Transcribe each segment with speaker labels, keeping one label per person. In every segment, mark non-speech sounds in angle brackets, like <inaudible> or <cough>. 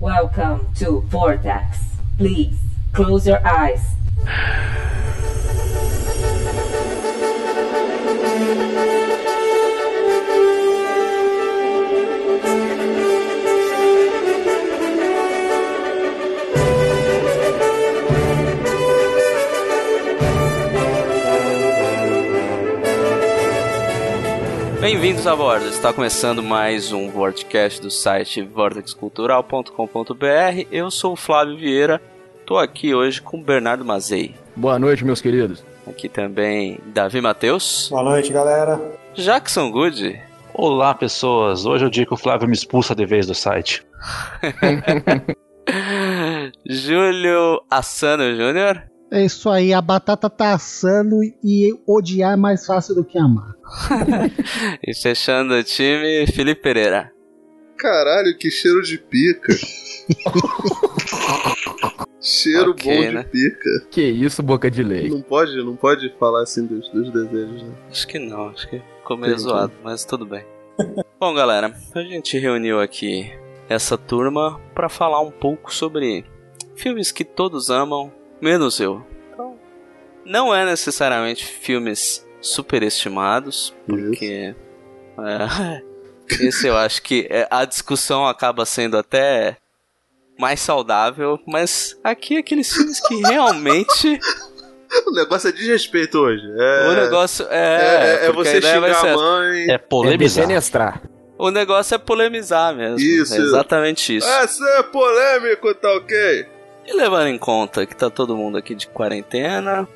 Speaker 1: Welcome to Vortex. Please close your eyes.
Speaker 2: Bem-vindos a bordo. Está começando mais um podcast do site vortexcultural.com.br. Eu sou o Flávio Vieira. Estou aqui hoje com o Bernardo Mazei.
Speaker 3: Boa noite, meus queridos.
Speaker 2: Aqui também Davi Matheus,
Speaker 4: Boa noite, galera.
Speaker 2: Jackson Good <laughs>
Speaker 5: Olá, pessoas. Hoje é o dia que o Flávio me expulsa de vez do site.
Speaker 2: Júlio Assano Júnior
Speaker 6: É isso aí, a batata tá assando e odiar é mais fácil do que amar.
Speaker 2: e fechando o time, Felipe Pereira.
Speaker 7: Caralho, que cheiro de pica. cheiro
Speaker 2: Ok,
Speaker 7: bom
Speaker 2: né?
Speaker 7: de pica.
Speaker 3: Que isso, boca de leite.
Speaker 7: Não pode, não pode falar assim dos, dos desejos, né?
Speaker 2: Acho que não, acho que ficou meio zoado, mas tudo bem. <laughs> Bom, galera, a gente reuniu aqui essa turma para falar um pouco sobre filmes que todos amam, menos eu. Então, não é necessariamente filmes superestimados, porque é, <laughs> esse eu acho que é, a discussão acaba sendo até mais saudável, mas aqui é aqueles filmes que realmente
Speaker 7: O negócio é desrespeito hoje. <laughs> É,
Speaker 2: o negócio
Speaker 7: é,
Speaker 2: é
Speaker 7: é
Speaker 2: porque a
Speaker 7: você
Speaker 2: ideia vai
Speaker 7: xingar
Speaker 2: ser
Speaker 7: a
Speaker 2: essa.
Speaker 7: mãe.
Speaker 5: É polemizar.
Speaker 3: defenestrar.
Speaker 2: O negócio é polemizar mesmo.
Speaker 7: Isso.
Speaker 2: É exatamente isso.
Speaker 7: Ah, você é polêmico, tá ok?
Speaker 2: E levando em conta que tá todo mundo aqui de quarentena,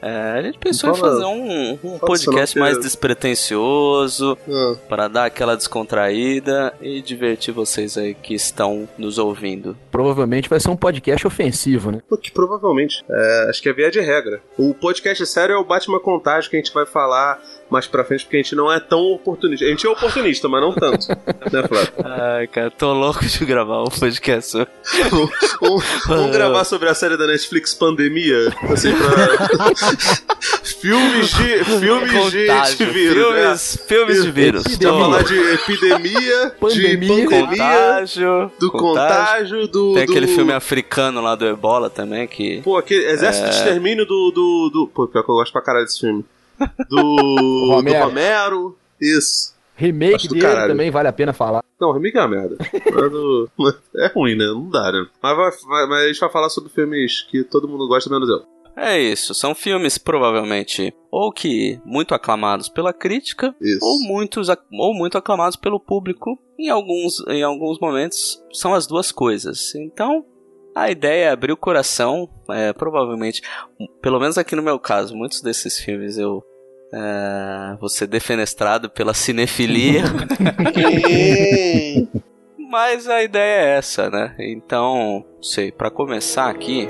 Speaker 2: é, a gente pensou em
Speaker 7: Fala-
Speaker 2: fazer um, um
Speaker 7: fala seu nome
Speaker 2: podcast
Speaker 7: que-
Speaker 2: mais despretensioso,
Speaker 7: Ah,
Speaker 2: para dar aquela descontraída e divertir vocês aí que estão nos ouvindo.
Speaker 3: Provavelmente vai ser um podcast ofensivo, né?
Speaker 7: o que provavelmente. é, acho que é via de regra. O podcast sério é o Batman Contágio que a gente vai falar mais pra frente, porque a gente não é tão oportunista. A gente é oportunista, mas não tanto. <laughs> né, Flávio?
Speaker 2: Ai, cara, tô louco de gravar um podcast.
Speaker 7: Vamos, <laughs> vamos gravar sobre a série da Netflix Pandemia? Assim, pra... <laughs> filmes de. Filmes de,
Speaker 2: Contágio,
Speaker 7: de vírus. né?
Speaker 2: filmes, filmes de vírus.
Speaker 7: Então,
Speaker 3: Epidemia.
Speaker 7: falar de epidemia,
Speaker 3: Pandemia.
Speaker 7: de pandemia,
Speaker 2: Contágio,
Speaker 7: do contágio, do.
Speaker 2: Tem aquele
Speaker 7: do-
Speaker 2: filme africano lá do Ebola também que
Speaker 7: Pô, aquele Exército
Speaker 2: É.
Speaker 7: de Extermínio do, do, do. Pô, pior que eu gosto pra caralho desse filme.
Speaker 2: <laughs>
Speaker 7: Do.
Speaker 3: Romero.
Speaker 7: Do Romero. Isso.
Speaker 3: Remake
Speaker 7: Acho do
Speaker 3: dele
Speaker 7: caralho.
Speaker 3: também vale a pena falar.
Speaker 7: Não, remake é uma merda. Mas o- <laughs> É ruim, né? Não dá, né? Mas, vai, vai- mas a gente vai falar sobre filmes que todo mundo gosta, menos eu.
Speaker 2: É isso, são filmes provavelmente ou que muito aclamados pela crítica,
Speaker 7: Isso.
Speaker 2: ou, muitos, ac- ou muito aclamados pelo público. Em alguns, em alguns momentos são as duas coisas. Então, a ideia é abrir o coração, é, provavelmente, m- pelo menos aqui no meu caso, muitos desses filmes eu é, vou ser defenestrado pela cinefilia. Mas a ideia é essa, né? Então, não sei, pra começar aqui.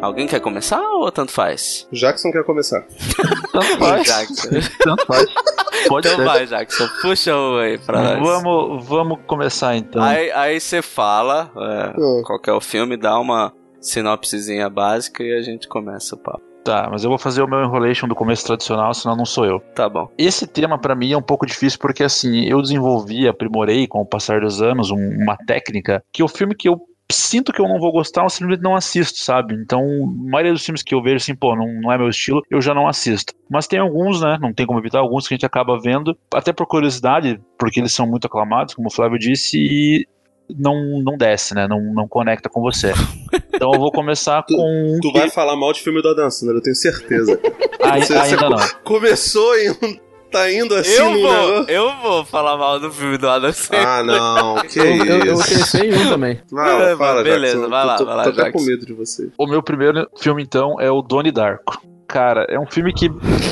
Speaker 2: Alguém quer começar ou tanto faz?
Speaker 7: Jackson quer começar.
Speaker 5: Tanto faz.
Speaker 2: Jackson.
Speaker 5: <laughs> Tanto faz. Pode
Speaker 2: Então
Speaker 5: ser.
Speaker 2: vai, Jackson, puxa um aí pra nós.
Speaker 5: Vamos, vamos começar então.
Speaker 2: Aí aí você fala é,
Speaker 7: Hum.
Speaker 2: qual que é o filme, dá uma sinopsezinha básica e a gente começa o papo.
Speaker 5: Tá, mas eu vou fazer o meu enrolation do começo tradicional, senão não sou eu.
Speaker 2: Tá bom.
Speaker 5: Esse tema pra mim é um pouco difícil porque assim, eu desenvolvi, aprimorei com o passar dos anos um- uma técnica que é o filme que eu sinto que eu não vou gostar, eu simplesmente não assisto, sabe? Então, a maioria dos filmes que eu vejo assim, pô, não, não é meu estilo, eu já não assisto. Mas tem alguns, né, não tem como evitar, alguns que a gente acaba vendo, até por curiosidade, porque eles são muito aclamados, como o Flávio disse, e não, não desce, né, não, não conecta com
Speaker 7: <laughs>
Speaker 5: você. Então eu vou começar com um
Speaker 7: Tu
Speaker 5: que...
Speaker 7: vai falar mal de filme do Adam
Speaker 2: né?
Speaker 7: Sandler, eu tenho certeza.
Speaker 5: Ai-
Speaker 7: Você- você-
Speaker 5: ainda não.
Speaker 7: Começou e tá indo assim
Speaker 2: eu
Speaker 7: no-
Speaker 2: vou, eu vou falar mal do filme do Adam Sandler.
Speaker 7: Ah, não, que
Speaker 3: Eu, eu, eu
Speaker 7: isso.
Speaker 3: pensei em um
Speaker 7: <laughs>
Speaker 3: também.
Speaker 7: Vai lá, fala,
Speaker 2: Beleza,
Speaker 7: Jackson.
Speaker 2: vai lá,
Speaker 7: tô,
Speaker 2: vai lá,
Speaker 7: tô até
Speaker 2: Jackson.
Speaker 7: com medo de você.
Speaker 5: O meu primeiro filme, então, é o Donnie Darko. Cara, é um filme que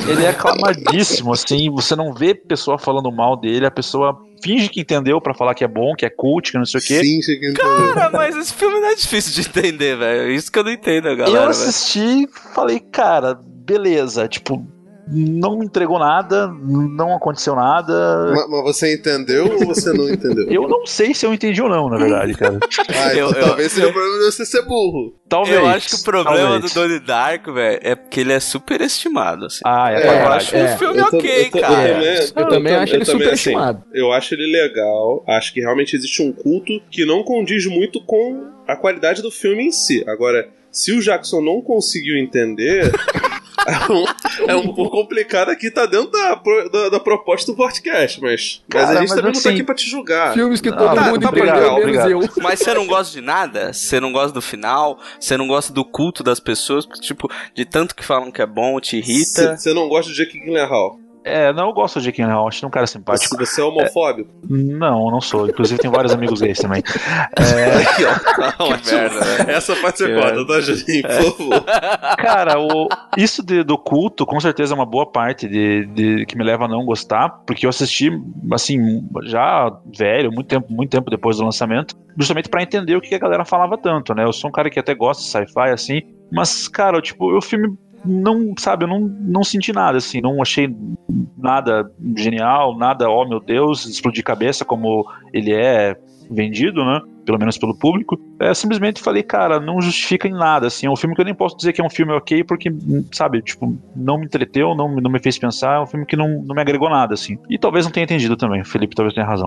Speaker 5: ele é aclamadíssimo, assim, você não vê pessoa falando mal dele, a pessoa finge que entendeu pra falar que é bom, que é cult, que não sei o quê.
Speaker 7: Sim, cheguei no-
Speaker 2: Cara, mas esse filme não é difícil de entender, velho. Isso que eu não entendo, galera.
Speaker 5: eu
Speaker 2: velho.
Speaker 5: assisti e falei, cara, beleza, tipo, não entregou nada, não aconteceu nada.
Speaker 8: Ma- Mas, você entendeu ou você não
Speaker 2: <laughs>
Speaker 8: entendeu?
Speaker 5: Eu não sei se eu entendi ou não, na verdade, cara.
Speaker 8: Ah,
Speaker 2: Eu-
Speaker 8: então
Speaker 2: eu-
Speaker 8: talvez
Speaker 7: um
Speaker 8: seja o problema de você ser burro.
Speaker 5: Talvez.
Speaker 2: Eu acho que o problema
Speaker 5: talvez.
Speaker 2: do Donnie Darko, velho, é porque ele é superestimado, assim.
Speaker 5: Ah, é,
Speaker 8: É,
Speaker 5: pra
Speaker 2: eu
Speaker 5: baixo.
Speaker 2: acho que o
Speaker 3: é.
Speaker 2: filme
Speaker 8: Eu tô-
Speaker 2: ok,
Speaker 8: eu tô- eu
Speaker 2: cara.
Speaker 8: também-
Speaker 3: Eu também
Speaker 7: tam-
Speaker 3: acho ele
Speaker 7: também, assim,
Speaker 3: superestimado.
Speaker 7: eu acho ele legal. Acho que realmente existe um culto que não condiz muito com a qualidade do filme em si. Agora, se o Jackson não conseguiu entender. <laughs> É um, é um pouco complicado aqui, tá dentro da, pro- da, da proposta do podcast, mas, mas
Speaker 5: Cara,
Speaker 7: a
Speaker 5: mas
Speaker 7: gente também não tá
Speaker 5: assim,
Speaker 7: aqui pra te julgar.
Speaker 3: Filmes que
Speaker 5: Ah,
Speaker 3: todo
Speaker 5: tá,
Speaker 3: mundo
Speaker 5: tá
Speaker 3: entendeu,
Speaker 5: legal,
Speaker 3: menos
Speaker 5: obrigado.
Speaker 3: eu.
Speaker 2: Mas você não gosta de nada? Você não gosta do final? Você não gosta do culto das pessoas? Porque, tipo, de tanto que falam que é bom, te irrita?
Speaker 7: Você não gosta de Jake Gyllenhaal?
Speaker 5: É, não, eu gosto de Jake Gyllenhaal, acho ele um cara simpático.
Speaker 7: Você, você é homofóbico?
Speaker 5: <laughs> Não, não sou. Inclusive, tem vários amigos gays também.
Speaker 3: é.
Speaker 2: <laughs>
Speaker 7: Aqui, ó.
Speaker 2: Que tá merda, né? velho.
Speaker 7: Essa parte você
Speaker 5: Que
Speaker 7: corta, tá, Juninho? Por favor.
Speaker 5: Cara, o- isso de- do culto, com certeza, é uma boa parte de, de- que me leva a não gostar, porque eu assisti, assim, já velho, muito tempo, muito tempo depois do lançamento, justamente pra entender o que a galera falava tanto, né? Eu sou um cara que até gosta de sci-fi, assim, mas, cara, eu, tipo, o filme não, sabe, eu não, não senti nada, assim, não achei nada genial, nada, oh meu Deus, explodir cabeça como ele é vendido, né? Pelo menos pelo público. É, simplesmente falei, cara, não justifica em nada, assim, é um filme que eu nem posso dizer que é um filme ok, porque, sabe, tipo, não me entreteu, não, me- não me fez pensar, é um filme que não, não me agregou nada, assim. E talvez não tenha entendido também, o Felipe talvez tenha razão.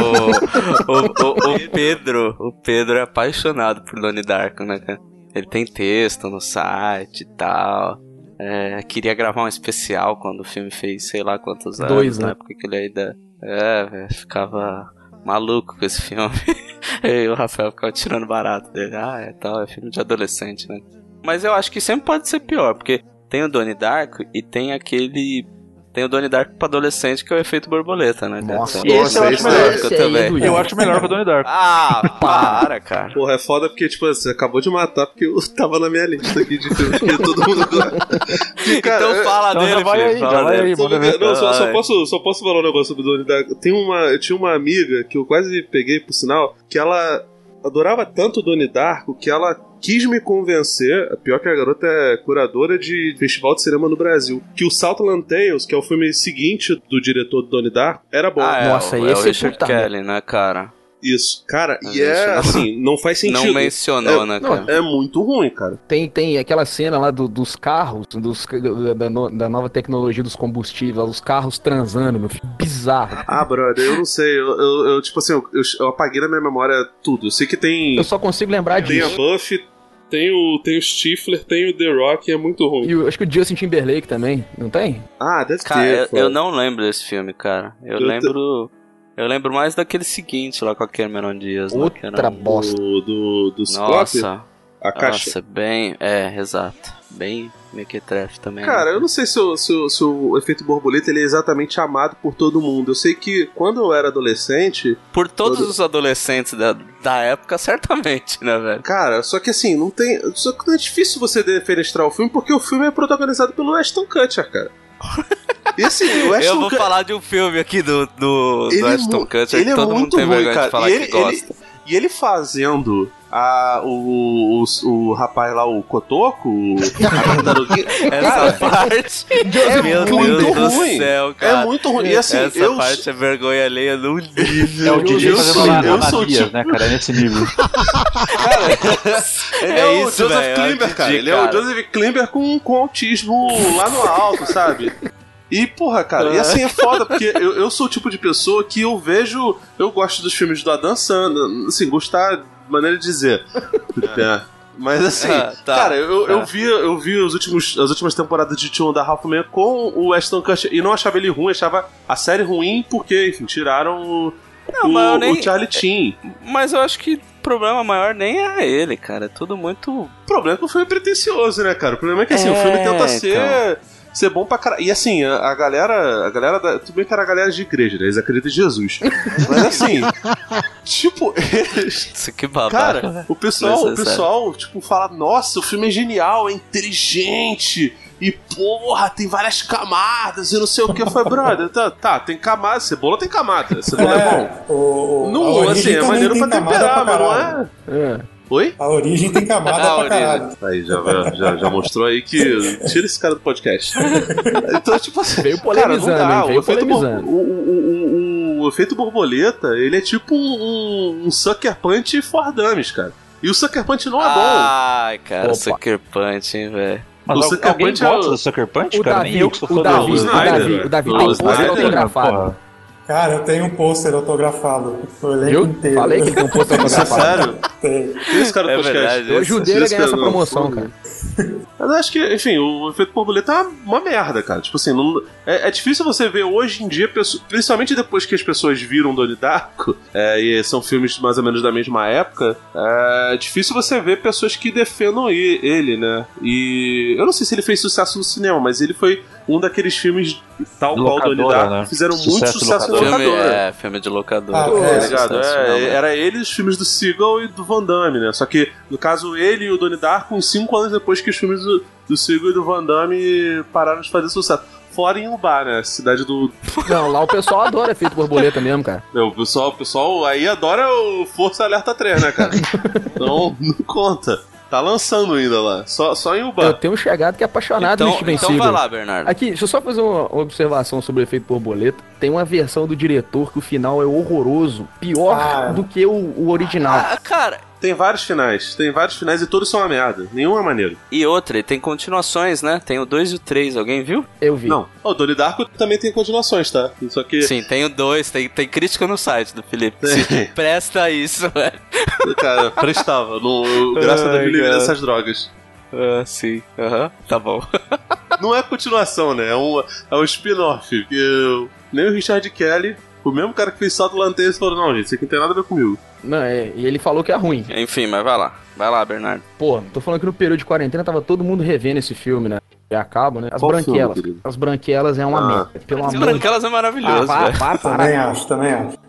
Speaker 2: o, o, o- o Pedro, o Pedro é apaixonado por Donnie Darko, né, cara? Ele tem texto no site e tal. É, queria gravar um especial quando o filme fez sei lá quantos anos.
Speaker 3: Dois,
Speaker 2: na
Speaker 3: né?
Speaker 2: época que ele ainda. É, velho, ficava maluco com esse filme. <laughs> e o Rafael ficava tirando barato dele. Ah, é tal, é filme de adolescente, né? Mas eu acho que sempre pode ser pior, porque tem o Donnie Darko e tem aquele. Tem o Donnie Darko pra adolescente que é o efeito borboleta, né? cara?
Speaker 3: Nossa,
Speaker 2: Então-
Speaker 5: E esse
Speaker 8: Nossa,
Speaker 5: eu acho
Speaker 8: esse
Speaker 5: melhor.
Speaker 8: é-
Speaker 3: Esse aí é
Speaker 2: também.
Speaker 3: doido.
Speaker 5: <laughs> Eu acho melhor que o Donnie Darko.
Speaker 2: Ah, <laughs> para, cara.
Speaker 7: Porra, é foda porque, tipo, você acabou de matar porque eu tava na minha lista aqui de filmes que todo mundo gosta. Que, cara,
Speaker 2: então
Speaker 7: eu-
Speaker 2: fala
Speaker 5: Então
Speaker 2: dele,
Speaker 5: já vai
Speaker 2: filho,
Speaker 5: aí, já
Speaker 2: fala
Speaker 5: vai
Speaker 2: dele.
Speaker 5: aí, manda ver.
Speaker 7: Não, é. só, só
Speaker 2: Ai.
Speaker 7: posso, só posso falar um negócio sobre Donnie Darko. Tem uma, eu tinha uma amiga que eu quase peguei, por sinal, que ela adorava tanto Donnie Darko que ela quis me convencer, pior que a garota é curadora de festival de cinema no Brasil, que o Southland Tales, que é o filme seguinte do diretor do Donnie Darko, era bom.
Speaker 2: Ah, é,
Speaker 3: Nossa,
Speaker 2: o-
Speaker 3: esse
Speaker 2: é o
Speaker 3: é
Speaker 2: Richard
Speaker 3: puta merda.
Speaker 2: Kelly, né, cara?
Speaker 7: Isso. Cara,
Speaker 2: Mas
Speaker 7: e é
Speaker 2: isso não-
Speaker 7: assim, não faz sentido.
Speaker 2: Não mencionou, né,
Speaker 3: não,
Speaker 2: cara?
Speaker 7: É muito ruim, cara.
Speaker 3: Tem, tem aquela cena lá do- dos carros, dos, da, no- da nova tecnologia dos combustíveis, os carros transando, meu filho. Bizarro.
Speaker 7: Ah, brother, eu não sei. Eu, eu- eu, tipo assim, eu, eu- eu apaguei na minha memória tudo. Eu sei que tem.
Speaker 3: Eu só consigo lembrar
Speaker 7: Tem a
Speaker 3: disso.
Speaker 7: Buff, tem o, tem o Stifler, tem o The Rock, é muito ruim.
Speaker 3: E eu acho que o Justin Timberlake também, não tem?
Speaker 7: Ah, deve
Speaker 2: Cara,
Speaker 7: ter.
Speaker 2: eu,
Speaker 7: pô.
Speaker 2: eu não lembro desse filme, cara. Eu,
Speaker 7: Eu te-
Speaker 2: lembro... Eu lembro mais daquele seguinte lá com a Cameron Diaz. lá, que era
Speaker 3: Outra
Speaker 2: um-
Speaker 3: bosta.
Speaker 7: Do, do, do Ciclope,
Speaker 2: Nossa,
Speaker 7: a caixa.
Speaker 2: nossa, bem... É, exato. Bem mequetrefe também. né?
Speaker 7: Cara, eu não sei se o, se, o, se o efeito borboleta ele é exatamente amado por todo mundo. Eu sei que quando eu era adolescente,
Speaker 2: Por todos
Speaker 7: todo-
Speaker 2: os adolescentes da, da época, certamente, né, velho?
Speaker 7: cara, só que assim, não tem. Só que não é difícil você defenestrar o filme, porque o filme é protagonizado pelo Ashton Kutcher, cara. E assim, o
Speaker 2: <laughs>
Speaker 7: Ashton
Speaker 2: Eu vou
Speaker 7: Kut-
Speaker 2: falar de um filme aqui do, do,
Speaker 7: Ele
Speaker 2: do
Speaker 7: é
Speaker 2: Ashton
Speaker 7: mu-
Speaker 2: Kutcher
Speaker 7: ele
Speaker 2: que
Speaker 7: é
Speaker 2: todo mundo
Speaker 7: muito
Speaker 2: tem
Speaker 7: ruim,
Speaker 2: vergonha
Speaker 7: cara.
Speaker 2: de falar
Speaker 7: E
Speaker 2: que
Speaker 7: ele- ele-
Speaker 2: gosta.
Speaker 7: E ele fazendo a, o, o, o rapaz lá, o
Speaker 2: <laughs>
Speaker 7: Cotoco, o- a tartaruguinha,
Speaker 2: Essa <laughs> parte.
Speaker 7: é
Speaker 2: Meu
Speaker 7: muito
Speaker 2: Deus do
Speaker 7: ruim.
Speaker 2: céu, cara.
Speaker 7: é muito ruim. E assim,
Speaker 2: Essa
Speaker 7: eu,
Speaker 2: parte é vergonha alheia
Speaker 7: <laughs>
Speaker 2: num nível.
Speaker 5: É o DJ
Speaker 7: eu sou-
Speaker 5: fazendo lá
Speaker 7: eu sou
Speaker 5: analias,
Speaker 7: tipo-
Speaker 5: né, cara, é nesse nível.
Speaker 2: <laughs> Ele
Speaker 7: é, o Joseph
Speaker 2: velho, é o
Speaker 7: Klimber,
Speaker 2: Didi,
Speaker 7: cara. Ele é o Joseph Klimber com, com autismo lá no alto, sabe? E, porra, cara, e assim é foda, porque eu, eu sou o tipo de pessoa que eu vejo. Eu gosto dos filmes do Adam Sandler, assim, gostar, maneira de dizer. É. Mas assim,
Speaker 2: Ah, tá,
Speaker 7: cara, eu,
Speaker 2: tá.
Speaker 7: eu vi, eu vi os últimos, as últimas temporadas de Tio da Halfman com o Ashton Kutcher e não achava ele ruim, achava a série ruim porque, enfim, tiraram o,
Speaker 2: Não,
Speaker 7: o-
Speaker 2: mas eu
Speaker 7: o
Speaker 2: nem-
Speaker 7: Charlie Chin.
Speaker 2: Mas eu acho que o problema maior nem é ele, cara. É tudo muito.
Speaker 7: O problema é que o filme é pretencioso, né, cara? O problema é que assim,
Speaker 2: É,
Speaker 7: o filme tenta
Speaker 2: então.
Speaker 7: ser, ser bom pra caralho. E assim, a, a galera. A galera da. Tudo bem que era a galera de igreja, né? Eles acreditam
Speaker 2: <laughs>
Speaker 7: em Jesus. Mas assim, tipo, eles.
Speaker 2: Isso que babaca.
Speaker 7: Cara, o pessoal, o
Speaker 2: Desnecessário.
Speaker 7: pessoal, tipo, fala, nossa, o filme é genial, é inteligente. E porra, tem várias camadas e não sei o que. Eu falei, brother, tá, tá, tem camada, cebola tem camada, cebola é, bom.
Speaker 4: O, o- a
Speaker 7: Não,
Speaker 4: origem
Speaker 7: assim, é
Speaker 4: também
Speaker 7: maneiro
Speaker 4: tem
Speaker 7: pra
Speaker 4: camada
Speaker 7: temperar,
Speaker 4: pra
Speaker 7: mas não
Speaker 4: caralho.
Speaker 7: é.
Speaker 3: É.
Speaker 7: Oi?
Speaker 4: A origem tem
Speaker 7: <laughs>
Speaker 4: camada
Speaker 2: A
Speaker 4: pra caralho.
Speaker 2: origem.
Speaker 7: Aí já, já, já mostrou aí que. Tira esse cara do podcast. Então, tipo assim.
Speaker 3: Veio
Speaker 7: Cara, não
Speaker 3: polemizando,
Speaker 7: dá.
Speaker 3: hein?
Speaker 7: O
Speaker 3: Veio
Speaker 7: efeito, bor-
Speaker 3: polemizando.
Speaker 7: o- o- o- o efeito borboleta, ele é tipo um, um- um Sucker Punch for dummies, cara. E o Sucker Punch não é
Speaker 2: Ah, Ai, cara,
Speaker 3: Opa.
Speaker 2: Sucker Punch, hein, velho.
Speaker 5: Mas
Speaker 7: O
Speaker 5: al-
Speaker 7: Sucker
Speaker 5: alguém
Speaker 7: Punch é
Speaker 5: gosta
Speaker 7: o-
Speaker 5: do Sucker Punch,
Speaker 3: O
Speaker 5: cara?
Speaker 3: Davi,
Speaker 5: Nem eu que sou
Speaker 3: o
Speaker 5: fã
Speaker 3: Davi,
Speaker 5: do
Speaker 3: o
Speaker 7: Snyder,
Speaker 3: Davi,
Speaker 7: velho.
Speaker 3: o Davi
Speaker 7: Do
Speaker 3: tem pôster
Speaker 7: Snyder,
Speaker 3: autografado.
Speaker 5: Porra.
Speaker 4: Cara, eu tenho um pôster autografado. O elenco
Speaker 3: Viu?
Speaker 4: inteiro.
Speaker 3: Falei que ele tem um pôster
Speaker 7: bom. Isso é
Speaker 3: autografado.
Speaker 7: sério.
Speaker 4: Tem.
Speaker 7: Tira esse cara do
Speaker 2: É
Speaker 7: podcast.
Speaker 2: verdade,
Speaker 3: Eu ajudei ele a
Speaker 7: Esse
Speaker 3: ganhar essa
Speaker 7: cara-
Speaker 3: promoção, cara.
Speaker 7: Mas eu acho que, enfim, o efeito borboleta é uma merda, cara. Tipo assim, não- é, é difícil você ver hoje em dia, pesso- principalmente depois que as pessoas viram Donnie Darko, <laughs> é, e são filmes mais ou menos da mesma época, é difícil você ver pessoas que defendam e- ele, né? E eu não sei se ele fez sucesso no cinema, mas ele foi um daqueles filmes, tal qual
Speaker 5: Locadora,
Speaker 7: Donnie Darko,
Speaker 5: né?
Speaker 7: que fizeram muito
Speaker 5: Sucesso
Speaker 7: sucesso no
Speaker 2: Filme,
Speaker 7: locadora.
Speaker 2: é, filme de locador.
Speaker 4: Ah,
Speaker 7: Tá
Speaker 4: É,
Speaker 7: ligado? É,
Speaker 2: né?
Speaker 7: era ele, os filmes do Seagal e do Van Damme, né? Só que, no caso, ele e o Donnie Darko, uns 5 anos depois que os filmes do, do Seagal e do Van Damme pararam de fazer sucesso. Fora em Ubá, né? Cidade do. né,
Speaker 3: Não, lá o pessoal adora efeito borboleta mesmo, cara.
Speaker 7: O pessoal, o pessoal aí adora o Força Alerta 3,
Speaker 2: <laughs>
Speaker 7: né, cara? então, não conta. Tá lançando ainda lá. Só, só em
Speaker 3: Eu
Speaker 7: Ubá.
Speaker 3: tenho um chegado que é apaixonado
Speaker 2: então,
Speaker 3: no Steven
Speaker 2: então
Speaker 3: Seagal.
Speaker 2: vai lá, Bernardo.
Speaker 3: Aqui, deixa eu só fazer uma uma observação sobre o efeito borboleta. Tem uma versão do diretor que o final é horroroso, pior
Speaker 4: Ah.
Speaker 3: do que o, o original.
Speaker 2: Ah, cara,
Speaker 7: Tem vários finais. Tem vários finais e todos são uma merda. Nenhum é maneiro.
Speaker 2: e outra, ele tem continuações, né? Tem o 2 e o 3, alguém viu?
Speaker 3: Eu vi.
Speaker 7: Não. O Donnie Darko também tem continuações, tá? Só que.
Speaker 2: Sim, tem o 2, tem, tem crítica no site do Felipe.
Speaker 7: Sim.
Speaker 2: Se presta isso, velho.
Speaker 7: Cara,
Speaker 2: <laughs>
Speaker 7: prestava. No, graças a Deus
Speaker 2: Ai,
Speaker 7: me livrei
Speaker 2: cara.
Speaker 7: dessas drogas.
Speaker 2: Ah, sim. Aham, tá bom.
Speaker 7: Não é continuação, né? É um, é um spin-off. Porque eu- nem o Richard Kelly, o mesmo cara que fez Salto Lanternas, falou: Não, gente, isso aqui não tem nada a ver comigo.
Speaker 3: Não, é, e ele falou que é ruim.
Speaker 2: Enfim, mas vai lá. Vai lá, Bernardo.
Speaker 3: Pô, tô falando que no período de quarentena tava todo mundo revendo esse filme, né? E acaba, né? As
Speaker 7: Qual filme,
Speaker 3: branquelas.
Speaker 7: querido?
Speaker 3: As branquelas é uma
Speaker 7: Ah.
Speaker 3: merda. Pelo
Speaker 2: Esse
Speaker 3: amor de
Speaker 2: Branquelas é maravilhoso,
Speaker 3: Ah,
Speaker 2: velho.
Speaker 3: pá, pá, pá.
Speaker 4: Também acho, também acho.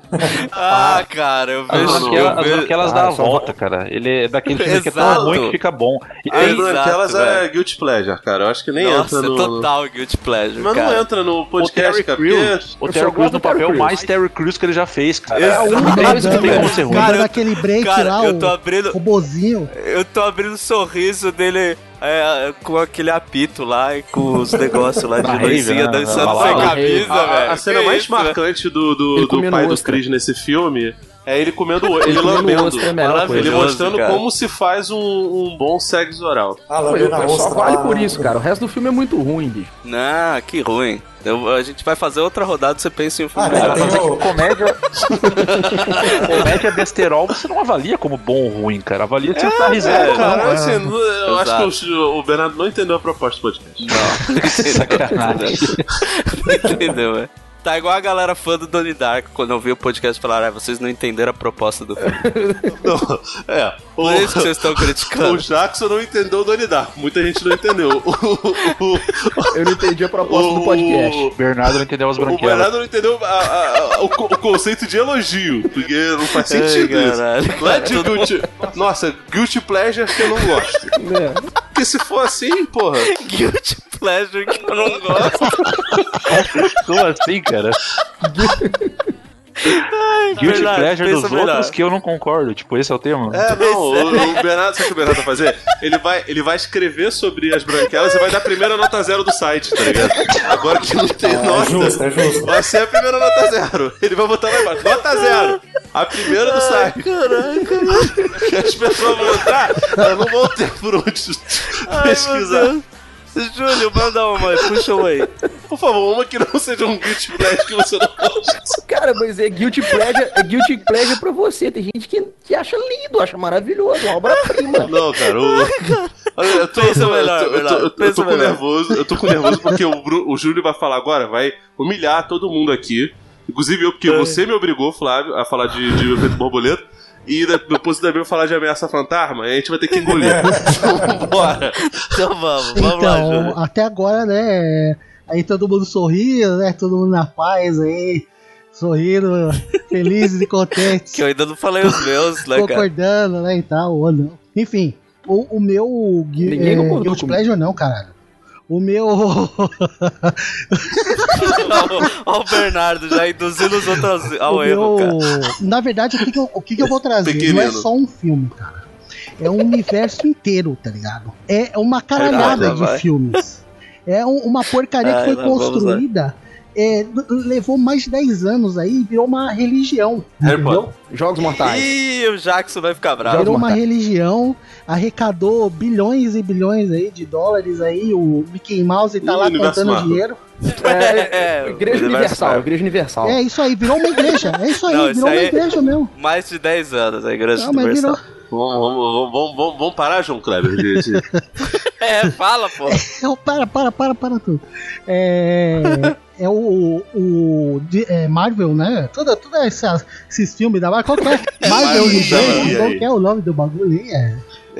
Speaker 2: Ah, cara, eu
Speaker 5: As
Speaker 2: vejo.
Speaker 5: branquelas,
Speaker 2: eu
Speaker 5: as
Speaker 2: vejo-
Speaker 5: branquelas dá a
Speaker 3: Ah, só-
Speaker 5: volta, cara. Ele é daquele filme que é tão
Speaker 2: Exato.
Speaker 5: ruim que fica bom. E
Speaker 2: Ah,
Speaker 7: Aí
Speaker 2: exato,
Speaker 7: Branquelas é
Speaker 2: velho.
Speaker 7: Guilty Pleasure, cara. Eu acho que nem
Speaker 2: Nossa, é
Speaker 7: entra no.
Speaker 2: total guilty pleasure,
Speaker 7: Mas
Speaker 2: cara.
Speaker 7: não é, entra no podcast,
Speaker 5: Terry
Speaker 7: cara.
Speaker 5: Crews,
Speaker 7: Porque...
Speaker 5: o
Speaker 3: Eu
Speaker 5: Terry
Speaker 3: só
Speaker 5: Crews
Speaker 3: gosto
Speaker 5: no
Speaker 3: do Terry
Speaker 5: papel
Speaker 3: Crews.
Speaker 5: mais Terry Crews que ele já fez, cara.
Speaker 2: Exato.
Speaker 5: É um deles que tem como ser ruim.
Speaker 2: Cara, eu-
Speaker 6: Cara, aquele break
Speaker 2: Cara,
Speaker 6: lá,
Speaker 2: eu tô
Speaker 6: o
Speaker 2: abrindo,
Speaker 6: robozinho.
Speaker 2: eu tô abrindo o sorriso dele é, com aquele apito lá e com <laughs> os negócios lá de
Speaker 5: Na
Speaker 2: luzinha
Speaker 5: rave, né?
Speaker 2: dançando
Speaker 5: Na
Speaker 2: sem
Speaker 5: balada.
Speaker 2: camisa,
Speaker 7: A, a-
Speaker 2: velho.
Speaker 7: a cena
Speaker 2: Ah, Que
Speaker 7: mais
Speaker 2: isso, velho?
Speaker 7: marcante do, do,
Speaker 3: Ele
Speaker 7: do
Speaker 3: comendo
Speaker 7: pai do
Speaker 3: ostra.
Speaker 7: Chris nesse filme é ele comendo, o- ele
Speaker 3: comendo
Speaker 7: lambendo.
Speaker 3: ostra é a melhor coisa.
Speaker 7: Ele mostrando
Speaker 2: cara.
Speaker 7: como se faz um, um bom sexo oral.
Speaker 4: Ah,
Speaker 3: Pô,
Speaker 4: lambei na
Speaker 3: eu- Só
Speaker 4: ostra
Speaker 3: vale
Speaker 4: lá,
Speaker 3: por
Speaker 4: né?
Speaker 3: isso, cara. O resto do filme é muito ruim, bicho.
Speaker 2: Não, que ruim. Eu- a gente vai fazer outra rodada, você pensa em um filme
Speaker 4: Ah, cara,
Speaker 2: melhor.
Speaker 4: tem o...
Speaker 5: é Comédia. <laughs> Comédia besterol você não avalia como bom ou ruim, cara. Avalia se você tá risando.
Speaker 7: É,
Speaker 5: ou não.
Speaker 7: cara, assim, eu
Speaker 2: é. Exato.
Speaker 7: acho que o, o Bernardo não entendeu a proposta do podcast.
Speaker 5: <laughs>
Speaker 2: <laughs>
Speaker 5: Sacanagem.
Speaker 2: Entendeu, é? Tá igual a galera fã do Donnie Darko quando eu vi o podcast falaram, ah, vocês não entenderam a proposta do filme.
Speaker 7: Não, é. O,
Speaker 2: Por isso que vocês estão
Speaker 7: o
Speaker 2: <laughs> criticando.
Speaker 7: Jackson não entendeu o Donnie Darko. Muita gente não entendeu. O,
Speaker 3: Eu não entendi a
Speaker 7: o,
Speaker 3: proposta
Speaker 7: o,
Speaker 3: do podcast.
Speaker 5: <laughs> Bernardo não entendeu as
Speaker 7: o, o
Speaker 5: branquelas.
Speaker 7: Bernardo não entendeu a- a- a- o, co- o conceito de elogio, porque não faz sentido
Speaker 2: Ai,
Speaker 7: isso.
Speaker 2: caralho.
Speaker 7: Não é de guilty, nossa, guilty pleasure que eu não gosto.
Speaker 3: É.
Speaker 7: Porque se for assim, porra.
Speaker 2: Guilty pleasure que eu não gosto.
Speaker 5: Como assim, <laughs> cara? Guilty
Speaker 2: Bernardo,
Speaker 5: pleasure
Speaker 2: pensa
Speaker 5: dos
Speaker 2: melhor.
Speaker 5: outros que eu não concordo. Tipo, esse é o tema.
Speaker 7: É, não, o, o Bernardo, sabe o que o Bernardo vai fazer? Ele vai, ele vai escrever sobre as branquelas e vai dar a primeira nota zero do site, tá ligado? Agora que não tem
Speaker 4: É, é
Speaker 7: nota,
Speaker 4: justo, é
Speaker 7: <laughs>
Speaker 4: justo.
Speaker 7: vai ser a primeira nota zero. Ele vai botar lá embaixo, nota zero, a primeira do site. Que <laughs> as pessoas vão entrar, elas não vão ter por onde pesquisar.
Speaker 2: Júlio, manda uma aí, puxa uma aí.
Speaker 7: Por favor, uma que não seja um guilty pleasure que você não gosta.
Speaker 3: Cara, mas é guilty pleasure, é guilty pleasure pra você. Tem gente que, que acha lindo, acha maravilhoso, uma obra-prima.
Speaker 7: Não, cara, o... Olha, eu tô,
Speaker 2: Pensa
Speaker 7: eu tô-
Speaker 2: melhor,
Speaker 7: eu tô- eu tô-
Speaker 2: Bernardo,
Speaker 7: eu tô
Speaker 2: pensa
Speaker 7: com
Speaker 2: melhor.
Speaker 7: nervoso, eu tô com nervoso porque o, Bru- o Júlio vai falar agora, vai humilhar todo mundo aqui. Inclusive eu, porque você me obrigou, Flávio, a falar de, de efeito borboleta. E da- depois também eu falar de ameaça fantasma, e a gente vai ter que engolir. Então, bora.
Speaker 2: Então vamos, vamos lá,
Speaker 6: Então,
Speaker 2: Júlio.
Speaker 6: até agora, né? Aí todo mundo sorrindo, né? Todo mundo na paz aí, sorrindo, felizes e contentes.
Speaker 2: Que eu ainda não falei os meus, né, cara?
Speaker 6: concordando, né, e tal, ou não. Enfim, o, o meu gui-
Speaker 3: Ninguém
Speaker 6: é,
Speaker 3: concordou
Speaker 6: Guilty
Speaker 3: comigo.
Speaker 6: Pleasure não, caralho. O meu... <laughs>
Speaker 2: Olha o Bernardo já induzindo os outros
Speaker 6: o
Speaker 2: ao Tá um erro,
Speaker 6: meu...
Speaker 2: cara. <laughs>
Speaker 6: Na verdade, o que que eu, o que que eu vou trazer? Não é
Speaker 7: Pequenino.
Speaker 6: só um filme, cara. é um universo inteiro, tá ligado? É uma
Speaker 2: Ai,
Speaker 6: caralhada
Speaker 2: lá
Speaker 6: de
Speaker 2: vai.
Speaker 6: filmes. É um- uma porcaria
Speaker 2: Ai,
Speaker 6: que foi
Speaker 2: lá vamos lá.
Speaker 6: construída, é, l- levou mais de 10 anos aí e virou uma religião.
Speaker 2: Harry
Speaker 6: entendeu?
Speaker 2: Potter.
Speaker 3: Jogos Mortais.
Speaker 2: Ih, o Jackson vai ficar bravo.
Speaker 3: Jogos
Speaker 6: Virou um uma
Speaker 3: Mortais.
Speaker 6: religião, arrecadou bilhões e bilhões aí de dólares aí, o Mickey Mouse tá
Speaker 7: Ih,
Speaker 6: lá
Speaker 7: universo
Speaker 6: contando
Speaker 7: Marvel.
Speaker 6: dinheiro.
Speaker 2: É,
Speaker 3: Igreja
Speaker 2: ele vai
Speaker 3: Universal,
Speaker 2: ficar.
Speaker 3: Igreja Universal.
Speaker 6: É isso aí, virou uma igreja. É isso aí,
Speaker 2: Não, isso
Speaker 6: virou uma
Speaker 2: aí-
Speaker 6: igreja mesmo.
Speaker 2: Mais de 10 anos a Igreja
Speaker 6: Não, mas
Speaker 2: Universal.
Speaker 6: virou.
Speaker 9: Vamos, vamos, vamos, vamos, vamos parar, João Kleber. de- de-
Speaker 6: <laughs>
Speaker 2: É, fala, pô.
Speaker 6: Não, para, para, para, para tudo. É. É o, o de- é Marvel, né? Todos tudo essa- esses filmes da Marvel. Qual que <laughs> é? Marvel
Speaker 7: Marvel,
Speaker 6: Universe.
Speaker 7: e
Speaker 6: Qual
Speaker 7: aí?
Speaker 6: que é o nome do bagulho aí? É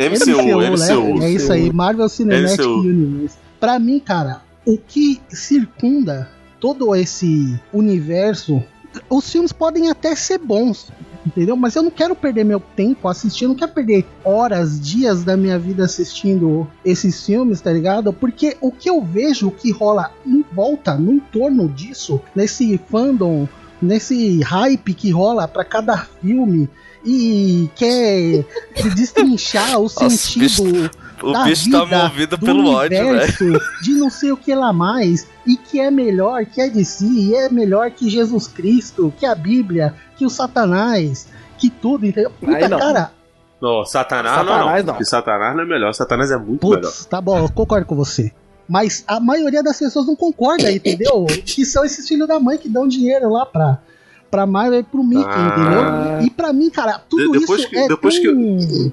Speaker 7: MCU,
Speaker 6: né?
Speaker 7: MCU.
Speaker 6: É isso aí, Marvel Cinematic
Speaker 7: MCU.
Speaker 6: Universe. Pra mim, cara, o que circunda todo esse universo. Os filmes podem até ser bons, entendeu? Mas eu não quero perder meu tempo assistindo, não quero perder horas, dias da minha vida assistindo esses filmes, tá ligado? Porque o que eu vejo, o que rola em volta, no entorno disso, nesse fandom, nesse hype que rola pra cada filme e quer destrinchar o
Speaker 2: Nossa,
Speaker 6: sentido
Speaker 2: O
Speaker 6: da
Speaker 2: bicho tá
Speaker 6: vida,
Speaker 2: movido
Speaker 6: do
Speaker 2: pelo ódio, velho.
Speaker 6: universo, de não sei o que lá mais, e que é melhor que a DC, e é melhor que Jesus Cristo, que a Bíblia, que o Satanás, que tudo, entendeu? Puta,
Speaker 3: Aí não.
Speaker 6: cara,
Speaker 7: Não, Satanás,
Speaker 3: Satanás,
Speaker 7: não,
Speaker 3: não.
Speaker 7: não. Porque Satanás não é melhor, Satanás é muito melhor.
Speaker 6: putz, tá bom, eu concordo com você. Mas a maioria das pessoas não concorda, entendeu? Que são esses filhos da mãe que dão dinheiro lá pra, pra Marvel e pro Mickey,
Speaker 7: Ah.
Speaker 6: entendeu? E pra mim, cara, tudo
Speaker 7: De- depois
Speaker 6: isso
Speaker 7: que-
Speaker 6: é
Speaker 7: depois
Speaker 6: tão...
Speaker 7: que eu-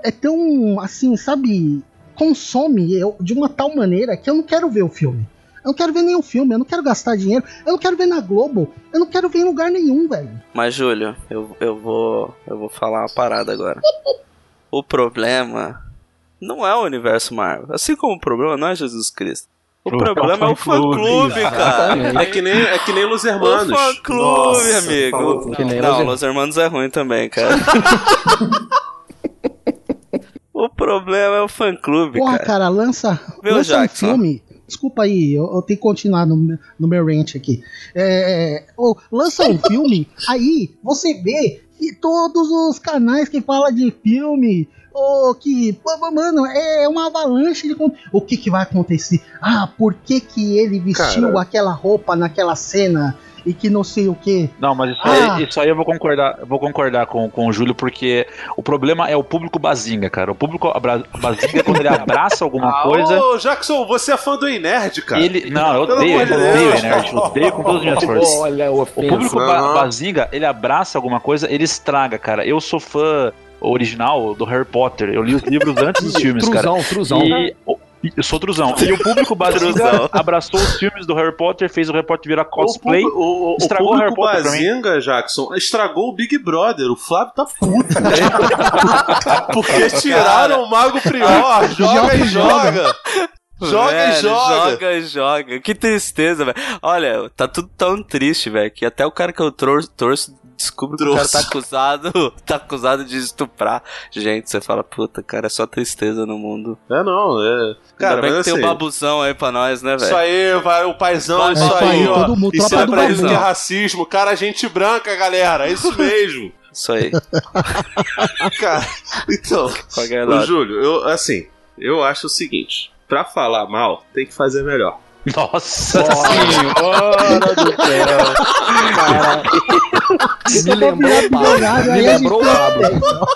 Speaker 6: É tão, assim, sabe... Consome eu, de uma tal maneira que eu não quero ver o filme. Eu não quero ver nenhum filme, eu não quero gastar dinheiro, eu não quero ver na Globo, eu não quero ver em lugar nenhum, velho.
Speaker 2: Mas, Júlio, eu, eu, vou, eu vou falar uma parada agora. O problema não é o universo Marvel. Assim como o problema não é Jesus Cristo. O
Speaker 5: O
Speaker 2: problema
Speaker 5: <laughs>
Speaker 2: é o
Speaker 5: fã-clube.
Speaker 2: fã-clube,
Speaker 3: Tá
Speaker 5: ah,
Speaker 2: cara.
Speaker 7: É que nem, é que nem Los
Speaker 2: O
Speaker 7: Hermanos.
Speaker 2: fã-clube,
Speaker 4: Nossa,
Speaker 2: amigo.
Speaker 4: falou
Speaker 2: Não,
Speaker 4: tudo.
Speaker 3: Que nem
Speaker 2: não,
Speaker 3: Los-
Speaker 2: Los Hermanos é ruim também,
Speaker 7: <laughs>
Speaker 2: cara. o problema é o fã-clube,
Speaker 6: Porra,
Speaker 2: cara.
Speaker 6: cara, lança,
Speaker 2: Meu
Speaker 6: lança
Speaker 2: Jackson.
Speaker 6: um filme. Desculpa aí, eu, eu tenho que continuar no, meu- no meu rant aqui. É, ô, lança um
Speaker 3: <laughs>
Speaker 6: filme, aí você vê que todos os canais que falam de filme, ou que, pô, mas, mano, é uma avalanche de. con- O que, que vai acontecer? Ah, por que, que ele vestiu
Speaker 7: Cara.
Speaker 6: aquela roupa naquela cena e que não sei o que?
Speaker 5: Não, mas isso,
Speaker 6: Ah.
Speaker 5: aí, isso aí eu vou concordar, eu vou concordar com, com o Júlio, porque o problema é o público bazinga, cara. O público abra- bazinga, quando ele abraça
Speaker 7: <laughs> Ah,
Speaker 5: alguma coisa,
Speaker 7: Ô, Jackson, você é fã do Inerd, cara.
Speaker 5: ele. Não, eu
Speaker 7: Pelo
Speaker 5: odeio,
Speaker 7: amor de
Speaker 5: eu odeio,
Speaker 7: Deus.
Speaker 5: Nerd, eu odeio com todas as
Speaker 3: <laughs>
Speaker 5: minhas forças.
Speaker 3: Tipo, Olha o
Speaker 5: O
Speaker 3: ofensa.
Speaker 5: público ba-
Speaker 7: Não.
Speaker 5: bazinga, ele abraça alguma coisa, ele estraga, cara. Eu sou fã original do Harry Potter. Eu li os livros antes dos filmes, cara.
Speaker 3: <laughs> Truzão, truzão.
Speaker 5: E o- e- eu sou truzão. E o
Speaker 7: <laughs>
Speaker 5: público bazinga
Speaker 2: Truzão.
Speaker 5: abraçou os filmes do Harry Potter, fez o Harry Potter virar
Speaker 7: O
Speaker 5: cosplay.
Speaker 7: pub- o, o,
Speaker 5: estragou
Speaker 7: o
Speaker 5: Harry
Speaker 7: público
Speaker 5: Potter pra mim.
Speaker 7: Bazinga, Jackson, estragou o Big Brother. O Flávio tá
Speaker 6: <laughs>
Speaker 7: puto. Porque tiraram o Mago Prior. Joga e joga. Joga e
Speaker 2: Velho,
Speaker 7: joga.
Speaker 2: Joga e joga. Que tristeza, velho. Olha, tá tudo tão triste, velho, que até o cara que eu trou- torço descobre que o cara
Speaker 7: Trouxe.
Speaker 2: tá acusado, <laughs> tá acusado de estuprar. Gente, você fala, puta, cara, é só tristeza no mundo.
Speaker 7: É, não, é. Cara,
Speaker 2: Ainda bem
Speaker 7: mas
Speaker 2: que
Speaker 7: assim, é
Speaker 2: tem o babuzão aí pra nós, né,
Speaker 7: isso
Speaker 2: velho?
Speaker 7: aí, vai, o paizão,
Speaker 2: Vai,
Speaker 7: isso
Speaker 2: vai,
Speaker 7: aí,
Speaker 2: vai,
Speaker 7: ó.
Speaker 6: todo mundo,
Speaker 7: Isso
Speaker 6: tropa
Speaker 7: é
Speaker 6: do
Speaker 7: pra isso que é
Speaker 2: paizão.
Speaker 7: racismo. Cara, gente branca, galera. É isso mesmo.
Speaker 2: Isso
Speaker 7: <laughs>
Speaker 2: aí.
Speaker 7: Cara, <laughs> então.
Speaker 2: Qualquer
Speaker 7: Ô,
Speaker 2: lado.
Speaker 7: Júlio, eu, assim, eu acho o seguinte: pra falar mal, tem que fazer melhor.
Speaker 5: Nossa senhora do céu!
Speaker 3: Me lembrou o Pablo. é Ah, Me lembrou o Pablo.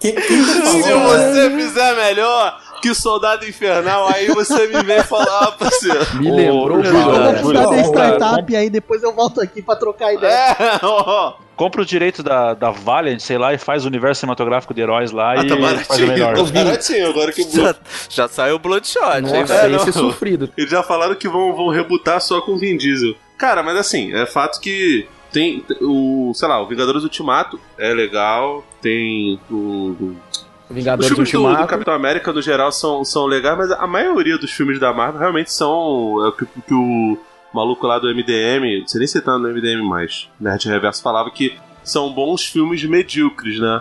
Speaker 4: Quem, quem que
Speaker 7: Se
Speaker 4: falou? né?
Speaker 7: você fizer melhor que o Soldado Infernal, aí você me vem falar, parceiro.
Speaker 3: Me lembrou o
Speaker 5: Júlio,
Speaker 6: Eu vou
Speaker 3: Pablo. Tá
Speaker 5: Júlio,
Speaker 6: precisar da
Speaker 5: Júlio,
Speaker 6: startup aí, depois eu volto aqui pra trocar ideia.
Speaker 7: É, ó.
Speaker 5: Compra os direitos da, da Valiant, sei lá, e faz o universo cinematográfico de heróis lá
Speaker 7: Ah,
Speaker 5: e
Speaker 7: tá
Speaker 5: faz o
Speaker 7: baratinho.
Speaker 5: melhor.
Speaker 7: Tá baratinho agora que
Speaker 2: <laughs>
Speaker 7: o
Speaker 2: Já, já saiu o Bloodshot, hein,
Speaker 3: Nossa,
Speaker 2: velho?
Speaker 7: não.
Speaker 3: esse é sofrido.
Speaker 7: Eles já falaram que vão, vão rebutar só com Vin Diesel. Cara, mas assim, é fato que tem o, sei lá, o Vingadores Ultimato é legal, tem o... Os
Speaker 3: Vingadores
Speaker 7: filmes do, do
Speaker 3: Ultimato.
Speaker 7: Capitão América, no geral, são, são legais, mas a maioria dos filmes da Marvel realmente são é o que, que o maluco lá do MDM, não sei nem se ele tá no MDM mais, Nerd Reverso, falava que são bons filmes medíocres, né?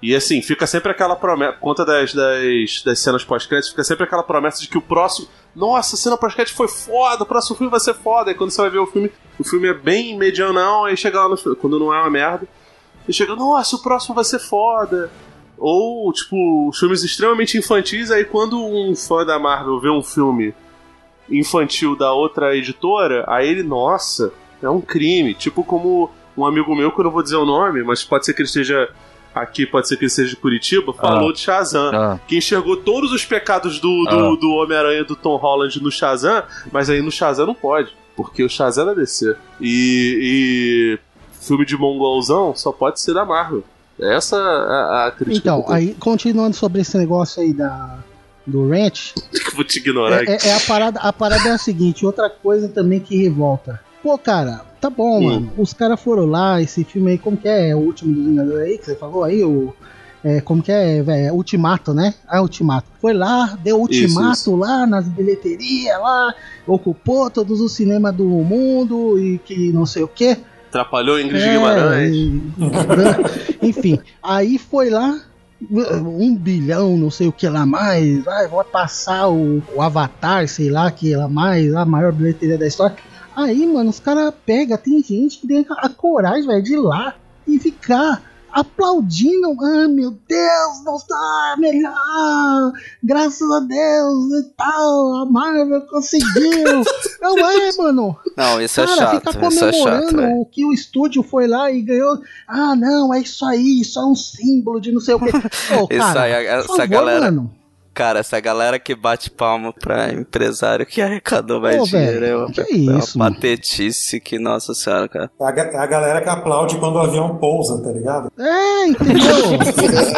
Speaker 7: E assim, fica sempre aquela promessa, por conta das, das, das cenas pós-créditos, fica sempre aquela promessa de que o próximo. Nossa, a cena pós-crédito foi foda, o próximo filme vai ser foda. E quando você vai ver o filme, o filme é bem medianão, aí chega lá no fi- quando não é uma merda, e chega, nossa, o próximo vai ser foda. Ou, tipo, os filmes extremamente infantis, aí quando um fã da Marvel vê um filme infantil da outra editora, aí ele, nossa, é um crime. Tipo como um amigo meu, que eu não vou dizer o nome, mas pode ser que ele esteja aqui, pode ser que ele esteja de Curitiba, falou de Shazam.
Speaker 5: Ah,
Speaker 7: Que enxergou todos os pecados do, do, do Homem-Aranha do Tom Holland no Shazam, mas aí no Shazam não pode, porque o Shazam é da DC. E, e filme de mongolzão só pode ser da Marvel. Essa é a, a crítica
Speaker 6: Então,
Speaker 7: que eu
Speaker 6: aí, continuando sobre esse negócio aí da, do Ranch,
Speaker 7: tenho, que eu vou te ignorar.
Speaker 6: é, é- é a, parada, a parada é a seguinte, outra coisa também que revolta. Pô, cara, tá bom,
Speaker 7: Hum.
Speaker 6: mano. Os caras foram lá, esse filme aí, como que é? O último dos Vingadores aí que você falou aí, o. é, como que é, velho? Ultimato, né? Ah, Ultimato. Foi lá, deu ultimato
Speaker 7: Isso,
Speaker 6: lá nas bilheterias lá, ocupou todos os cinemas do mundo e que não sei o quê.
Speaker 7: Atrapalhou Ingrid
Speaker 6: É,
Speaker 7: Guimarães.
Speaker 6: e- <laughs> Enfim, aí foi lá, um bilhão, não sei o que lá mais, vai, vai passar o, o Avatar, sei lá, que lá mais, a maior bilheteria da história. Aí, mano, os caras pegam, tem gente que tem a, a coragem, velho, de ir lá e ficar aplaudindo, ah, meu Deus, não está melhor, graças a Deus e tal, a Marvel conseguiu. não é, mano,
Speaker 2: Não, isso é
Speaker 6: cara,
Speaker 2: chato,
Speaker 6: fica
Speaker 2: isso é chato,
Speaker 6: comemorando
Speaker 2: velho.
Speaker 6: o que o estúdio foi lá e ganhou. Ah, não, é isso aí, isso é um símbolo de
Speaker 2: <laughs>
Speaker 6: não sei o quê. Ô,
Speaker 2: Isso aí,
Speaker 6: cara,
Speaker 2: essa
Speaker 6: por favor,
Speaker 2: galera-
Speaker 6: Mano.
Speaker 2: Cara, essa galera que bate palma pra empresário que arrecadou mais
Speaker 6: Pô,
Speaker 2: dinheiro é
Speaker 6: velho,
Speaker 2: uma,
Speaker 6: que
Speaker 2: é uma
Speaker 6: isso, mano.
Speaker 2: patetice que, nossa senhora, cara.
Speaker 4: É a, ga- é a galera que aplaude quando o avião pousa,
Speaker 3: <laughs>
Speaker 4: tá ligado?
Speaker 2: <laughs>
Speaker 6: É, entendeu?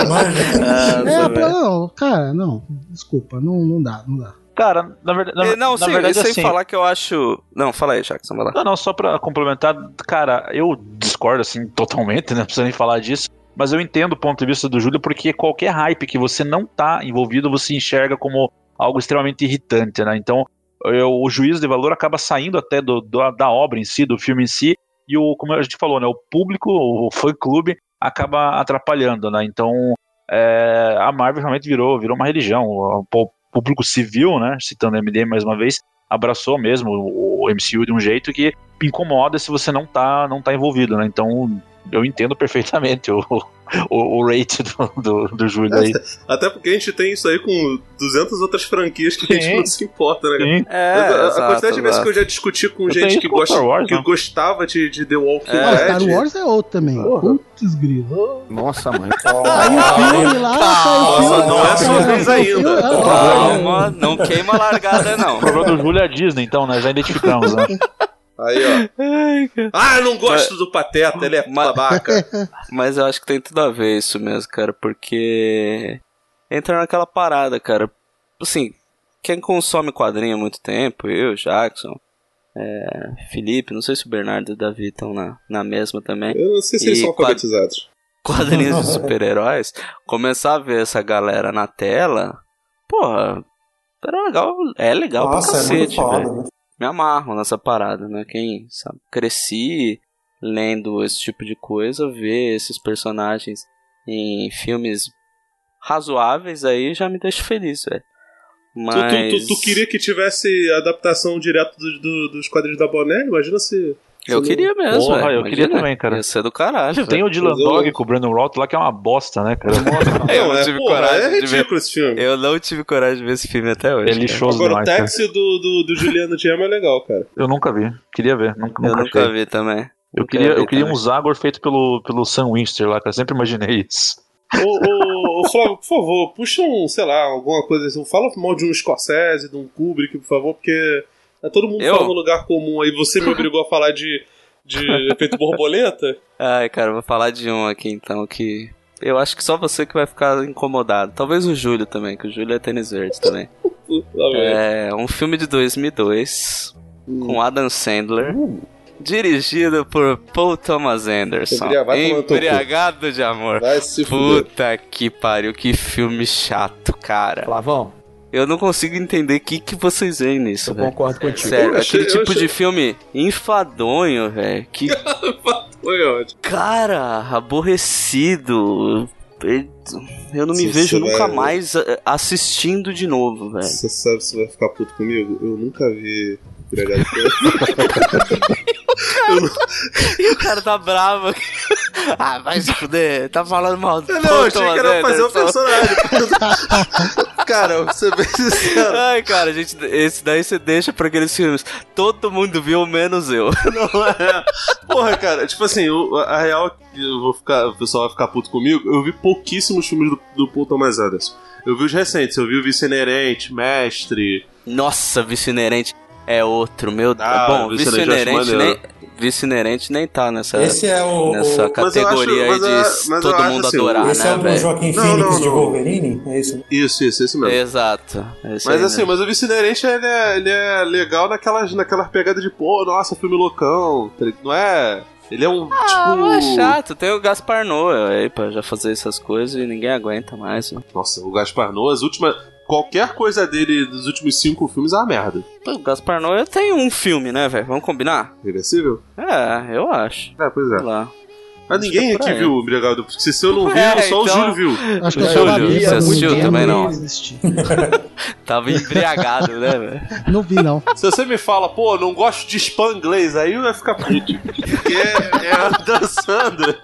Speaker 4: Manja.
Speaker 6: é,
Speaker 2: Nossa, velho.
Speaker 6: não, cara, não, desculpa, não, não dá, não dá.
Speaker 5: Cara, na verdade.
Speaker 2: Eh,
Speaker 5: Na,
Speaker 2: não,
Speaker 5: na
Speaker 2: sim,
Speaker 5: verdade,
Speaker 2: sem
Speaker 5: assim,
Speaker 2: falar que eu acho. Não, fala aí, Jackson, vai lá.
Speaker 5: Não, não, só pra complementar, cara, eu discordo assim totalmente, <laughs> né? Não precisa nem falar disso. Mas eu entendo o ponto de vista do Júlio, porque qualquer hype que você não tá envolvido, você enxerga como algo extremamente irritante, né? Então, eu- o juízo de valor acaba saindo até do- do- da obra em si, do filme em si, e o, como a gente falou, né? O público, o fã-clube, acaba atrapalhando, né? Então, é, a Marvel realmente virou, virou uma religião. O, o público civil, né? Citando o MDM mais uma vez, abraçou mesmo o, o MCU de um jeito que incomoda se você não tá, não tá envolvido, né? Então eu entendo perfeitamente <laughs> o, o, o rate do, do, do Júlio
Speaker 2: <laughs>
Speaker 5: aí.
Speaker 7: Até porque a gente tem isso aí com 200 outras franquias que a gente
Speaker 5: Sim.
Speaker 7: não se importa, né, cara?
Speaker 5: Sim,
Speaker 2: É,
Speaker 7: a, a
Speaker 2: exato,
Speaker 7: quantidade de vezes
Speaker 2: exato.
Speaker 7: que eu já discuti com
Speaker 5: Eu
Speaker 7: gente
Speaker 5: tenho
Speaker 7: que,
Speaker 5: isso com
Speaker 7: gosta,
Speaker 5: Star Wars, né?
Speaker 7: que
Speaker 5: não.
Speaker 7: gostava de, de The Walking
Speaker 2: É.
Speaker 6: Ah,
Speaker 7: Dead.
Speaker 6: Star Wars é outro também.
Speaker 7: Porra.
Speaker 6: Putz, grilo.
Speaker 3: Nossa, mãe.
Speaker 6: Aí
Speaker 4: Ah,
Speaker 6: o filme lá, tá sai o filme.
Speaker 7: Nossa, não é sua vez ainda.
Speaker 6: Eu- eu-
Speaker 2: Calma, não queima a largada, não.
Speaker 5: O problema do Júlio é a Disney, então, nós já identificamos,
Speaker 2: <laughs>
Speaker 5: né?
Speaker 7: Aí, ó. Ah, eu não gosto do Pateta, ele é
Speaker 2: Mas-
Speaker 7: <laughs> babaca.
Speaker 2: Mas eu acho que tem tudo a ver isso mesmo, cara, porque entra naquela parada, cara. Assim, quem consome quadrinho há muito tempo, eu, Jackson, é, Felipe, não sei se o Bernardo e o Davi estão na, na mesma
Speaker 4: <laughs>
Speaker 2: também.
Speaker 7: Eu não sei se eles
Speaker 2: E
Speaker 7: são
Speaker 2: quad-
Speaker 7: alfabetizados.
Speaker 2: Quadrinhos de super-heróis, começar a ver essa galera na tela, porra, era legal, é legal
Speaker 4: Nossa,
Speaker 2: pra
Speaker 4: é
Speaker 2: cacete,
Speaker 4: muito
Speaker 2: velho
Speaker 4: foda. né?
Speaker 2: me amarro nessa parada, né? Quem sabe, cresci lendo esse tipo de coisa, ver esses personagens em filmes razoáveis aí já me deixa feliz, velho.
Speaker 7: Tu, tu-
Speaker 2: Mas
Speaker 7: tu- tu queria que tivesse adaptação direto do- do- dos quadrinhos da Boné? Imagina se. se
Speaker 2: eu
Speaker 7: não-
Speaker 2: queria mesmo,
Speaker 5: Porra,
Speaker 2: velho.
Speaker 5: eu queria
Speaker 2: Imagina,
Speaker 5: também, cara.
Speaker 2: Ia ser do caralho,
Speaker 5: Tem
Speaker 2: velho.
Speaker 5: o Dylan Dog com o Brandon Roth lá, que é uma bosta, né, cara?
Speaker 2: Eu
Speaker 7: Não,
Speaker 2: não
Speaker 7: é,
Speaker 2: tive
Speaker 7: porra, é
Speaker 2: coragem de ver.
Speaker 7: ridículo esse filme.
Speaker 2: Eu não tive coragem de ver esse filme até hoje.
Speaker 5: É
Speaker 2: cara.
Speaker 5: lixoso
Speaker 7: Agora, o
Speaker 5: demais, cara.
Speaker 7: táxi do, do, do Juliano Diama é legal, cara.
Speaker 5: Eu nunca vi. Queria ver, nunca,
Speaker 2: Eu
Speaker 5: nunca
Speaker 2: nunca
Speaker 5: achei.
Speaker 2: vi É, também.
Speaker 5: Eu
Speaker 2: Nunca
Speaker 5: queria,
Speaker 2: vi
Speaker 5: eu queria
Speaker 2: também.
Speaker 5: um Zagor feito pelo, pelo Sam Winster lá, cara. Eu sempre imaginei isso.
Speaker 7: Ô, ô, ô, Flávio, por favor, puxa um, sei lá, alguma coisa assim. Fala mal de um Scorsese, de um Kubrick, por favor, porque é, todo mundo
Speaker 2: Eu?
Speaker 7: fala no lugar comum aí. Você me obrigou a falar de, de efeito borboleta?
Speaker 2: Ai, cara, vou falar de um aqui então que. Eu acho que só você que vai ficar incomodado. Talvez o Júlio também, que o Júlio é tênis verde também.
Speaker 7: Lá vem.
Speaker 2: É um filme de 2002 com Adam Sandler,
Speaker 7: Uh.
Speaker 2: dirigido por Paul Thomas Anderson.
Speaker 7: Embriagado, vai tomar no teu cu.
Speaker 2: Embriagado de amor.
Speaker 7: Vai se fuder.
Speaker 2: Puta que pariu, que filme chato, cara.
Speaker 3: Flavão,
Speaker 2: Eu não consigo entender o que, que vocês veem nisso,
Speaker 3: eu
Speaker 2: velho.
Speaker 3: concordo contigo.
Speaker 2: Sério,
Speaker 7: Tá Eu achei-
Speaker 2: aquele
Speaker 7: eu
Speaker 2: tipo
Speaker 7: achei-
Speaker 2: de filme enfadonho, velho.
Speaker 7: <laughs>
Speaker 2: Que
Speaker 7: Foi ótimo.
Speaker 2: cara, aborrecido. Eu não me
Speaker 7: Isso,
Speaker 2: vejo
Speaker 7: isso,
Speaker 2: nunca
Speaker 7: velho.
Speaker 2: mais eh, assistindo de novo, velho.
Speaker 7: Você sabe se vai ficar puto comigo? Eu nunca vi. Obrigado.
Speaker 2: E <laughs> o cara tá bravo. ah, vai se fuder. Tá falando mal do
Speaker 7: <laughs>
Speaker 2: né?
Speaker 7: Não,
Speaker 2: Paul
Speaker 7: eu achei que
Speaker 2: Thomas é, então.
Speaker 7: era fazer o
Speaker 2: Anderson.
Speaker 7: personagem. <laughs> Cara, vou ser bem sincero.
Speaker 2: Ai, cara, gente, esse daí você deixa pra aqueles filmes. Todo mundo viu, menos eu.
Speaker 7: Não é. Porra, cara, tipo assim, o- a real é que eu vou ficar, o pessoal vai ficar puto comigo. Eu vi pouquíssimos filmes do, do Paul Thomas Anderson. Eu vi os recentes, eu vi o Vice Inerente, Mestre.
Speaker 2: Nossa, Vício Inerente é outro, meu Deus.
Speaker 7: Ah,
Speaker 2: Bom,
Speaker 7: Vício
Speaker 2: Vício
Speaker 7: Inerente eu acho
Speaker 2: Inerente nem, Vício Inerente nem tá nessa,
Speaker 4: Esse é o.
Speaker 2: nessa
Speaker 4: o-
Speaker 7: Mas eu
Speaker 2: categoria
Speaker 7: acho- mas
Speaker 2: aí de
Speaker 7: eu-
Speaker 2: s-
Speaker 7: mas eu
Speaker 2: todo
Speaker 7: acho
Speaker 2: mundo
Speaker 7: assim,
Speaker 2: adorar,
Speaker 4: esse
Speaker 2: né,
Speaker 4: é o do
Speaker 2: velho?
Speaker 4: Joaquim
Speaker 7: Não,
Speaker 4: Phoenix
Speaker 7: não,
Speaker 4: de
Speaker 7: não.
Speaker 4: Wolverine? É isso?
Speaker 7: Isso, isso, esse mesmo.
Speaker 2: Exato. é esse
Speaker 7: Mas
Speaker 2: aí
Speaker 7: assim,
Speaker 2: mesmo.
Speaker 7: mas o Vice Inerente ele é, ele é legal naquelas, naquelas pegadas de, pô, nossa, filme loucão. tá ligado? Não é. Ele é um
Speaker 2: Ah, mas é
Speaker 7: tipo.
Speaker 2: chato, tem o Gaspar Noé aí pra já fazer essas coisas e ninguém aguenta mais. né?
Speaker 7: Nossa, o Gaspar Noé, as últimas. Qualquer coisa dele dos últimos cinco filmes é uma merda.
Speaker 2: Pô, o Gaspar Noé tem um filme, né, velho? Vamos combinar?
Speaker 7: Reversível?
Speaker 2: É, eu acho.
Speaker 7: É, pois
Speaker 2: Sei
Speaker 7: é.
Speaker 2: lá.
Speaker 7: Mas ninguém
Speaker 2: Acho que é por
Speaker 7: aqui
Speaker 2: aí.
Speaker 7: viu o Brigado, porque se eu não vi,
Speaker 2: É,
Speaker 7: só o
Speaker 2: então-
Speaker 7: Júlio viu.
Speaker 6: Acho que
Speaker 2: Não,
Speaker 6: eu só
Speaker 2: Júlio,
Speaker 6: vi
Speaker 2: você
Speaker 6: há muito
Speaker 2: assistiu
Speaker 6: tempo
Speaker 2: também,
Speaker 6: e
Speaker 2: não?
Speaker 6: desisti.
Speaker 2: Tava embriagado, né, velho?
Speaker 6: Não vi, não.
Speaker 7: Se você me fala, pô, não gosto de spanglês, aí vai ficar puto. Porque é, é a Adam Sandler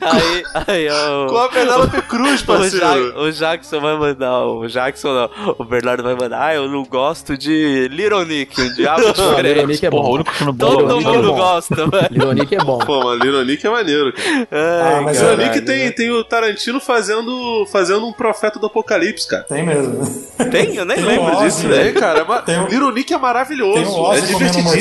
Speaker 2: Aí, aí, ó.
Speaker 7: com a Penélope Cruz,
Speaker 2: O,
Speaker 7: parceiro.
Speaker 2: Ja- o Jackson vai mandar, o Jackson não, o Bernardo vai mandar, ah, eu não gosto de Little Nick, o <laughs> diabo diferente.
Speaker 3: Lironic é
Speaker 5: Porra, o
Speaker 3: bom.
Speaker 5: único filme bom.
Speaker 2: Todo
Speaker 3: Little Nick é
Speaker 2: mundo
Speaker 3: bom.
Speaker 2: gosta, velho.
Speaker 3: Lironic é bom.
Speaker 7: Pô, mas Lironic é maneiro, cara.
Speaker 4: Ah, mas
Speaker 7: Lironic
Speaker 4: Caralho,
Speaker 7: tem,
Speaker 4: né?
Speaker 7: tem o Tarantino fazendo, fazendo um profeta do apocalipse, cara.
Speaker 4: Tem mesmo.
Speaker 2: Tem? Eu nem
Speaker 4: Tem
Speaker 2: lembro
Speaker 4: o
Speaker 2: disso,
Speaker 4: Ozzy,
Speaker 2: velho.
Speaker 7: É, cara, mas
Speaker 4: Tem um-
Speaker 7: Lironic é maravilhoso.
Speaker 4: <laughs> Tem um o
Speaker 7: é
Speaker 4: Ozzy comendo
Speaker 7: divertidíssimo.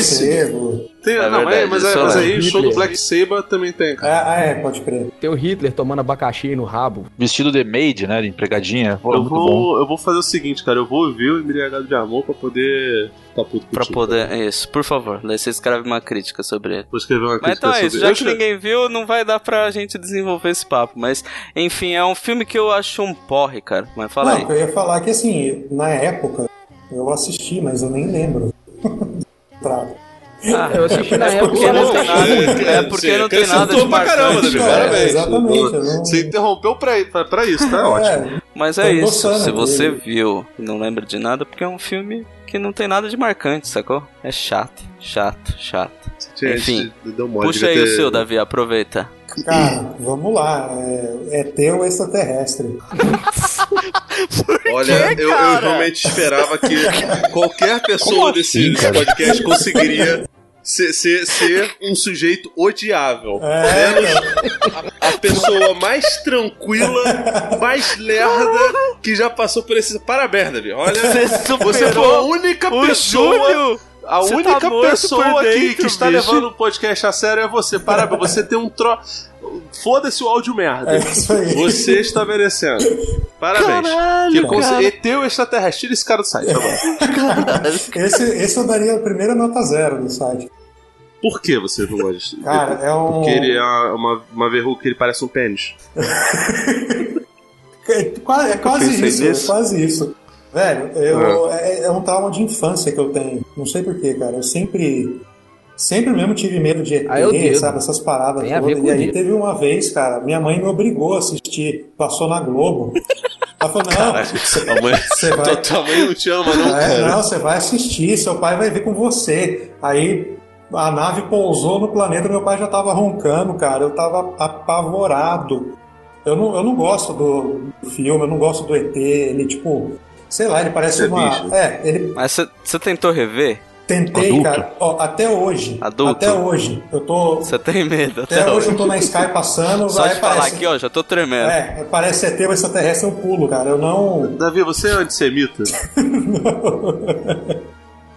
Speaker 4: morcego.
Speaker 7: Tem,
Speaker 2: É
Speaker 7: não,
Speaker 2: verdade,
Speaker 7: é, mas, é-
Speaker 2: isso
Speaker 7: mas
Speaker 2: é.
Speaker 7: aí o show do
Speaker 3: Hitler.
Speaker 7: Black Saber também tem, cara.
Speaker 4: Ah, ah, é, pode crer.
Speaker 3: Tem o Hitler tomando abacaxi no rabo.
Speaker 5: Vestido de maid, né? De empregadinha.
Speaker 4: Tá
Speaker 5: Pô,
Speaker 7: Eu
Speaker 5: muito bom.
Speaker 7: vou, eu vou fazer o seguinte, cara. Eu vou ouvir o Embriagado de Amor pra poder tá puto
Speaker 2: Pra
Speaker 7: contigo,
Speaker 2: poder.
Speaker 7: cara.
Speaker 2: Isso, por favor. Daí você escreve uma crítica sobre ele.
Speaker 7: Vou escrever uma
Speaker 2: Mas
Speaker 7: crítica
Speaker 2: então é
Speaker 7: sobre
Speaker 2: isso, já
Speaker 7: Eu
Speaker 2: que
Speaker 7: escre-
Speaker 2: ninguém viu, não vai dar pra gente desenvolver esse papo. Mas, enfim, é um filme que eu acho um porre, cara. Mas fala
Speaker 4: não,
Speaker 2: aí.
Speaker 4: porque eu ia falar que assim, na época, eu assisti, mas eu nem lembro. <laughs> Tá. Trago.
Speaker 2: Ah,
Speaker 3: Eu assisti na época.
Speaker 2: porque não
Speaker 3: eu
Speaker 2: tem
Speaker 3: achei
Speaker 7: um
Speaker 2: nada-
Speaker 3: ruim.
Speaker 2: é porque
Speaker 7: Você
Speaker 2: não tem nada de
Speaker 7: acrescentou
Speaker 2: É,
Speaker 7: pra caramba,
Speaker 2: marcante,
Speaker 7: Davi,
Speaker 2: cara.
Speaker 7: parabéns.
Speaker 4: Exatamente, eu não-
Speaker 7: Você interrompeu pra, pra, pra isso, tá? Ótimo.
Speaker 4: É,
Speaker 2: Mas
Speaker 4: Tô
Speaker 2: é isso.
Speaker 4: gostando
Speaker 2: Se você
Speaker 4: dele.
Speaker 2: viu e não lembra de nada, porque é um filme que não tem nada de marcante, sacou? É chato, chato, chato. Enfim,
Speaker 7: deu mole,
Speaker 2: Puxa
Speaker 7: devia
Speaker 2: aí o
Speaker 7: ter-
Speaker 2: seu, Davi, aproveita.
Speaker 4: cara, vamos lá. É, é teu extraterrestre.
Speaker 7: Olha, eu, eu
Speaker 2: cara?
Speaker 7: realmente esperava que
Speaker 2: <laughs>
Speaker 7: qualquer pessoa
Speaker 5: Como
Speaker 7: desse,
Speaker 5: assim,
Speaker 7: desse
Speaker 5: cara?
Speaker 7: podcast conseguiria ser, ser, ser um sujeito odiável.
Speaker 4: É,
Speaker 7: A pessoa mais tranquila, mais lerda que já passou por esse. Parabéns, Davi. Olha,
Speaker 2: Você
Speaker 7: você foi a
Speaker 2: superou
Speaker 7: única
Speaker 2: o
Speaker 7: pessoa.
Speaker 2: Júlio!
Speaker 7: A
Speaker 2: Você
Speaker 7: única
Speaker 2: tá morto
Speaker 7: pessoa
Speaker 2: por
Speaker 7: que,
Speaker 2: dentro,
Speaker 7: que está
Speaker 2: bicho.
Speaker 7: levando o podcast a sério é você. Parabéns, você tem um tro. Foda-se o áudio merda.
Speaker 4: é isso aí.
Speaker 7: Você está merecendo. Parabéns.
Speaker 2: Caralho,
Speaker 7: que cons...
Speaker 2: cara.
Speaker 7: ET o extraterrestre, tira esse cara do site, tá bom.
Speaker 4: Esse, esse eu daria a primeira nota zero do site.
Speaker 7: Por que você não gosta de
Speaker 4: Cara, é um.
Speaker 7: Porque ele é uma, uma verruga que ele parece um pênis.
Speaker 4: É quase, é
Speaker 7: pensei
Speaker 4: quase isso,
Speaker 7: nisso.
Speaker 4: é quase isso. Velho, eu, é. é um trauma de infância que eu tenho. Não sei porquê, cara. Eu sempre. Sempre mesmo tive medo de ET,
Speaker 3: Ah, eu dedo.
Speaker 4: sabe? Essas paradas
Speaker 3: Tem a ver
Speaker 4: todas.
Speaker 3: com
Speaker 4: E aí
Speaker 3: dedo.
Speaker 4: teve uma vez, cara, minha mãe me obrigou a assistir. Passou na
Speaker 3: <laughs>
Speaker 4: Globo. Ela falou, não,
Speaker 7: A mãe,
Speaker 4: É. você vai.
Speaker 7: tua, tua mãe não te ama, não,
Speaker 2: <laughs>
Speaker 4: É,
Speaker 7: cara.
Speaker 4: não, você vai assistir, seu pai vai ver com você. Aí a nave pousou no planeta, meu pai já tava roncando, cara. Eu tava apavorado. Eu não, eu não gosto do do filme, eu não gosto do ET. Ele, tipo, sei lá, ele parece
Speaker 7: É
Speaker 4: uma.
Speaker 7: bicho.
Speaker 4: É, ele
Speaker 2: Mas você- você tentou rever?
Speaker 4: tentei,
Speaker 5: Adulto.
Speaker 4: cara. Ó, até hoje.
Speaker 2: Adulto.
Speaker 4: Até hoje. Eu tô.
Speaker 2: Você tem medo até,
Speaker 4: Até É, hoje
Speaker 2: hoje.
Speaker 4: eu tô na Sky passando,
Speaker 2: Só
Speaker 4: aí
Speaker 2: de falar
Speaker 4: parece.
Speaker 2: aqui, ó, já tô tremendo.
Speaker 4: É, parece ET, mas extraterrestre eu pulo, cara. Eu não.
Speaker 7: Davi, você é antissemita?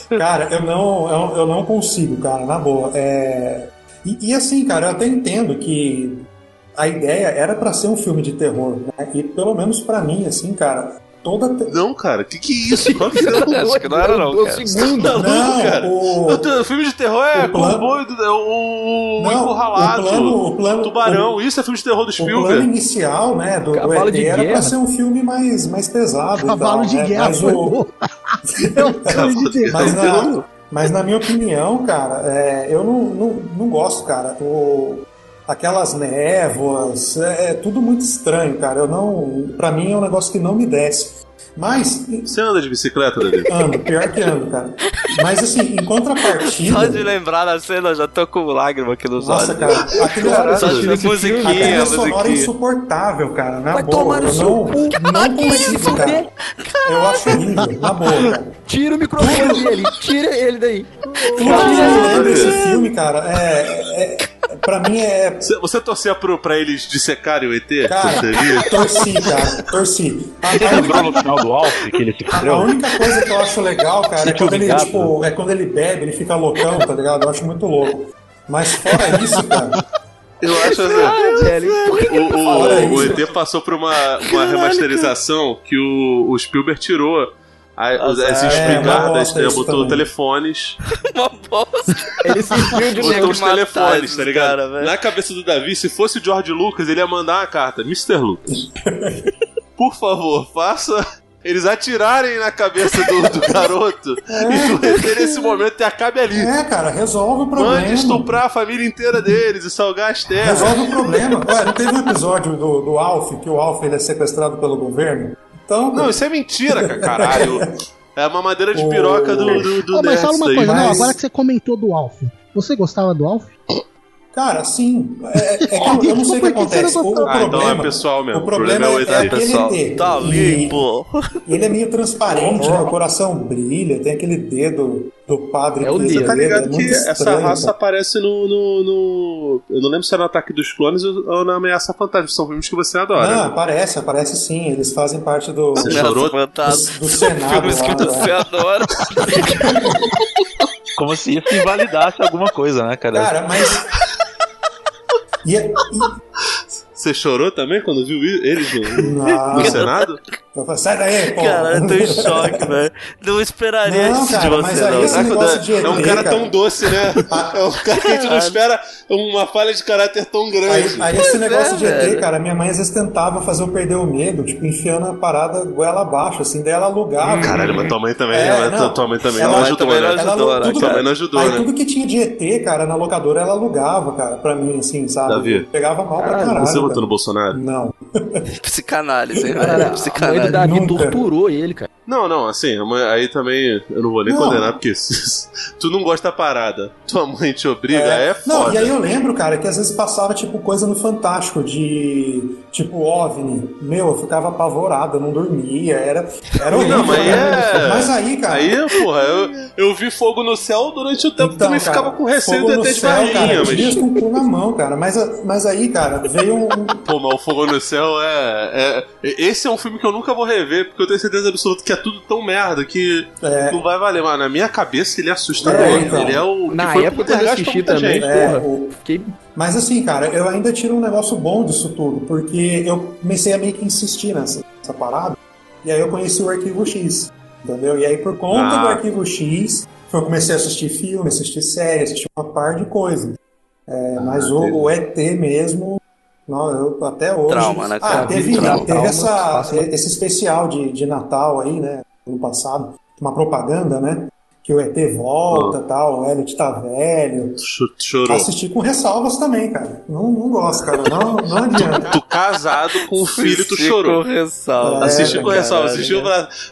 Speaker 4: <laughs> Cara, eu não, eu, eu não consigo, cara, na boa. É, E, e assim, cara, eu até entendo que a ideia era pra ser um filme de terror, né? E pelo menos pra mim, assim, cara, toda. te-
Speaker 7: Não, cara. Que que é isso? Claro que não.
Speaker 2: <laughs> Acho que não era, não,
Speaker 3: Eu- eu-
Speaker 2: cara.
Speaker 3: segundo.
Speaker 7: Tá louco, cara.
Speaker 4: o.
Speaker 7: O teu filme de terror é
Speaker 4: O plano-
Speaker 7: Comboio, do- é o, o
Speaker 4: não,
Speaker 7: Encurralado,
Speaker 4: o plano, o plano,
Speaker 7: Tubarão. Isso é filme de terror do
Speaker 4: O, o plano
Speaker 7: Spielberg.
Speaker 4: inicial, né, do, do
Speaker 3: Cavalo
Speaker 4: ET
Speaker 3: de
Speaker 4: era pra
Speaker 3: guerra.
Speaker 4: ser um filme mais, mais pesado. e
Speaker 6: Cavalo
Speaker 4: tal,
Speaker 6: de
Speaker 4: né?
Speaker 6: guerra
Speaker 4: Mas
Speaker 6: foi
Speaker 4: o-
Speaker 6: boa. É um filme de terror.
Speaker 4: Mas na, mas na minha opinião, cara, é, eu não, não, não gosto, cara. O- aquelas névoas, é, é tudo muito estranho, cara. Eu não, para mim é um negócio que não me desce. Mas
Speaker 7: Você anda de bicicleta, Davi?
Speaker 4: ando, pior que ando, cara. Mas assim, em contrapartida.
Speaker 2: Só de lembrar da cena, eu já tô com lágrima aqui nos
Speaker 4: Nossa,
Speaker 2: olhos.
Speaker 4: cara, a trilha,
Speaker 2: Caralho,
Speaker 4: a trilha-
Speaker 2: essa musiquinha,
Speaker 4: a trilha
Speaker 2: a
Speaker 4: sonora é
Speaker 2: musiquinha.
Speaker 4: insuportável, cara. Na
Speaker 3: Vai
Speaker 4: boa.
Speaker 3: tomar no
Speaker 4: eu
Speaker 3: seu
Speaker 4: não,
Speaker 3: cu.
Speaker 4: não consigo, cara. Eu acho horrível, na boa, cara.
Speaker 3: <laughs> Tira o microfone dele, tira ele daí.
Speaker 4: Tudo que eu lembro desse filme, cara, é, é. Pra mim é
Speaker 7: Você, você torcia pro, pra eles dissecarem o ET?
Speaker 4: Cara,
Speaker 7: Você via?
Speaker 4: torci, cara, torci. A,
Speaker 5: Você
Speaker 4: a
Speaker 5: lembrou
Speaker 4: única,
Speaker 5: no final do Alf que ele se
Speaker 4: a- a
Speaker 5: fudeu?
Speaker 4: única coisa que eu acho legal, cara, é quando ele,
Speaker 5: obrigado.
Speaker 4: tipo, é quando ele bebe, ele fica loucão, tá ligado? Eu acho muito louco. Mas fora isso, cara,
Speaker 7: Eu acho assim.
Speaker 3: Velho, por que
Speaker 7: O,
Speaker 4: <laughs> Olha
Speaker 7: o, o
Speaker 4: isso.
Speaker 7: ET passou por uma, uma remasterização que o, o Spielberg tirou. A- as as
Speaker 2: é,
Speaker 7: espingardas,
Speaker 4: nossa,
Speaker 7: né,
Speaker 4: isso
Speaker 7: botou
Speaker 4: também.
Speaker 7: telefones.
Speaker 2: <laughs> Uma bosta.
Speaker 3: ele se viu de
Speaker 7: Botou
Speaker 3: negro?
Speaker 7: os
Speaker 2: matar
Speaker 7: telefones,
Speaker 2: esses
Speaker 7: tá ligado?
Speaker 2: cara, velho.
Speaker 7: Na cabeça do Davi, se fosse o George Lucas, ele ia mandar uma carta. Mr. Lucas, <laughs> por favor, faça eles atirarem na cabeça do, do <laughs> garoto e do ET nesse momento e acabe ali.
Speaker 4: é, cara, resolve o
Speaker 7: um
Speaker 4: problema.
Speaker 7: Mande estuprar a família inteira deles e salgar as terras.
Speaker 4: Resolve o problema. Ué, não teve um episódio do, do Alf, que o Alf ele é sequestrado pelo governo? Então,
Speaker 7: Não, isso é mentira, ca- caralho. É uma madeira de
Speaker 4: O-
Speaker 7: piroca do, do, do
Speaker 6: Ô, mas
Speaker 7: Ness
Speaker 6: fala uma
Speaker 7: daí.
Speaker 6: coisa, não,
Speaker 4: mas-
Speaker 6: agora que você comentou do Alf. Você gostava do Alf?
Speaker 4: cara, sim. É, é que eu, eu não sei o que
Speaker 6: Por que você
Speaker 4: acontece. O,
Speaker 6: não
Speaker 4: o
Speaker 6: gostou?
Speaker 7: Ah, então
Speaker 4: problema,
Speaker 7: é pessoal mesmo.
Speaker 4: O problema é,
Speaker 7: é o
Speaker 4: é,
Speaker 7: ET.
Speaker 4: aquele
Speaker 2: Pessoal,
Speaker 4: ET.
Speaker 2: tá
Speaker 4: E-
Speaker 2: limpo.
Speaker 4: Ele é meio transparente, né? o coração brilha, tem aquele dedo do padre
Speaker 3: É o
Speaker 4: que usa
Speaker 3: dedo.
Speaker 4: dedo,
Speaker 7: Tá ligado
Speaker 4: é
Speaker 7: que
Speaker 4: muito
Speaker 7: essa
Speaker 4: estranho,
Speaker 7: raça
Speaker 4: cara.
Speaker 7: aparece no, no, no- Eu não lembro se é no Ataque dos Clones ou ou na Ameaça Fantasma. São filmes que você
Speaker 4: Não,
Speaker 7: adora. né?
Speaker 4: aparece, aparece sim. Eles fazem parte do.
Speaker 7: Você
Speaker 2: Ameaça
Speaker 7: chorou?
Speaker 2: Fantasma.
Speaker 4: Do
Speaker 2: São
Speaker 4: Senado
Speaker 2: filmes que
Speaker 4: lá,
Speaker 2: você
Speaker 4: né?
Speaker 2: adora.
Speaker 5: Como se isso invalidasse alguma coisa, né, cara?
Speaker 4: Cara, mas. E, é- e-
Speaker 7: Você chorou também quando viu i- eles no,
Speaker 4: Não,
Speaker 7: no Senado?
Speaker 4: eu falo, sai daí,
Speaker 2: <laughs>
Speaker 4: pô.
Speaker 2: Cara, eu tô em
Speaker 4: <laughs>
Speaker 2: choque, velho. Não esperaria
Speaker 4: Não,
Speaker 2: isso de
Speaker 4: cara, mas
Speaker 2: você,
Speaker 4: aí
Speaker 2: não.
Speaker 4: esse negócio de ET,
Speaker 7: É um cara
Speaker 4: cara.
Speaker 7: tão doce, né? É um cara que a gente não espera uma falha de caráter tão
Speaker 4: Aí,
Speaker 7: grande.
Speaker 4: aí esse negócio de ET,
Speaker 2: é, velho.
Speaker 4: cara, minha mãe às vezes tentava fazer eu perder o medo, tipo, enfiando a parada goela abaixo, assim, daí ela alugava.
Speaker 7: Caralho, mas tua mãe também.
Speaker 4: É,
Speaker 7: ela-
Speaker 4: não.
Speaker 7: Tua mãe também.
Speaker 4: Ela
Speaker 7: Ela ajudou,
Speaker 2: também
Speaker 7: né?
Speaker 2: não ajudou,
Speaker 4: Ela-
Speaker 2: né,
Speaker 4: tudo
Speaker 7: Tua mãe
Speaker 2: cara?
Speaker 7: não ajudou,
Speaker 4: Aí
Speaker 7: né?
Speaker 4: tudo que tinha de ET, cara, na locadora ela alugava, cara, pra mim, assim, sabe?
Speaker 7: Davi.
Speaker 4: Pegava mal pra caralho.
Speaker 7: Você votou
Speaker 4: cara.
Speaker 7: no Bolsonaro?
Speaker 4: Não.
Speaker 2: Psicanálise, hein,
Speaker 3: Cara,
Speaker 2: velho.
Speaker 3: a mãe do
Speaker 2: Psicanálise.
Speaker 3: Davi
Speaker 4: Nunca.
Speaker 3: torturou ele, cara.
Speaker 7: Não, não, assim, a mãe- aí também eu não vou nem
Speaker 4: Não.
Speaker 7: condenar, porque <laughs> tu não gosta da parada, tua mãe te obriga, é, foda.
Speaker 4: Não, e aí eu lembro, cara, que às vezes passava, tipo, coisa no Fantástico, de. Tipo, OVNI. Meu, eu ficava apavorado, eu não dormia, era. Era horrível.
Speaker 7: Não, mas
Speaker 4: né?
Speaker 7: é-
Speaker 4: Mas aí, cara.
Speaker 7: Aí, porra, eu, eu vi fogo no céu durante o tempo, também
Speaker 4: então, cara,
Speaker 7: ficava com receio
Speaker 4: fogo
Speaker 7: do
Speaker 4: no
Speaker 7: ET de
Speaker 4: céu, cara,
Speaker 7: barriguinha,
Speaker 4: dias
Speaker 7: mas...
Speaker 4: com o cu na mão, cara. Mas, a- mas aí, cara, veio
Speaker 7: <laughs>
Speaker 4: um. um-
Speaker 7: Pô, mas o fogo no céu é, é- Esse é um filme que eu nunca vou rever, porque eu tenho certeza absoluta que é tudo tão merda que
Speaker 4: É.
Speaker 7: não vai valer, mas na minha cabeça ele é assustador,
Speaker 4: É, então.
Speaker 7: ele é o...
Speaker 3: Na
Speaker 7: que foi
Speaker 3: época
Speaker 7: pro
Speaker 3: que eu
Speaker 7: gasto
Speaker 3: assisti
Speaker 7: pra muita
Speaker 3: também,
Speaker 7: gente.
Speaker 4: É,
Speaker 3: porra.
Speaker 4: o-
Speaker 3: Fiquei
Speaker 4: Mas assim, cara, eu ainda tiro um negócio bom disso tudo, porque eu comecei a meio que insistir nessa, nessa parada, e aí eu conheci o Arquivo X, entendeu? E aí por conta
Speaker 7: Ah.
Speaker 4: do Arquivo X, eu comecei a assistir filme, assistir série, assistir uma par de coisas. É,
Speaker 2: Ah,
Speaker 4: mas o,
Speaker 7: entendi.
Speaker 4: o ET mesmo, não, eu até hoje...
Speaker 2: Trauma, né,
Speaker 4: Ah,
Speaker 2: cara?
Speaker 4: teve,
Speaker 2: Trauma.
Speaker 4: teve
Speaker 3: Trauma,
Speaker 4: essa,
Speaker 3: passa-
Speaker 4: esse especial de, de Natal aí, né, ano passado, uma propaganda, né? Que o ET volta e tal, o Elliot tá velho,
Speaker 7: Cho- Chorou.
Speaker 4: Assistir com ressalvas também, cara. Não, não gosto, cara. Não,
Speaker 2: <laughs>
Speaker 4: não adianta.
Speaker 7: Tu casado com o filho, tu chorou.
Speaker 2: Ressalva.
Speaker 4: É,
Speaker 7: Assistiu com
Speaker 2: Caralho,
Speaker 7: ressalva,
Speaker 2: né?
Speaker 7: assistiu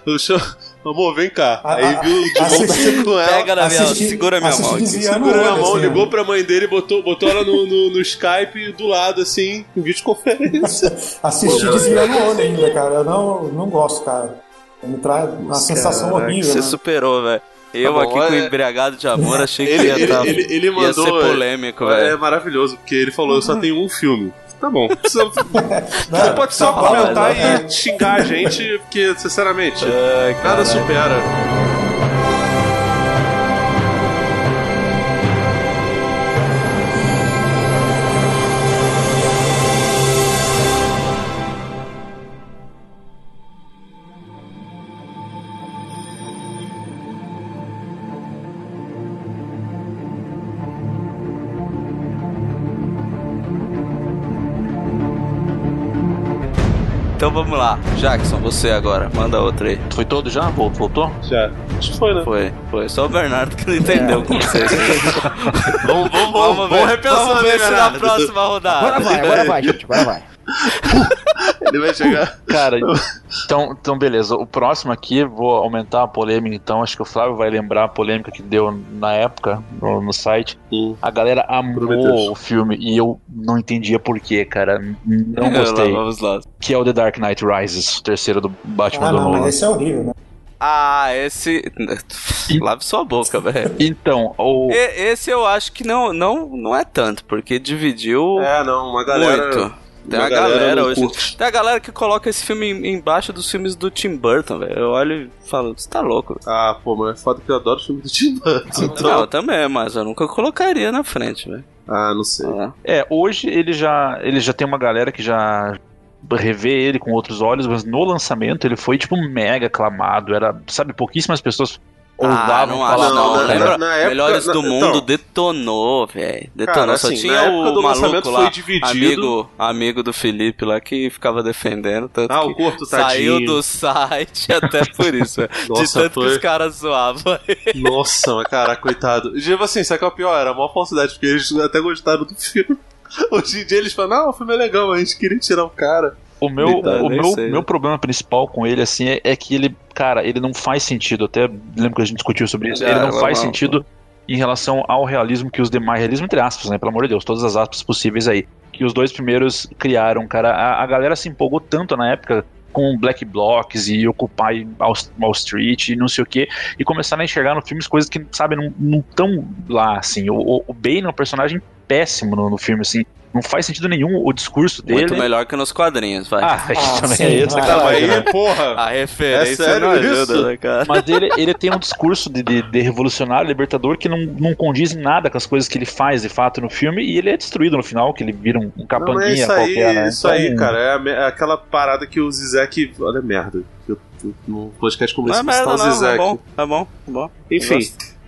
Speaker 7: pra. o show- Amor, vem cá.
Speaker 4: A-
Speaker 7: Aí
Speaker 4: a-
Speaker 7: viu de volta
Speaker 4: assisti-
Speaker 7: com ela.
Speaker 2: Pega na minha
Speaker 4: Assisti-
Speaker 2: segura minha
Speaker 4: assisti
Speaker 2: mão. aqui.
Speaker 4: desviando
Speaker 7: Segurou
Speaker 4: o
Speaker 7: na
Speaker 4: olho,
Speaker 7: mão,
Speaker 4: assim,
Speaker 7: ligou
Speaker 4: né?
Speaker 7: pra mãe dele, botou, botou ela no, no, no Skype do lado, assim, em videoconferência.
Speaker 4: Assisti desviando o olho ainda, cara. Eu não, não gosto, cara. Me traz uma sensação
Speaker 2: Caraca,
Speaker 4: horrível.
Speaker 2: Você
Speaker 4: né?
Speaker 2: superou, velho. Eu
Speaker 7: Tá bom,
Speaker 2: aqui com
Speaker 7: olha-
Speaker 2: embriagado de amor achei que
Speaker 7: Ele,
Speaker 2: ia,
Speaker 7: ele,
Speaker 2: tá-
Speaker 7: ele, ele
Speaker 2: ia
Speaker 7: mandou.
Speaker 2: ser polêmico,
Speaker 7: é,
Speaker 2: velho.
Speaker 7: maravilhoso, porque ele falou: eu só
Speaker 2: Uhum.
Speaker 7: tenho um filme. Tá bom.
Speaker 2: <laughs>
Speaker 7: Você,
Speaker 4: Né?
Speaker 7: você pode só
Speaker 4: Tá bom,
Speaker 7: comentar
Speaker 4: mas, né?
Speaker 7: e xingar a gente, porque, sinceramente,
Speaker 2: Ai,
Speaker 7: nada
Speaker 2: caralho.
Speaker 7: supera.
Speaker 2: Então vamos lá. Jackson, você agora. Manda outra aí.
Speaker 5: Foi todo já? Vol- Voltou?
Speaker 7: Já. Acho que foi, né?
Speaker 2: Foi, foi. Só o Bernardo que não entendeu o conceito.
Speaker 7: Vamos, <laughs> vamos, vamos, vamos repensar Ah,
Speaker 2: Vamos ver se na próxima rodada.
Speaker 7: é.
Speaker 3: Agora vai, agora vai, gente, agora vai.
Speaker 7: Ele
Speaker 2: <laughs>
Speaker 7: vai chegar.
Speaker 5: Cara, então, então beleza. O próximo aqui, vou aumentar a polêmica, então. Acho que o Flávio vai lembrar a polêmica que deu na época no, no site. A galera amou
Speaker 7: Prometheus.
Speaker 5: o filme e eu não entendia porquê, cara. <laughs> Não gostei.
Speaker 2: Vamos lá.
Speaker 5: Que é o The Dark Knight Rises, o terceiro do Batman
Speaker 4: Ah,
Speaker 5: do
Speaker 4: não,
Speaker 5: Nolan.
Speaker 4: mas esse é horrível, né?
Speaker 2: Ah, esse. <laughs> Lave sua boca, velho.
Speaker 5: Então, o.
Speaker 4: é
Speaker 2: E- Esse eu acho que não, não, não é tanto, porque dividiu
Speaker 7: É, não, uma galera.
Speaker 2: muito. Tem
Speaker 7: uma
Speaker 2: uma galera,
Speaker 7: galera não
Speaker 2: hoje.
Speaker 7: curte.
Speaker 2: Tem a galera que coloca esse filme em- embaixo dos filmes do Tim Burton, velho. Eu olho e falo, você tá louco.
Speaker 7: Ah, pô, mas é foda que eu adoro filme do Tim Burton.
Speaker 2: Não,
Speaker 7: então-
Speaker 2: eu também, mas eu nunca colocaria na frente, velho.
Speaker 7: Ah, não sei.
Speaker 2: Ah,
Speaker 5: É, hoje ele já, ele já tem uma galera que já revê ele com outros olhos, mas no lançamento ele foi, tipo, mega aclamado. Era, sabe, pouquíssimas pessoas
Speaker 2: ah,
Speaker 5: ousavam
Speaker 2: não
Speaker 5: falar
Speaker 2: acho não.
Speaker 5: mal,
Speaker 7: na-
Speaker 5: né?
Speaker 2: Lembra?
Speaker 7: na época-
Speaker 2: Melhores
Speaker 7: na-
Speaker 2: do
Speaker 7: então.
Speaker 2: Mundo detonou, velho. Detonou.
Speaker 7: Cara,
Speaker 2: Só
Speaker 7: assim, na
Speaker 2: tinha
Speaker 7: época
Speaker 2: o
Speaker 7: do
Speaker 2: maluco
Speaker 7: lançamento
Speaker 2: lá,
Speaker 7: foi dividido.
Speaker 2: amigo, amigo do Felipe lá, que ficava defendendo. Tanto
Speaker 7: Ah,
Speaker 2: que
Speaker 7: o Corto tadinho.
Speaker 2: saiu do site <laughs> até por
Speaker 7: <laughs>
Speaker 2: isso, velho. De
Speaker 7: Nossa,
Speaker 2: tanto que os
Speaker 7: foi.
Speaker 2: caras zoavam.
Speaker 7: Nossa, mas cara, coitado. Tipo assim, sabe qual é o pior? Era a maior falsidade, porque eles até gostaram do filme. <laughs> Hoje em dia eles falam, não, o filme é legal, mas a gente queria tirar o cara.
Speaker 5: O meu,
Speaker 2: Detalhe,
Speaker 5: o
Speaker 2: nem
Speaker 5: meu,
Speaker 2: sei. né?
Speaker 5: meu problema principal com ele, assim, é, é que ele, cara, ele não faz sentido. Até lembro que a gente discutiu sobre isso.
Speaker 2: Ah,
Speaker 5: ele não
Speaker 2: normal.
Speaker 5: faz sentido em relação ao realismo que os demais. Realismo entre aspas, né? Pelo amor de Deus, todas as aspas possíveis aí. Que os dois primeiros criaram, cara. A, a galera se empolgou tanto na época com Black Blocks e Occupy Wall- Wall Street e não sei o que, e começaram a enxergar no filme as coisas que, sabe, não- não estão lá, assim. O, o, o Bane é um personagem péssimo no, no filme, assim. Não faz sentido nenhum o discurso dele.
Speaker 2: Muito melhor que nos quadrinhos, vai.
Speaker 5: Ah, <laughs> isso também
Speaker 4: sim,
Speaker 5: é isso,
Speaker 4: vai.
Speaker 5: cara.
Speaker 7: Calma
Speaker 5: né?
Speaker 7: porra!
Speaker 2: A referência
Speaker 7: É sério
Speaker 2: não ajuda,
Speaker 7: isso?
Speaker 2: né, cara?
Speaker 5: Mas ele, ele tem um discurso de, de- de revolucionário, libertador, que não, não condiz em nada com as coisas que ele faz de fato no filme, e ele é destruído no final, que ele vira um, um
Speaker 7: Não,
Speaker 5: capanguinha
Speaker 7: mas é isso aí,
Speaker 5: qualquer, né?
Speaker 7: isso aí,
Speaker 5: Então,
Speaker 7: cara. É, a me- é aquela parada que o Zizek. Olha, merda. Eu, eu, no podcast como
Speaker 2: Não
Speaker 7: esse,
Speaker 2: é
Speaker 7: eu vou
Speaker 2: merda, não.
Speaker 7: citar o
Speaker 2: É
Speaker 7: Zizek.
Speaker 2: bom, é bom, é bom.
Speaker 7: Enfim,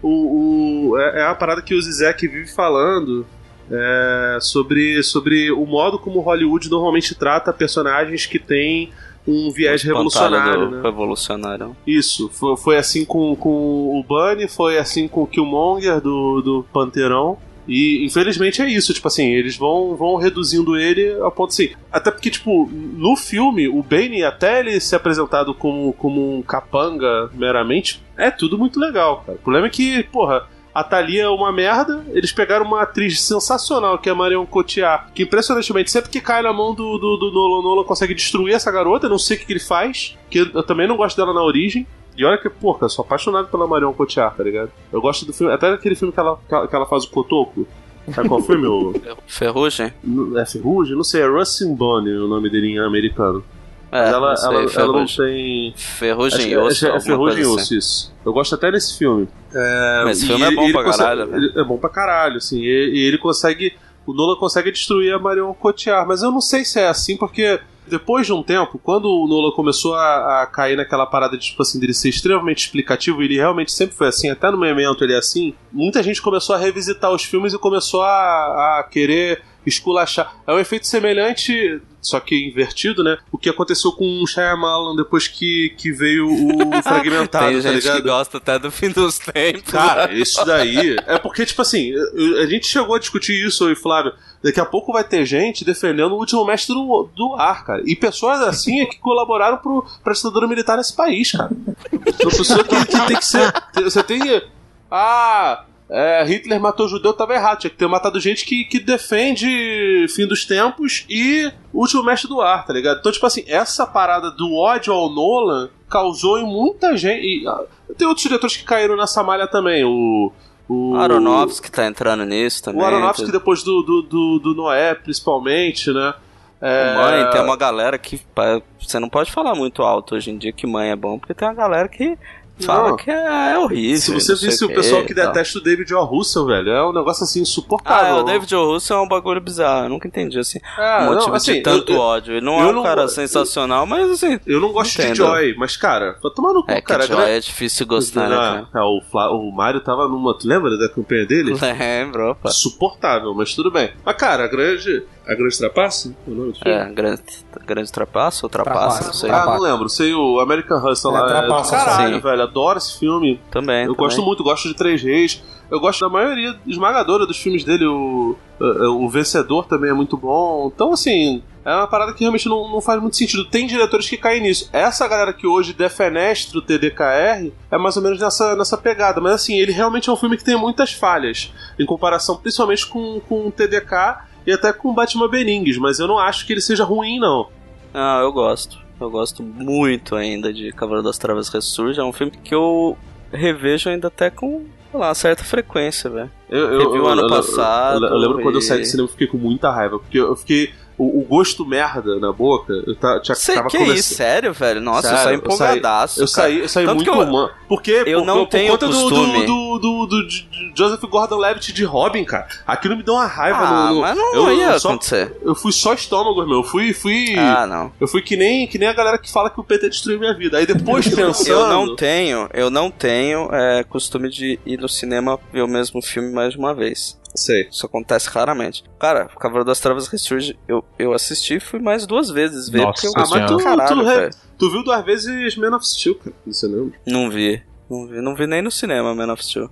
Speaker 7: o, o- é, é a parada que o Zizek vive falando é, sobre, sobre o modo como Hollywood normalmente trata personagens que têm um viés revolucionário.
Speaker 2: Espantalho
Speaker 7: né?
Speaker 2: do Revolucionário.
Speaker 7: Isso, foi, foi assim com, com o Bunny, foi assim com o Killmonger do, do Panteirão. E infelizmente é isso, tipo assim, eles vão, vão reduzindo ele a ponto assim. Até porque, tipo, no filme, o Bane, até ele ser apresentado como, como um capanga meramente, é tudo muito legal, cara. O problema é que, porra, a Thalia é uma merda, eles pegaram uma atriz sensacional, que é a Marion Cotillard, que impressionantemente, sempre que cai na mão do, do, do Nolan, Nolan consegue destruir essa garota, eu não sei o que, que ele faz, que eu, eu também não gosto dela na origem. E olha que, porra, eu sou apaixonado pela Marion Cotillard, tá ligado? Eu gosto do filme, até daquele filme que ela, que ela- que ela faz o Cotoco. Sabe qual foi, <laughs> meu?
Speaker 2: Ferrugem?
Speaker 7: É Ferrugem? Não sei, é Rustin Bonney o nome dele em americano.
Speaker 2: É,
Speaker 7: Mas ela,
Speaker 2: não sei,
Speaker 7: ela, ela não
Speaker 2: ferrugem.
Speaker 7: tem.
Speaker 2: Ferrugem
Speaker 7: acho
Speaker 2: e
Speaker 7: que- acho
Speaker 2: osso,
Speaker 7: que é
Speaker 2: alguma
Speaker 7: Ferrugem e
Speaker 2: coisa
Speaker 7: Osso, isso. Eu gosto até desse filme.
Speaker 2: assim. Mas esse
Speaker 7: E
Speaker 2: filme é
Speaker 7: ele-
Speaker 2: bom
Speaker 7: ele
Speaker 2: pra
Speaker 7: consegue-
Speaker 2: caralho, velho.
Speaker 7: ele- É bom pra caralho, assim. E, e ele consegue. O Nolan consegue destruir a Marion Cotillard, mas eu não sei se é assim, porque depois de um tempo, quando o Nolan começou a, a cair naquela parada de, tipo assim, dele ser extremamente explicativo, e ele realmente sempre foi assim, até no momento ele é assim, muita gente começou a revisitar os filmes e começou a, a querer esculachar. É um efeito semelhante, só que invertido, né? O que aconteceu com o Shyamalan depois que, que
Speaker 2: <laughs>
Speaker 7: veio o Fragmentado,
Speaker 2: Tem
Speaker 7: tá
Speaker 2: gente
Speaker 7: ligado? Tá.
Speaker 2: que gosta até do fim dos tempos.
Speaker 7: <laughs> Cara, isso daí. É porque, tipo assim, eu- a gente chegou a discutir isso, eu e Flávio. Daqui a pouco vai ter gente defendendo o último mestre do, do ar, cara. E pessoas assim é que colaboraram pro, pra ditadura militar nesse país, cara. Uma pessoa que, que tem que ser. Você tem. Ah, é, Hitler matou judeu, tava errado. Tinha que ter matado gente que, que defende fim dos tempos e último mestre do ar, tá ligado? Então, tipo assim, essa parada do ódio ao Nolan causou em muita gente. e, ah, tem outros diretores que caíram nessa malha também. O. O
Speaker 2: O Aronofsky tá entrando nisso também.
Speaker 7: O Aronofsky
Speaker 2: tem...
Speaker 7: depois do, do, do, do Noé, principalmente, né? É,
Speaker 2: Mãe, tem uma galera que. pa- Você não pode falar muito alto hoje em dia que mãe é bom, porque tem uma galera que fala
Speaker 7: Não.
Speaker 2: que é, é horrível.
Speaker 7: Se você
Speaker 2: não sei
Speaker 7: visse o
Speaker 2: quê
Speaker 7: pessoal
Speaker 2: e
Speaker 7: que
Speaker 2: tal.
Speaker 7: detesta o David O. Russell, velho, é um negócio assim
Speaker 2: Ah, é,
Speaker 7: insuportável.
Speaker 2: o David O. Russo é um bagulho bizarro. Eu nunca entendi, assim.
Speaker 7: É,
Speaker 2: o motivo
Speaker 7: não, assim,
Speaker 2: de tanto
Speaker 7: eu- eu-
Speaker 2: ódio. Ele não
Speaker 7: eu
Speaker 2: é um
Speaker 7: não-
Speaker 2: cara sensacional, mas assim.
Speaker 7: Eu não gosto
Speaker 2: Entendo.
Speaker 7: de Joy, mas, cara, vai tomar no cu,
Speaker 2: É que
Speaker 7: cara.
Speaker 2: Joy
Speaker 7: Gra-
Speaker 2: é difícil gostar, né,
Speaker 7: Ah,
Speaker 2: cara? <laughs>
Speaker 7: é, o, Fla- o Mário tava numa. Tu lembra da campanha dele?
Speaker 2: Lembro, opa.
Speaker 7: Insuportável, mas tudo bem. Mas, cara, a grande. A grande trapaça? O nome do filme?
Speaker 2: É, grande, grande trapaça ou trapaça,
Speaker 3: Trapaça.
Speaker 2: não sei.
Speaker 7: Ah,
Speaker 3: Trapaça.
Speaker 7: não lembro. Sei o American Hustle
Speaker 4: É,
Speaker 7: lá.
Speaker 4: Trapaça,
Speaker 7: Caralho,
Speaker 2: sim.
Speaker 7: velho. Adoro esse filme.
Speaker 2: É, Também.
Speaker 7: eu gosto muito, gosto de Três Reis. Eu gosto da maioria esmagadora dos filmes dele. O, eh, o vencedor também é muito bom. Então, assim, é uma parada que realmente não, não faz muito sentido. Tem diretores que caem nisso. Essa galera que hoje defenestra o TDKR é mais ou menos nessa, nessa pegada. Mas, assim, ele realmente é um filme que tem muitas falhas, em comparação principalmente com, com o TDK e até com o Batman Benignes. Mas eu não acho que ele seja ruim, não.
Speaker 2: Ah, eu gosto. Eu gosto muito ainda de Cavaleiro das Trevas Ressurge. É um filme que eu revejo ainda até com, sei lá, certa frequência, velho.
Speaker 7: Eu, eu,
Speaker 2: Teve o ano
Speaker 7: eu- eu-
Speaker 2: passado,
Speaker 7: Eu, eu lembro quando eu saí
Speaker 2: e-
Speaker 7: do cinema, eu fiquei com muita raiva, porque eu eu fiquei. O, o gosto merda na boca, eu ta- tinha,
Speaker 2: Cê-
Speaker 7: tava
Speaker 2: que é
Speaker 7: conversa-
Speaker 2: isso, sério, velho? Nossa,
Speaker 7: Sério,
Speaker 2: eu saí
Speaker 7: eu saí-
Speaker 2: empolgadaço.
Speaker 7: Eu
Speaker 2: cara.
Speaker 7: saí, eu saí
Speaker 2: Tanto
Speaker 7: muito
Speaker 2: que eu-
Speaker 7: humano. Porque
Speaker 2: eu
Speaker 7: por,
Speaker 2: não
Speaker 7: por,
Speaker 2: tenho
Speaker 7: conta do,
Speaker 2: costume.
Speaker 7: do, do, do- do J- J- Joseph Gordon-Levitt de Robin, cara. Aquilo me deu uma raiva
Speaker 2: Ah,
Speaker 7: no, no-
Speaker 2: mas não
Speaker 7: eu-
Speaker 2: ia
Speaker 7: só-
Speaker 2: acontecer.
Speaker 7: Eu fui só estômago, meu. Eu fui. fui
Speaker 2: Ah, não.
Speaker 7: Eu fui que nem, que nem a galera que fala que o PT destruiu minha vida. Aí depois
Speaker 2: <laughs>
Speaker 7: pensando.
Speaker 2: Eu não tenho, eu não tenho é, costume de ir no cinema ver o mesmo filme mais de uma vez.
Speaker 7: Sei.
Speaker 2: Isso acontece raramente. Cara, o Cavaleiro das Trevas Ressurge, eu, eu assisti e fui mais duas vezes ver.
Speaker 5: Nossa
Speaker 2: porque eu
Speaker 5: Senhora.
Speaker 2: gosto pra
Speaker 7: Ah, mas tu- tu
Speaker 2: caralho,
Speaker 7: re-
Speaker 2: velho.
Speaker 7: Tu viu duas vezes Man of Steel, cara, no cinema.
Speaker 2: Não vi. Não vi. Não vi nem no cinema Man of Steel.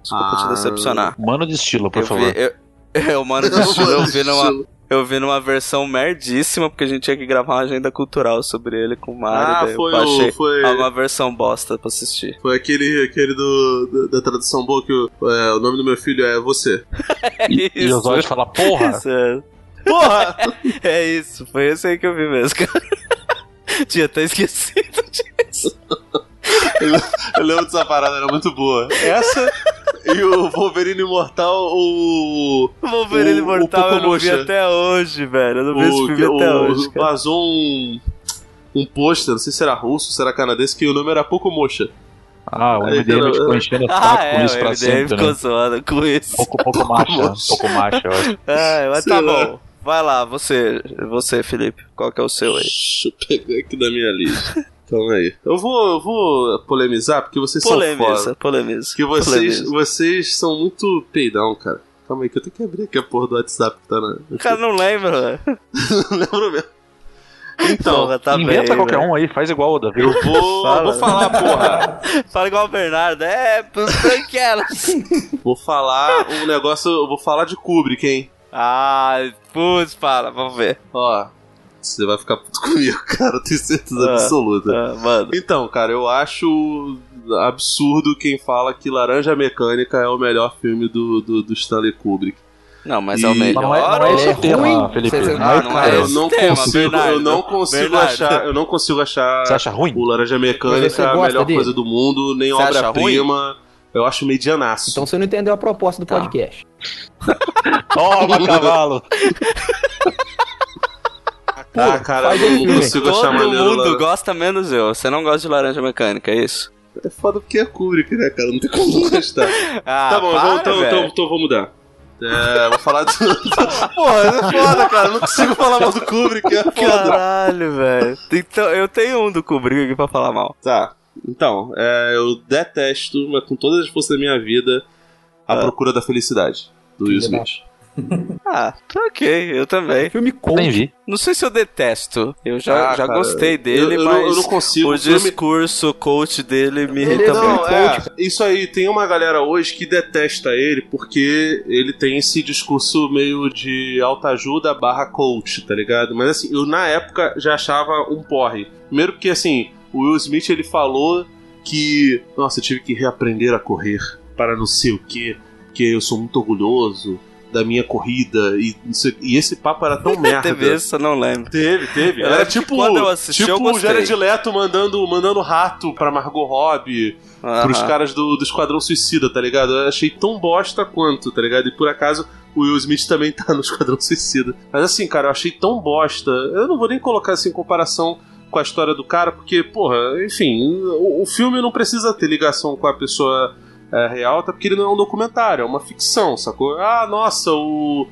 Speaker 2: Desculpa
Speaker 7: Ah.
Speaker 2: te decepcionar.
Speaker 5: Mano um de estilo, por
Speaker 2: eu
Speaker 5: favor.
Speaker 2: vi. Eu, eu, <laughs> mano,
Speaker 7: <laughs> Mano
Speaker 2: eu, eu
Speaker 7: de
Speaker 2: vi numa. Eu vi numa versão merdíssima, porque a gente tinha que gravar uma agenda cultural sobre ele com o Mario.
Speaker 7: Ah,
Speaker 2: daí
Speaker 7: foi
Speaker 2: eu baixei
Speaker 7: o. Foi,
Speaker 2: uma versão bosta pra assistir.
Speaker 7: foi aquele, aquele do, do- da tradução boa que o, é, o nome do meu filho é você.
Speaker 5: E, e os
Speaker 2: isso.
Speaker 5: olhos falam, porra!
Speaker 2: <laughs> Isso, é.
Speaker 7: Porra!
Speaker 2: é isso, foi esse aí que eu vi mesmo, cara. <laughs> Tinha até esquecido de...
Speaker 7: <laughs> Eu lembro dessa parada, era muito boa. Essa e o Wolverine Imortal, o.
Speaker 2: Wolverine
Speaker 7: O- o
Speaker 2: Imortal eu não vi
Speaker 7: Pocomocha.
Speaker 2: até hoje, velho. Eu não vi esse
Speaker 7: o
Speaker 2: filme até
Speaker 7: o-
Speaker 2: hoje, cara.
Speaker 7: Vazou um. Um pôster, não sei se era russo, se era canadense, que o nome era Poco Mocha.
Speaker 5: Ah, o
Speaker 7: Aí,
Speaker 5: MDM
Speaker 7: eu-
Speaker 5: ficou
Speaker 7: eu-
Speaker 5: enchendo o saco
Speaker 2: Ah, é,
Speaker 5: tá com
Speaker 2: o
Speaker 5: isso pra
Speaker 2: MDM
Speaker 5: sempre,
Speaker 2: ficou
Speaker 5: né?
Speaker 2: zoando com isso.
Speaker 5: Pouco, pouco macha, pouco macha, eu acho.
Speaker 2: <laughs> Ah, mas
Speaker 7: Sei
Speaker 2: tá
Speaker 7: lá.
Speaker 2: bom. Vai lá, você, você, Felipe. Qual que é o seu aí?
Speaker 7: Deixa eu pegar aqui da minha lista. Calma aí. Eu vou, eu vou polemizar, porque vocês são foda.
Speaker 2: Polêmica, polêmica.
Speaker 7: Que vocês,
Speaker 2: polêmica.
Speaker 7: vocês são muito peidão, cara. Calma aí, que eu tenho que abrir aqui a porra do WhatsApp que tá na.
Speaker 2: O cara não lembra.
Speaker 7: <laughs> Não lembro mesmo. Então,
Speaker 2: Porra, tá
Speaker 5: Inventa
Speaker 2: bem,
Speaker 5: qualquer
Speaker 2: velho.
Speaker 5: um aí, faz igual o Davi.
Speaker 7: eu vou,
Speaker 2: Fala. né?
Speaker 7: vou falar, porra.
Speaker 2: <laughs> Fala igual o Bernardo. É, branquelas.
Speaker 7: Vou falar um negócio. Eu vou falar de Kubrick, hein?
Speaker 2: ah, putz, fala, vamos ver.
Speaker 7: Ó. Você vai ficar puto <laughs> comigo, cara. eu Tenho certeza
Speaker 2: Ah,
Speaker 7: absoluta.
Speaker 2: Ah, mano.
Speaker 7: Então, cara, eu acho absurdo quem fala que Laranja Mecânica é o melhor filme do, do, do Stanley Kubrick.
Speaker 2: Não, mas
Speaker 7: E-
Speaker 2: é o
Speaker 5: Mas
Speaker 2: melhor.
Speaker 5: não é, não é esse
Speaker 3: Ele
Speaker 5: o
Speaker 3: é
Speaker 5: tema,
Speaker 3: ruim.
Speaker 5: Felipe.
Speaker 3: Vocês-
Speaker 5: Não
Speaker 2: Ah,
Speaker 5: é,
Speaker 2: não
Speaker 5: não
Speaker 2: é
Speaker 7: Cara,
Speaker 5: é
Speaker 7: eu
Speaker 2: esse
Speaker 7: não
Speaker 2: tema,
Speaker 7: consigo,
Speaker 2: Bernardo.
Speaker 7: eu não consigo
Speaker 2: Bernardo.
Speaker 7: achar, eu não consigo achar
Speaker 5: Você acha ruim?
Speaker 7: o Laranja
Speaker 3: Mas você
Speaker 7: Mecânica é a
Speaker 3: gosta
Speaker 7: melhor
Speaker 3: dele?
Speaker 7: coisa do mundo, nem
Speaker 2: Você acha
Speaker 7: obra-prima. Eu acho medianaço.
Speaker 3: Então você não entendeu a proposta do
Speaker 2: Tá.
Speaker 3: podcast.
Speaker 5: Toma, cavalo!
Speaker 7: ah, cara,
Speaker 3: faz
Speaker 7: eu
Speaker 3: aí,
Speaker 7: não consigo achar
Speaker 2: Todo
Speaker 7: maneiro. né?
Speaker 2: mundo
Speaker 7: Laranja-
Speaker 2: gosta menos eu. Você não gosta de laranja mecânica, é isso?
Speaker 7: É foda porque é Kubrick, né, cara? Não tem como não <laughs> gostar.
Speaker 2: Ah,
Speaker 7: tá bom,
Speaker 2: para,
Speaker 7: vamos, então,
Speaker 2: velho.
Speaker 7: então, então vou mudar. É, vou falar <laughs> de. Porra, é foda,
Speaker 2: <laughs>
Speaker 7: cara. eu Não consigo falar mal do Kubrick, é foda.
Speaker 2: Caralho, velho. Então, eu tenho um do Kubrick aqui pra falar mal.
Speaker 7: Tá. Então, é, eu detesto, mas com todas as forças da minha vida, A
Speaker 2: Ah.
Speaker 7: Procura da Felicidade, do Will Smith.
Speaker 2: Ah, tá ok, eu também.
Speaker 3: Filme
Speaker 5: Nem
Speaker 3: cult.
Speaker 5: vi.
Speaker 2: Não sei se eu detesto. Eu já,
Speaker 7: Ah,
Speaker 2: já
Speaker 7: cara,
Speaker 2: gostei dele,
Speaker 7: eu, eu, não-
Speaker 2: mas
Speaker 7: eu não consigo.
Speaker 2: o
Speaker 7: o filme-
Speaker 2: discurso coach dele me
Speaker 3: Ele
Speaker 2: irrita
Speaker 7: não,
Speaker 2: muito.
Speaker 7: é, isso aí, tem uma galera hoje que detesta ele porque ele tem esse discurso meio de autoajuda barra coach, tá ligado? Mas assim, eu na época já achava um porre. Primeiro porque assim, o Will Smith ele falou que, nossa, eu tive que reaprender a correr para não sei o quê, porque eu sou muito orgulhoso da minha corrida e, não sei- e esse papo era
Speaker 2: <laughs>
Speaker 7: tão merda.
Speaker 2: Teve isso, eu não lembro.
Speaker 7: Teve, teve.
Speaker 2: Eu
Speaker 7: Era
Speaker 2: lembro que
Speaker 7: tipo,
Speaker 2: quando eu assisti,
Speaker 7: tipo
Speaker 2: eu
Speaker 7: o Jared
Speaker 2: gostei.
Speaker 7: Leto mandando, mandando rato pra Margot Robbie pros
Speaker 2: Aham.
Speaker 7: caras do, do Esquadrão Suicida, tá ligado? Eu achei tão bosta quanto, tá ligado? E por acaso o Will Smith também <laughs> tá no Esquadrão Suicida. Mas assim, cara, eu achei tão bosta. Eu não vou nem colocar assim em comparação com a história do cara, porque, porra, enfim, o, o filme não precisa ter ligação com a pessoa é, real, tá? Porque ele não é um documentário, é uma ficção, sacou? Ah, nossa, o.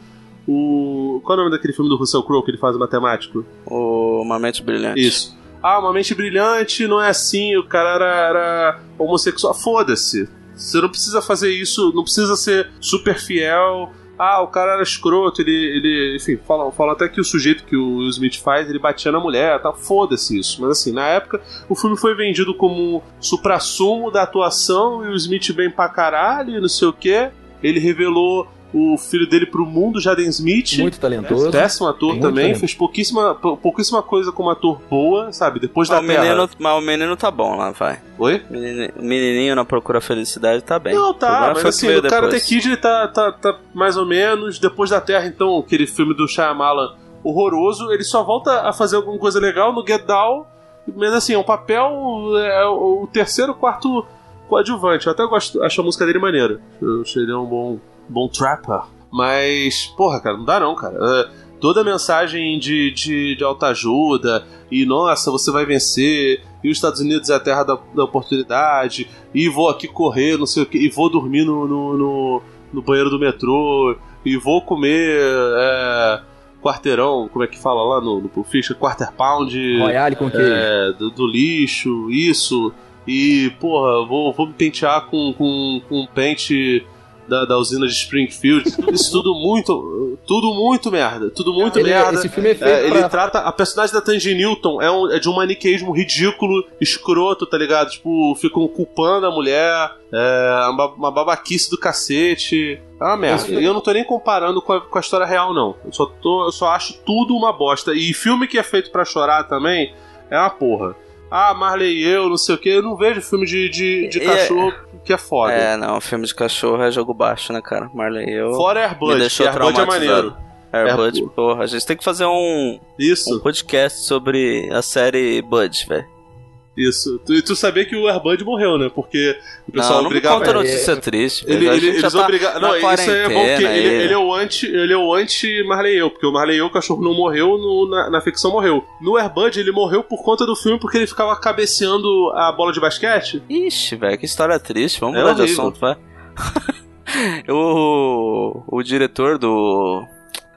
Speaker 7: O. Qual é o nome daquele filme do Russell Crowe que ele faz o matemático?
Speaker 2: O Uma Mente Brilhante.
Speaker 7: Isso. Ah, uma mente brilhante, não é assim, o cara era, era homossexual. Foda-se. Você não precisa fazer isso, não precisa ser super fiel. Ah, o cara era escroto, ele. ele enfim, falam fala até que o sujeito que o Will Smith faz, ele batia na mulher, tá? Foda-se isso. Mas assim, na época, o filme foi vendido como um supra-sumo da atuação, e o Smith bem pra caralho, e não sei o quê. Ele revelou o filho dele pro mundo, Jaden Smith.
Speaker 3: Muito talentoso.
Speaker 7: Péssimo um ator
Speaker 3: Muito
Speaker 7: também,
Speaker 3: talento.
Speaker 7: fez pouquíssima, pou- pouquíssima coisa como ator boa, sabe? Depois
Speaker 2: Mas
Speaker 7: da
Speaker 2: o,
Speaker 7: Terra.
Speaker 2: menino, mas o menino tá bom lá, vai.
Speaker 7: Tá Oi?
Speaker 2: O menini- o menininho na Procura Felicidade tá bem.
Speaker 7: Não,
Speaker 2: O problema
Speaker 7: tá, mas
Speaker 2: foi que
Speaker 7: assim,
Speaker 2: veio
Speaker 7: o cara The
Speaker 2: depois.
Speaker 7: Kid ele tá, tá, tá mais ou menos. Depois da Terra, então, aquele filme do Shyamalan horroroso, ele só volta a fazer alguma coisa legal no Get Down, mas assim, é um papel, é o o terceiro, quarto coadjuvante. Eu até gosto, acho a música dele maneira. Eu achei ele um bom, bom trapper. Mas, porra, cara, não dá não, cara. É, toda a mensagem de, de, de autoajuda e, nossa, você vai vencer, e os Estados Unidos é a terra da, da oportunidade, e vou aqui correr, não sei o que, e vou dormir no, no, no, no banheiro do metrô, e vou comer é, quarteirão, como é que fala lá no, no Pulp Fiction? Quarter Pound
Speaker 3: Royale com queijo.
Speaker 7: é, do, do lixo, isso, e porra, vou, vou me pentear com, com, com um pente da, da usina de Springfield, isso tudo muito, tudo muito merda, tudo muito
Speaker 3: Ele-
Speaker 7: merda.
Speaker 3: esse filme é feito
Speaker 7: É, ele
Speaker 3: pra...
Speaker 7: trata. A personagem da Tandy Newton é, um- é de um maniqueísmo ridículo, escroto, tá ligado? Tipo, ficam culpando a mulher, é uma, uma babaquice do cacete. É uma merda. E eu não tô nem comparando com a, com a história real, não. Eu só, tô, eu só acho tudo uma bosta. E filme que é feito pra chorar também é uma porra. Ah, Marley e eu, não sei o que. Eu não vejo filme de, de, de
Speaker 2: E-
Speaker 7: cachorro que é foda.
Speaker 2: É, não, filme de cachorro é jogo baixo, né, cara? Marley, eu.
Speaker 7: Fora
Speaker 2: me
Speaker 7: Airbud, que
Speaker 2: deixou
Speaker 7: Airbud é
Speaker 2: traumatizado.
Speaker 7: maneiro.
Speaker 2: Air
Speaker 7: é,
Speaker 2: Bud,
Speaker 7: pô.
Speaker 2: porra. A gente tem que fazer um, um
Speaker 7: Isso,
Speaker 2: podcast sobre a série Bud, velho.
Speaker 7: isso. Tu- E tu, sabia que o Airbud morreu, né? Porque o pessoal
Speaker 2: Não, não me
Speaker 7: brigava.
Speaker 2: conta notícia triste.
Speaker 7: Ele,
Speaker 2: velho. A
Speaker 7: ele-
Speaker 2: gente já
Speaker 7: eles
Speaker 2: tá
Speaker 7: obrigaram.
Speaker 2: na
Speaker 7: Não, isso é bom porque
Speaker 2: quarentena
Speaker 7: ele,
Speaker 2: aí.
Speaker 7: ele é o anti, ele é o anti Marley e eu, porque o Marley e eu, o cachorro não morreu, no- na, na ficção morreu. No Airbud ele morreu por conta do filme porque ele ficava cabeceando a bola de basquete.
Speaker 2: Ixi, velho, que história triste. Vamos
Speaker 7: É
Speaker 2: mudar de
Speaker 7: horrível.
Speaker 2: assunto, vai. <laughs> o, o diretor do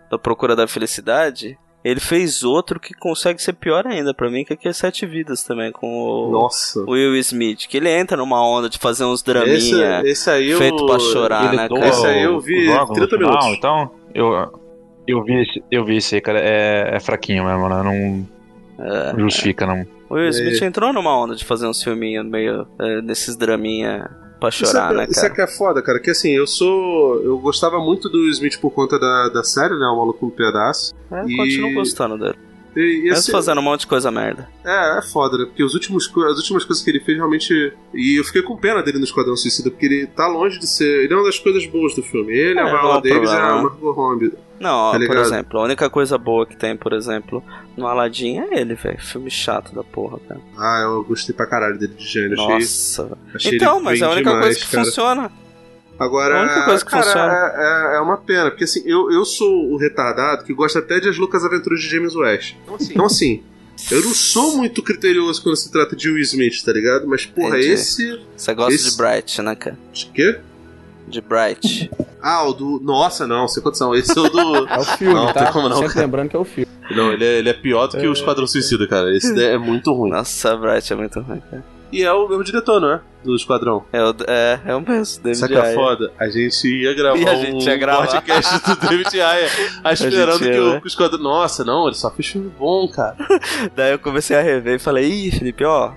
Speaker 2: da Procura da Felicidade, ele fez outro que consegue ser pior ainda pra mim, que é aquele Sete Vidas também, com o,
Speaker 7: Nossa.
Speaker 2: o Will Smith. Que ele entra numa onda de fazer uns draminha.
Speaker 7: Esse, é- esse aí eu-
Speaker 2: feito pra chorar,
Speaker 7: ele
Speaker 2: né,
Speaker 7: doa-
Speaker 2: cara?
Speaker 7: Esse É aí eu vi
Speaker 5: Logo no
Speaker 7: 30
Speaker 5: final,
Speaker 7: minutos.
Speaker 5: Então, eu, eu, vi esse, eu vi esse aí, cara. É, é fraquinho mesmo, né? Não
Speaker 2: É.
Speaker 5: justifica, não.
Speaker 2: O Will
Speaker 7: É.
Speaker 2: Smith entrou numa onda de fazer uns filminhos meio é, desses draminha pra
Speaker 7: Isso
Speaker 2: chorar,
Speaker 7: é,
Speaker 2: né,
Speaker 7: isso é
Speaker 2: cara?
Speaker 7: que é foda, cara. Que assim, eu sou. Eu gostava muito do Smith por conta da, da série, né? O Maluco no Pedaço.
Speaker 2: É,
Speaker 7: e-
Speaker 2: continuo gostando dele.
Speaker 7: E, assim, e
Speaker 2: Mesmo
Speaker 7: esse-
Speaker 2: fazendo um monte de coisa merda.
Speaker 7: É, é foda, né? Porque os últimos, co- as últimas coisas que ele fez realmente. E eu fiquei com pena dele no Esquadrão Suicida, porque ele tá longe de ser. Ele é uma das coisas boas do filme. Ele,
Speaker 2: É,
Speaker 7: a
Speaker 2: não é
Speaker 7: Viola
Speaker 2: um
Speaker 7: Davis e
Speaker 2: problema,
Speaker 7: a
Speaker 2: né?
Speaker 7: Margot Robbie.
Speaker 2: Não, ó, por
Speaker 7: Tá ligado?
Speaker 2: exemplo, a única coisa boa que tem, por exemplo, no Aladdin é ele, velho. Filme chato da porra, cara.
Speaker 7: Ah, eu gostei pra caralho dele de gênero. Achei,
Speaker 2: Nossa. velho.
Speaker 7: achei
Speaker 2: então,
Speaker 7: ele
Speaker 2: mas é
Speaker 7: bem
Speaker 2: a única
Speaker 7: demais,
Speaker 2: coisa que
Speaker 7: cara.
Speaker 2: funciona.
Speaker 7: Agora,
Speaker 2: A única coisa que
Speaker 7: cara,
Speaker 2: funciona.
Speaker 7: É, é- é uma pena, porque assim, eu, eu sou o retardado que gosta até de As Loucas Aventuras de James West. Então assim, eu não sou muito criterioso quando se trata de Will Smith, tá ligado? Mas, porra,
Speaker 2: Entendi.
Speaker 7: esse.
Speaker 2: Você gosta
Speaker 7: Esse-
Speaker 2: de Bright, né, cara?
Speaker 7: De quê?
Speaker 2: De
Speaker 7: <laughs>
Speaker 2: Bright.
Speaker 7: Ah, o do. Nossa, não, sem condição. Esse <laughs> é o do.
Speaker 3: É o filme,
Speaker 7: Não,
Speaker 3: tá?
Speaker 7: tem como não,
Speaker 3: Sempre
Speaker 7: cara.
Speaker 3: lembrando que é o filme.
Speaker 7: Não, ele é, ele é pior do que o Esquadrão Suicida, cara. Esse é muito ruim.
Speaker 2: Nossa, Bright é muito ruim, cara.
Speaker 7: E é o mesmo diretor, não é? Do Esquadrão.
Speaker 2: É, o- é, é o mesmo, David
Speaker 7: Saca
Speaker 2: Ayer.
Speaker 7: foda? A gente ia gravar
Speaker 2: E a gente ia
Speaker 7: um
Speaker 2: gravar.
Speaker 7: podcast do David <laughs> Ayer, aí esperando
Speaker 2: gente ia,
Speaker 7: que o
Speaker 2: né?
Speaker 7: que o Esquadrão... Nossa, não, ele só fez filme bom, cara.
Speaker 2: Daí eu comecei a rever e falei, ih, Felipe, ó,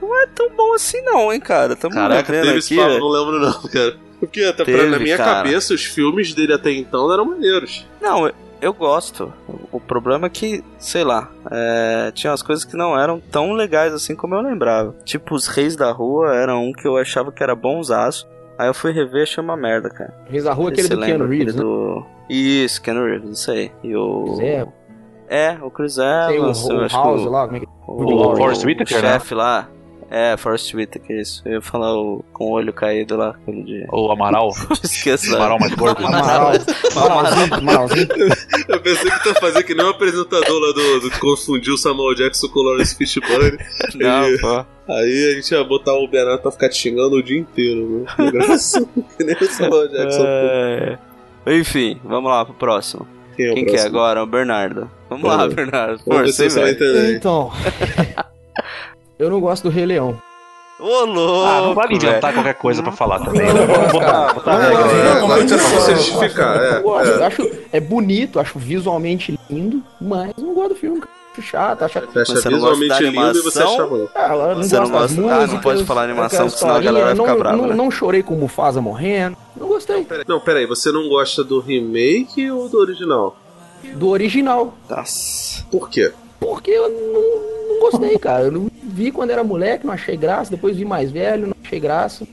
Speaker 2: não é tão bom assim não, hein, cara. Tamo
Speaker 7: Caraca,
Speaker 2: revendo
Speaker 7: teve esse
Speaker 2: aqui.
Speaker 7: papo, não lembro não, cara. Porque até pra-
Speaker 2: Teve,
Speaker 7: na minha
Speaker 2: cara.
Speaker 7: cabeça, os filmes dele até então eram maneiros.
Speaker 2: Não, eu- eu gosto. O problema é que, sei lá, é, tinha umas coisas que não eram tão legais assim como eu lembrava. Tipo, os Reis da Rua era um que eu achava que era bonzaço. Aí eu fui rever e achei uma merda, cara.
Speaker 3: Reis da Rua,
Speaker 2: Não sei
Speaker 3: aquele
Speaker 2: se
Speaker 3: do
Speaker 2: você lembra,
Speaker 3: Keanu Reeves,
Speaker 2: aquele
Speaker 3: né?
Speaker 2: do... Isso, Keanu Reeves, isso aí. E o...
Speaker 3: Chris Evans.
Speaker 2: É, o Chris
Speaker 3: Tem o,
Speaker 2: Evans, eu
Speaker 3: o
Speaker 2: acho
Speaker 3: House
Speaker 2: que o,
Speaker 3: lá, como é que
Speaker 2: o,
Speaker 5: o Forrest
Speaker 2: o
Speaker 5: Whitaker, né?
Speaker 2: chefe lá. É, Forrest Whitaker, isso. Eu ia falar o, com o olho caído lá, aquele dia. <laughs>
Speaker 5: O Amaral.
Speaker 2: Esqueço,
Speaker 5: o
Speaker 2: <laughs>
Speaker 5: Amaral mais gordo.
Speaker 3: Amaral. Amaralzinho, Amaralzinho.
Speaker 7: Eu pensei que tu fazia que nem o apresentador lá do, do que confundiu o Samuel Jackson com o Lawrence Fishburne.
Speaker 2: Não, pô.
Speaker 7: Aí a gente ia botar o Bernardo pra ficar te xingando o dia inteiro, né? <laughs> Engraçado, que nem o Samuel Jackson.
Speaker 2: É. Enfim, vamos lá pro próximo.
Speaker 7: Quem é o
Speaker 2: Quem que é
Speaker 7: próximo?
Speaker 2: agora? O Bernardo. Vamos lá,
Speaker 7: Bernardo.
Speaker 2: Bernardo.
Speaker 7: Vamos ver
Speaker 2: Força,
Speaker 7: se
Speaker 2: hein,
Speaker 7: você vai
Speaker 2: velho.
Speaker 7: entender.
Speaker 3: Então. <laughs> Eu não gosto do Rei Leão.
Speaker 2: Ô, louco,
Speaker 5: Ah, não vale
Speaker 2: velho.
Speaker 5: inventar qualquer coisa pra falar também. né?
Speaker 3: Eu não gosto, cara.
Speaker 5: Botar
Speaker 2: É,
Speaker 4: Não,
Speaker 5: regra.
Speaker 4: não, não.
Speaker 7: agora
Speaker 4: agora tinha
Speaker 7: tinha pra
Speaker 4: como
Speaker 7: você
Speaker 4: você
Speaker 7: justificar,
Speaker 3: é Eu gosto, eu acho é bonito, acho visualmente lindo, mas não gosto do filme, cara. chato, acha
Speaker 7: Fecha
Speaker 2: Mas você não gosta
Speaker 7: visualmente
Speaker 2: da
Speaker 7: lindo e você
Speaker 2: animação?
Speaker 7: acha ruim.
Speaker 3: Ah, ela não
Speaker 2: Você não
Speaker 3: gosta das
Speaker 2: gosta- ah, não
Speaker 3: músicas,
Speaker 2: pode falar animação,
Speaker 3: aquela
Speaker 2: porque senão a galera vai ficar
Speaker 3: historinha.
Speaker 2: brava,
Speaker 3: não, não,
Speaker 2: né?
Speaker 3: não chorei com o Mufasa morrendo. Não gostei.
Speaker 7: Não, peraí, você não gosta do remake ou do original?
Speaker 3: Do original.
Speaker 2: Nossa.
Speaker 7: Por quê?
Speaker 3: Porque eu não, não gostei, cara. Eu não vi quando era moleque, não achei graça. Depois vi mais velho, não achei graça.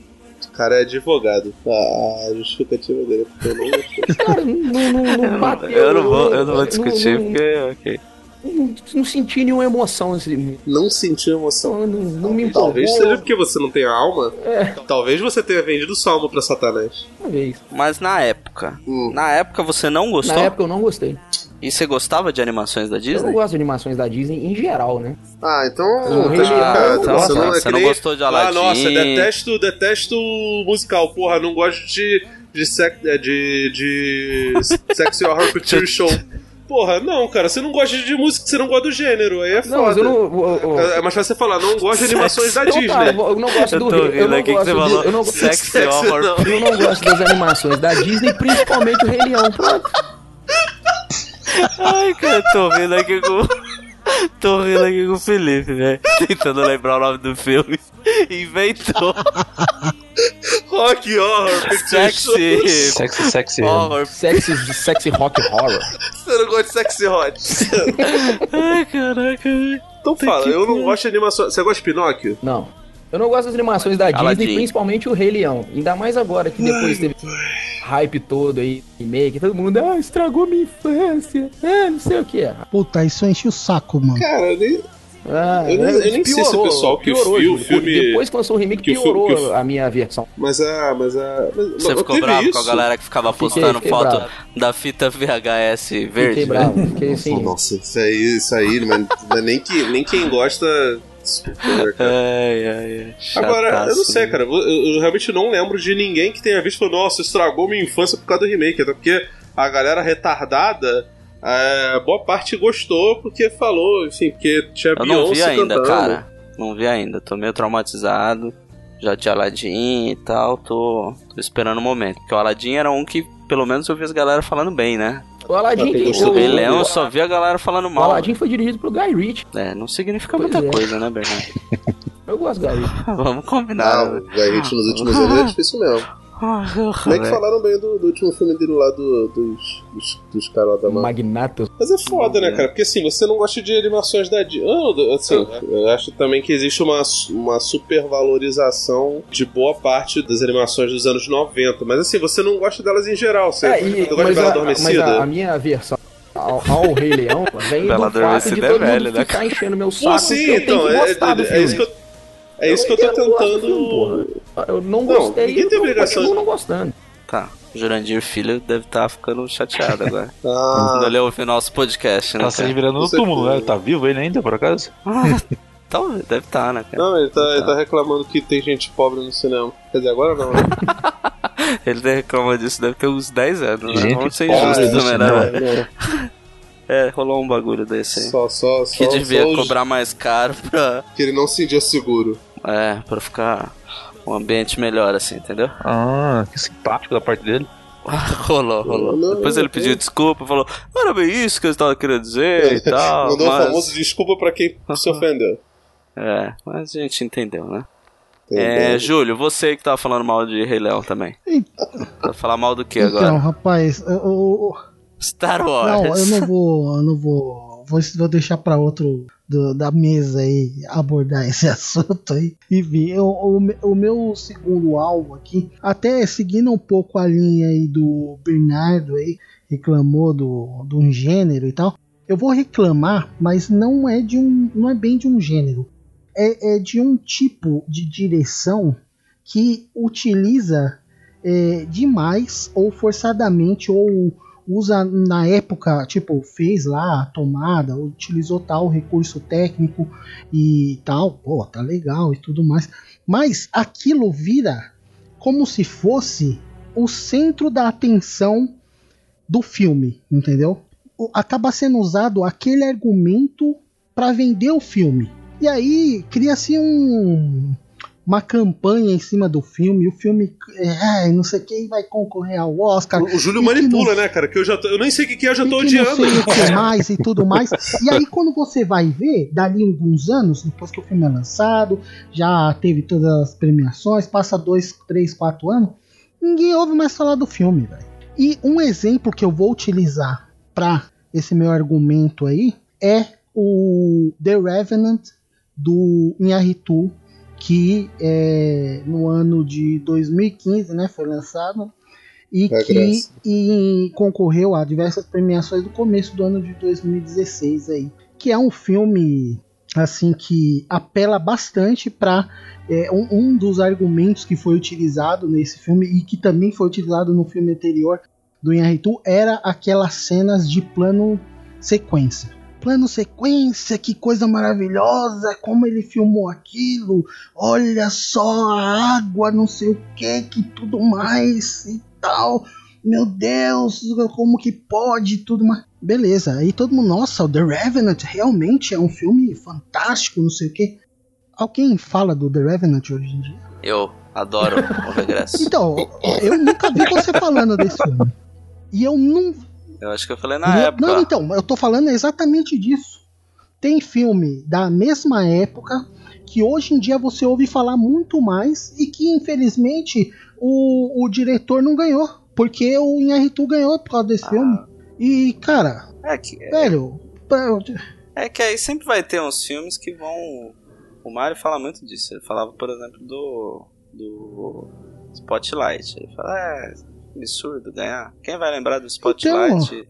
Speaker 7: O cara é advogado. A a justificativa dele é porque eu não gostei.
Speaker 3: Cara, não, não, não, não
Speaker 2: <laughs>
Speaker 3: bateu.
Speaker 2: Eu não vou, eu não vou discutir,
Speaker 3: Não,
Speaker 2: porque. Ok.
Speaker 3: não- não senti nenhuma emoção. Assim,
Speaker 7: não senti emoção.
Speaker 3: Então, não, não me empolgou.
Speaker 7: Talvez seja porque você não tenha alma.
Speaker 3: É.
Speaker 7: Talvez você tenha vendido sua alma pra Satanás.
Speaker 3: Talvez.
Speaker 2: Mas na época.
Speaker 7: Hum.
Speaker 2: Na época você não gostou?
Speaker 3: Na época eu não gostei.
Speaker 2: E você gostava de animações da
Speaker 3: Eu não
Speaker 2: Disney?
Speaker 3: gosto de animações da Disney em geral, né?
Speaker 7: Ah, então.
Speaker 3: Não,
Speaker 7: tá
Speaker 3: Rei Leão,
Speaker 7: explicado.
Speaker 3: então
Speaker 7: Você não, é
Speaker 2: você
Speaker 7: que
Speaker 2: não
Speaker 7: nem-
Speaker 2: gostou de
Speaker 7: Ah,
Speaker 2: Aladdin.
Speaker 7: nossa, detesto, detesto musical, porra, não gosto de. de. Sec, é, de, de sexy horror picture show. Porra, não, cara, você não gosta de música, você não gosta do gênero, aí é
Speaker 3: Não, mas
Speaker 7: foda.
Speaker 3: eu não. eu- eu-
Speaker 7: É, é mais fácil você falar, não gosto de animações da
Speaker 3: Então
Speaker 7: Disney.
Speaker 3: tá, eu vou- eu não gosto
Speaker 2: Eu
Speaker 3: do
Speaker 2: tô
Speaker 3: Rei. Eu
Speaker 2: ouvindo
Speaker 3: não
Speaker 2: aqui que você
Speaker 3: gosto
Speaker 2: falou.
Speaker 3: de- eu não-
Speaker 2: Sexy
Speaker 7: Sexy
Speaker 2: Horror.
Speaker 7: não.
Speaker 3: eu não gosto das animações da Disney, principalmente o Rei
Speaker 2: <laughs>
Speaker 3: Leão. Pronto.
Speaker 2: Ai, cara, tô rindo aqui com. <laughs> Tô rindo aqui com o Felipe, velho. Tentando lembrar o nome do filme. <laughs> Inventou.
Speaker 7: Rock <laughs> horror picture show.
Speaker 2: Sexy.
Speaker 5: Sexy, sexy.
Speaker 2: Horror.
Speaker 3: Sexy, sexy rock horror.
Speaker 7: Você não gosta de sexy hot.
Speaker 2: Ai, caraca, velho.
Speaker 7: <laughs> Então fala,
Speaker 2: que
Speaker 7: eu não
Speaker 2: pena.
Speaker 7: gosto de animações. Você gosta de Pinóquio?
Speaker 3: Não. Eu não gosto das animações da Disney,
Speaker 2: Aladdin.
Speaker 3: principalmente o Rei Leão. Ainda mais agora que depois teve esse hype todo aí, remake, todo mundo, ah, estragou minha infância, ah, não sei o que. Ah,
Speaker 6: Puta, isso enche o saco, mano.
Speaker 7: Cara, nem. Eu nem-
Speaker 3: é,
Speaker 7: eu nem sei se o pessoal que
Speaker 3: piorou,
Speaker 7: viu o
Speaker 3: Júlio.
Speaker 7: filme-
Speaker 3: Depois que lançou o remake,
Speaker 7: que o filme-
Speaker 3: piorou
Speaker 7: que o fi-
Speaker 3: a minha versão.
Speaker 7: Mas a. Mas a. Mas,
Speaker 2: Você
Speaker 7: mas
Speaker 2: ficou
Speaker 7: teve
Speaker 2: bravo com a
Speaker 7: isso?
Speaker 2: galera que ficava
Speaker 3: Fiquei-
Speaker 2: postando
Speaker 3: fiquei
Speaker 2: foto
Speaker 3: bravo.
Speaker 2: da fita VHS
Speaker 3: Fiquei
Speaker 2: verde? né? velho?
Speaker 3: bravo, fiquei assim.
Speaker 7: Nossa, isso aí, isso aí, mas mas nem, que, nem quem gosta. supera, cara.
Speaker 2: Ai, ai, ai.
Speaker 7: Agora, eu não
Speaker 2: Chataço,
Speaker 7: sei,
Speaker 2: né?
Speaker 7: cara. Eu, eu realmente não lembro de ninguém que tenha visto e falou, nossa, estragou minha infância por causa do remake. Até porque a galera retardada, é, boa parte gostou porque falou, enfim, porque tinha
Speaker 2: Eu
Speaker 7: Beyoncé
Speaker 2: não vi ainda,
Speaker 7: cantando.
Speaker 2: cara. Não vi ainda. Tô meio traumatizado. Já de Aladdin e tal, tô, tô esperando o momento. Porque o Aladdin era um que, pelo menos, eu vi as galera falando bem, né?
Speaker 3: O Aladdin,
Speaker 7: Pra quem
Speaker 2: O
Speaker 7: gostou
Speaker 2: Rei
Speaker 7: do
Speaker 2: Leão eu só vi a galera falando
Speaker 3: o
Speaker 2: mal.
Speaker 3: Aladdin foi dirigido pelo Guy Ritchie.
Speaker 2: É, não significa
Speaker 3: Pois
Speaker 2: muita
Speaker 3: é.
Speaker 2: coisa, né,
Speaker 3: <laughs>
Speaker 2: Bernardo? <laughs>
Speaker 3: Eu gosto do Guy Ritchie.
Speaker 2: Vamos combinar. né?
Speaker 7: a gente nos
Speaker 2: <laughs>
Speaker 7: últimos anos é difícil mesmo. Como é que falaram bem do, do último filme dele lá do- dos, dos, dos caras lá da Marvel?
Speaker 3: Magnato.
Speaker 7: Mas é foda, né, cara? Porque assim, você não gosta de animações da Disney. Eu, assim,
Speaker 2: Ah.
Speaker 7: eu acho também que existe uma, uma supervalorização de boa parte das animações dos anos 90. Mas assim, você não gosta delas em geral. Você,
Speaker 3: É,
Speaker 7: você
Speaker 3: e-
Speaker 7: gosta de
Speaker 3: mas,
Speaker 7: Bela
Speaker 3: a, mas
Speaker 7: Adormecida?
Speaker 3: a, a minha versão ao, ao Rei Leão vem do
Speaker 2: Bela
Speaker 3: fato de
Speaker 2: Adormecida é
Speaker 3: todo
Speaker 2: velho,
Speaker 3: mundo
Speaker 2: né,
Speaker 3: ficar enchendo meu
Speaker 7: Pô,
Speaker 3: saco.
Speaker 7: Ah, sim,
Speaker 3: que eu tenho
Speaker 7: então.
Speaker 3: que
Speaker 7: É,
Speaker 3: gostar do
Speaker 7: é- é
Speaker 3: filme.
Speaker 7: isso que eu, é isso que eu tô
Speaker 3: entendo, gosto do
Speaker 7: tentando.
Speaker 3: filme, porra. Eu não
Speaker 7: Não,
Speaker 3: gostei.
Speaker 7: ninguém tem
Speaker 3: eu
Speaker 7: obrigação
Speaker 3: continuo não gostando.
Speaker 2: Tá. Jurandir Filho deve estar ficando chateado agora. Quando
Speaker 7: Ah,
Speaker 2: olhou o nosso podcast, né?
Speaker 5: Tá se
Speaker 2: Cara?
Speaker 5: virando no
Speaker 7: Com
Speaker 5: túmulo, né?
Speaker 7: certeza.
Speaker 5: Tá vivo ele ainda, por acaso?
Speaker 2: <laughs> Talvez, deve estar,
Speaker 3: É.
Speaker 2: né, cara?
Speaker 7: não, ele tá, ele tá reclamando que tem gente pobre no cinema. Quer dizer,
Speaker 2: <laughs>
Speaker 7: agora não, né?
Speaker 2: Ele reclama disso, deve ter uns 10 anos, né?
Speaker 5: Gente,
Speaker 2: Vamos ser
Speaker 5: pobre
Speaker 2: injustos
Speaker 5: do
Speaker 2: também, né,
Speaker 5: cinema.
Speaker 2: velho?
Speaker 7: É, não.
Speaker 2: É, rolou um bagulho desse aí.
Speaker 7: Só, só, só.
Speaker 2: Que devia
Speaker 7: só os-
Speaker 2: cobrar mais caro pra.
Speaker 7: Que ele não se sentia seguro.
Speaker 2: É, pra ficar um ambiente melhor, assim, entendeu? <laughs>
Speaker 5: Ah, que simpático da parte dele.
Speaker 2: rolou, rolou.
Speaker 7: Não,
Speaker 2: Depois ele pediu desculpa, falou: Não era bem isso que eu estava querendo dizer e
Speaker 6: Ah,
Speaker 2: tal.
Speaker 7: É, Mandou
Speaker 2: mas...
Speaker 7: o famoso desculpa pra quem se ofendeu.
Speaker 2: É, mas a gente entendeu, né? É, Júlio, você que tava falando mal de Rei Leão também. Vai falar mal do que
Speaker 6: Então,
Speaker 2: agora?
Speaker 6: rapaz, eu- eu-
Speaker 2: Star Wars.
Speaker 6: não, eu não vou, eu não vou, vou, vou deixar pra outro do- da mesa aí abordar <laughs> esse assunto aí. E vi, eu- o, me- o meu segundo alvo aqui, até seguindo um pouco a linha aí do Bernardo aí, reclamou do, de um gênero e tal. Eu vou reclamar, mas não é de um, não é bem de um gênero. É, é de um tipo de direção que utiliza é, demais ou forçadamente ou usa na época, tipo, fez lá a tomada, utilizou tal recurso técnico e tal, pô, tá legal e tudo mais. Mas aquilo vira como se fosse o centro da atenção do filme, entendeu? O- Acaba sendo usado aquele argumento para vender o filme. E aí cria-se um, uma campanha em cima do filme, o filme, é, não sei quem vai concorrer ao Oscar.
Speaker 10: O Júlio
Speaker 6: e que
Speaker 10: manipula, né, cara? Que eu já tô- eu nem sei o que, que é, eu já
Speaker 6: e
Speaker 10: tô
Speaker 6: que não
Speaker 10: odiando.
Speaker 6: sei o que mais e tudo mais. E aí, quando você vai ver, dali alguns anos, depois que o filme é lançado, já teve todas as premiações, passa dois, três, quatro anos, ninguém ouve mais falar do filme, velho. E um exemplo que eu vou utilizar pra esse meu argumento aí é o The Revenant do Inharitu, que é, no ano de 2015, né, foi lançado e
Speaker 10: É,
Speaker 6: que
Speaker 10: graça.
Speaker 6: e concorreu a diversas premiações do começo do ano de 2016 aí, que é um filme assim que apela bastante para um, um dos argumentos que foi utilizado nesse filme e que também foi utilizado no filme anterior do Inharitu era aquelas cenas de plano sequência. Plano sequência, que coisa maravilhosa, como ele filmou aquilo, olha só a água, não sei o que, que tudo mais e tal. Meu Deus, como que pode e tudo mais. Beleza, aí todo mundo, nossa, o The Revenant realmente é um filme fantástico, não sei o que. Alguém fala do The Revenant hoje em dia?
Speaker 2: Eu adoro o regresso.
Speaker 6: Então, eu nunca vi você falando desse filme. E eu não
Speaker 2: Eu acho que eu falei na
Speaker 6: Então, não,
Speaker 2: época.
Speaker 6: não,
Speaker 2: lá.
Speaker 6: então, eu tô falando exatamente disso. Tem filme da mesma época que hoje em dia você ouve falar muito mais e que infelizmente o, o diretor não ganhou. Porque o Inharitu ganhou por causa desse
Speaker 2: Ah.
Speaker 6: filme. E, cara,
Speaker 2: É que,
Speaker 6: velho. pra-
Speaker 2: é que aí sempre vai ter uns filmes que vão. O Mario fala muito disso. Ele falava, por exemplo, do. do Spotlight. Ele fala, é absurdo ganhar. Quem vai lembrar do Spotlight
Speaker 6: Então.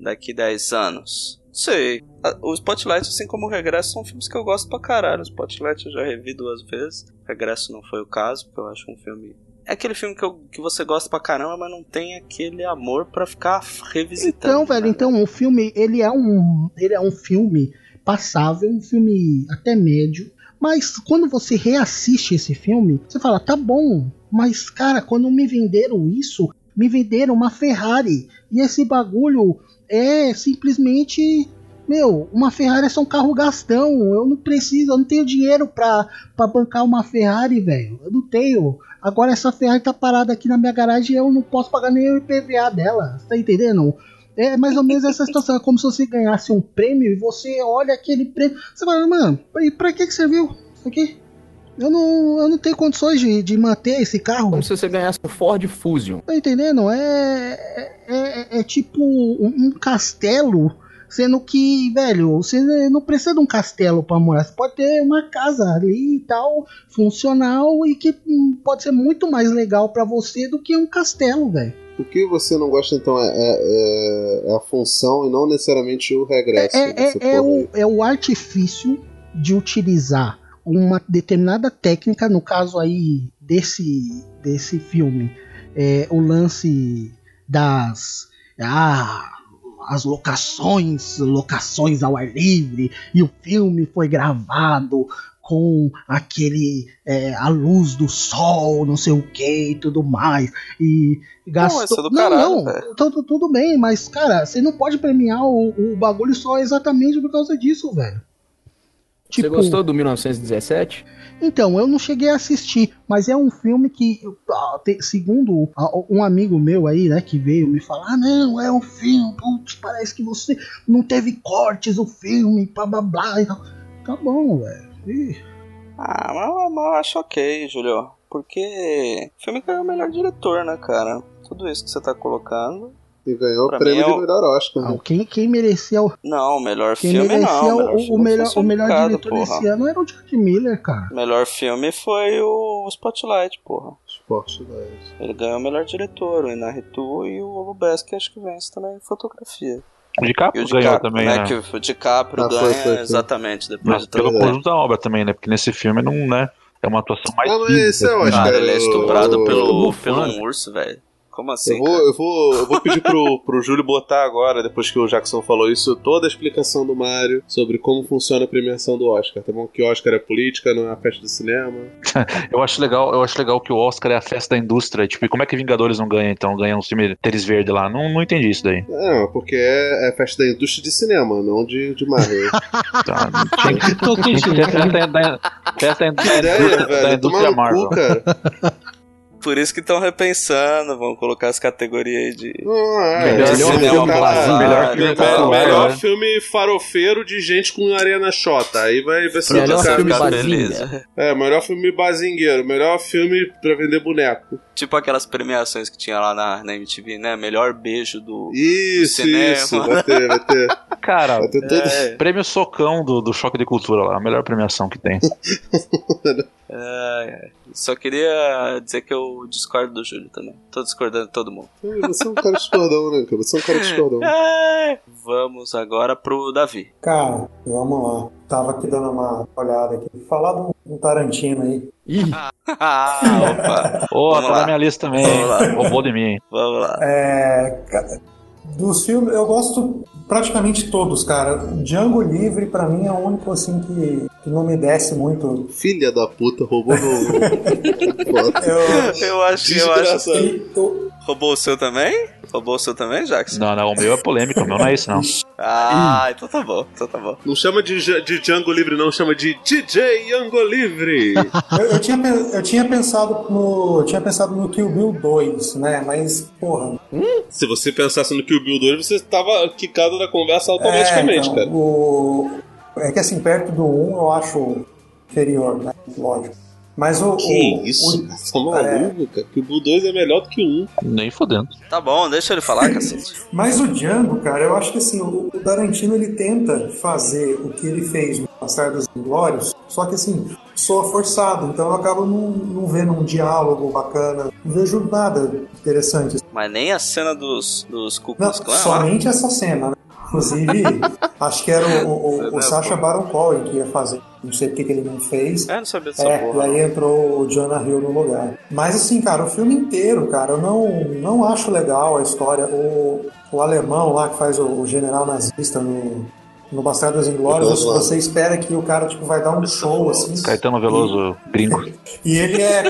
Speaker 2: daqui 10 anos? Sei. A- O Spotlight, assim como o Regresso, são filmes que eu gosto pra caralho. O Spotlight eu já revi duas vezes. Regresso não foi o caso, porque eu acho um filme. É aquele filme que, eu- que você gosta pra caramba, mas não tem aquele amor pra ficar revisitando.
Speaker 6: Então, velho,
Speaker 2: né?
Speaker 6: então o filme, ele é um, ele é um filme passável, um filme até médio, mas quando você reassiste esse filme, você fala, tá bom, mas cara, quando me venderam isso, me venderam uma Ferrari, e esse bagulho é simplesmente meu, uma Ferrari é só um carro gastão. Eu não preciso, eu não tenho dinheiro pra, pra bancar uma Ferrari, velho. Eu não tenho. Agora essa Ferrari tá parada aqui na minha garagem e eu não posso pagar nem o IPVA dela. Você tá entendendo? É mais ou menos essa situação. É como se você ganhasse um prêmio e você olha aquele prêmio. Você fala, mano, pra, pra que, que serviu isso aqui? Eu não, eu não tenho condições de, de manter esse carro.
Speaker 3: Como se você ganhasse um Ford Fusion.
Speaker 6: Tá entendendo? É, é, é- é tipo um, um castelo, sendo que, velho, você não precisa de um castelo pra morar. Você pode ter uma casa ali e tal, funcional, e que hum, pode ser muito mais legal pra você do que um castelo, velho.
Speaker 11: O que você não gosta, então, é, é- é a função e não necessariamente o regresso.
Speaker 6: É,
Speaker 11: dessa
Speaker 6: é-
Speaker 11: porra
Speaker 6: é
Speaker 11: aí.
Speaker 6: o, é o artifício de utilizar uma determinada técnica, no caso aí desse, desse filme, é, o lance das. Ah, as locações, locações ao ar livre, e o filme foi gravado com aquele. é, a luz do sol, não sei o que e tudo mais. E gastou.
Speaker 2: isso é do
Speaker 6: não,
Speaker 2: caralho,
Speaker 6: não, tudo, Então, tudo bem, mas, cara, você não pode premiar o, o bagulho só exatamente por causa disso, velho.
Speaker 3: Você
Speaker 6: Tipo-
Speaker 3: gostou do 1917?
Speaker 6: Então, eu não cheguei a assistir, mas é um filme que, ah, te- segundo ah, um amigo meu aí, né, que veio me falar, ah, não, é um filme, putz, parece que você não teve cortes o filme, blá blá blá. e tal. Tá bom, velho. Ih,
Speaker 2: Ah, mas, mas eu acho ok, Julio. Porque o filme ganhou o melhor diretor, né, cara? Tudo isso que você tá colocando.
Speaker 11: E ganhou
Speaker 2: Pra
Speaker 11: o prêmio
Speaker 2: mim é o-
Speaker 11: de melhor Oscar.
Speaker 6: ah,
Speaker 11: né?
Speaker 6: quem, quem merecia, o-
Speaker 2: Não, o melhor
Speaker 6: quem
Speaker 2: filme
Speaker 6: merecia
Speaker 2: não.
Speaker 6: o, o,
Speaker 2: filme
Speaker 6: melhor,
Speaker 2: foi
Speaker 6: o melhor
Speaker 2: Sindicado,
Speaker 6: diretor
Speaker 2: porra.
Speaker 6: desse ano era o George Miller, cara.
Speaker 2: O melhor filme foi o Spotlight, porra.
Speaker 11: Esporte da
Speaker 7: né?
Speaker 11: Ed.
Speaker 2: Ele ganhou o melhor diretor, o Inarritu e o Lubeski, acho que vence também em fotografia.
Speaker 5: O DiCaprio
Speaker 2: E o
Speaker 5: ganhou
Speaker 2: DiCaprio,
Speaker 5: também,
Speaker 2: né?
Speaker 5: né?
Speaker 2: Que o é. DiCaprio
Speaker 11: Ah, foi,
Speaker 2: ganha
Speaker 11: foi, foi.
Speaker 2: exatamente depois
Speaker 5: Mas
Speaker 2: de tanto
Speaker 5: pelo
Speaker 2: tempo.
Speaker 5: conjunto da obra também, né? Porque nesse filme não, né? É uma atuação mais.
Speaker 11: Ah, mas
Speaker 5: física,
Speaker 11: esse é
Speaker 5: assim,
Speaker 11: Oscar.
Speaker 5: né?
Speaker 2: Cara, ele é
Speaker 11: Eu-
Speaker 2: estuprado
Speaker 11: eu-
Speaker 2: pelo,
Speaker 3: eu-
Speaker 2: pelo um urso, velho. Como assim,
Speaker 10: Eu vou,
Speaker 2: cara?
Speaker 10: eu vou, eu vou pedir pro, pro Júlio botar agora, depois que o Jackson falou isso, toda a explicação do Mário sobre como funciona a premiação do Oscar, tá bom? Que Oscar é política, não é a festa do cinema.
Speaker 5: Eu acho legal, eu acho legal que o Oscar é a festa da indústria. Tipo, e como é que Vingadores não ganha, então? Ganha um filme Tênis Verde lá. Não, não entendi isso daí.
Speaker 11: Não, porque é, é a festa da indústria de cinema, não de, de Marvel.
Speaker 5: <laughs> Tá, tinha, que- tinha que ser a festa da, festa da, da
Speaker 7: Ideia,
Speaker 5: indústria, da
Speaker 7: velho.
Speaker 5: indústria
Speaker 7: Tomar no
Speaker 5: Marvel.
Speaker 7: cu, cara.
Speaker 2: Por isso que estão repensando, vão colocar as categorias aí de.
Speaker 7: Não, é.
Speaker 5: Melhor
Speaker 7: Esse
Speaker 5: filme
Speaker 7: é o
Speaker 5: vazio, melhor filme
Speaker 7: melhor-
Speaker 5: vazio,
Speaker 7: melhor
Speaker 5: né?
Speaker 7: filme farofeiro de gente com areia na chota. Aí vai, vai ser
Speaker 3: Melhor
Speaker 7: do cara.
Speaker 3: filme
Speaker 2: Tá
Speaker 3: bazinga.
Speaker 2: beleza.
Speaker 7: É, melhor filme bazingueiro. Melhor filme pra vender boneco.
Speaker 2: <laughs> Tipo aquelas premiações que tinha lá na, na MTV, né? Melhor beijo do.
Speaker 7: Isso,
Speaker 2: Cinema.
Speaker 7: isso. Vai ter, vai ter.
Speaker 5: Cara,
Speaker 7: Vai ter todo.
Speaker 2: É,
Speaker 5: prêmio Socão do, do Choque de Cultura lá, a melhor premiação que tem.
Speaker 2: é, é. Só queria dizer que eu discordo do Júlio também. Tô discordando de todo mundo.
Speaker 11: Você é um cara discordão, né, cara? Você é um cara discordão.
Speaker 2: É. Vamos agora pro Davi. <laughs>
Speaker 4: Cara, vamos lá. Tava aqui dando uma olhada aqui. Falar de um- um Tarantino aí.
Speaker 3: Ih,
Speaker 2: Ah, opa.
Speaker 5: Ô,
Speaker 2: Vamos
Speaker 5: tá
Speaker 2: lá.
Speaker 5: na minha lista também.
Speaker 2: Vamos lá.
Speaker 5: hein? Roubou de mim. hein?
Speaker 2: Vamos lá.
Speaker 4: É, cara, dos filmes, eu gosto praticamente todos, cara. Django Livre, pra mim, é o único assim que, que não me desce muito.
Speaker 11: Filha da puta, roubou meu.
Speaker 7: <laughs>
Speaker 4: Eu,
Speaker 2: Eu acho, eu acho.
Speaker 4: e eu-
Speaker 2: Roubou o seu também? Roubou o seu também, Jackson?
Speaker 5: Não, não, o meu é polêmico, o meu não é isso, não.
Speaker 2: Ah, então tá bom, então tá bom.
Speaker 7: Não chama de, J- de Django Livre, não. Chama de DJ Django Livre.
Speaker 4: eu, eu tinha, pe- eu tinha pensado no, eu tinha pensado no Kill Bill 2, né? Mas, porra.
Speaker 7: Se você pensasse no Kill Bill 2, você tava quicado da
Speaker 4: É,
Speaker 7: conversa automaticamente,
Speaker 4: então,
Speaker 7: cara.
Speaker 4: o- é que assim, perto do 1 eu acho inferior, né? Lógico. Mas o.
Speaker 7: Que
Speaker 4: o-
Speaker 7: isso?
Speaker 4: o- é,
Speaker 7: Tá maluco, cara? Kill Bill 2 é melhor do que um.
Speaker 5: Nem fodendo.
Speaker 2: Tá bom, deixa ele falar, cacete.
Speaker 4: Mas o Django, cara, eu acho que assim, o o Tarantino ele tenta fazer o que ele fez no Passar dos Glórios, só que assim, soa forçado, então eu acabo não, não vendo um diálogo bacana, não vejo nada interessante.
Speaker 2: Mas nem a cena dos, dos Ku
Speaker 4: Não, um
Speaker 2: Klux Klan lá.
Speaker 4: somente essa cena, né? Inclusive, acho que era o, o, o- o Sacha Baron Cohen que ia fazer, não sei porque que ele não fez.
Speaker 2: É, não sabia dessa
Speaker 4: É, e
Speaker 2: porra.
Speaker 4: aí entrou o Jonah Hill no lugar. Mas assim, cara, o filme inteiro, cara, eu não, não acho legal a história. O, o alemão lá que faz o, o general nazista no, no Bastardo das Inglórias,
Speaker 11: Veloso.
Speaker 4: você espera que o cara tipo, vai dar um show assim.
Speaker 5: Caetano Veloso, gringo.
Speaker 4: E ele é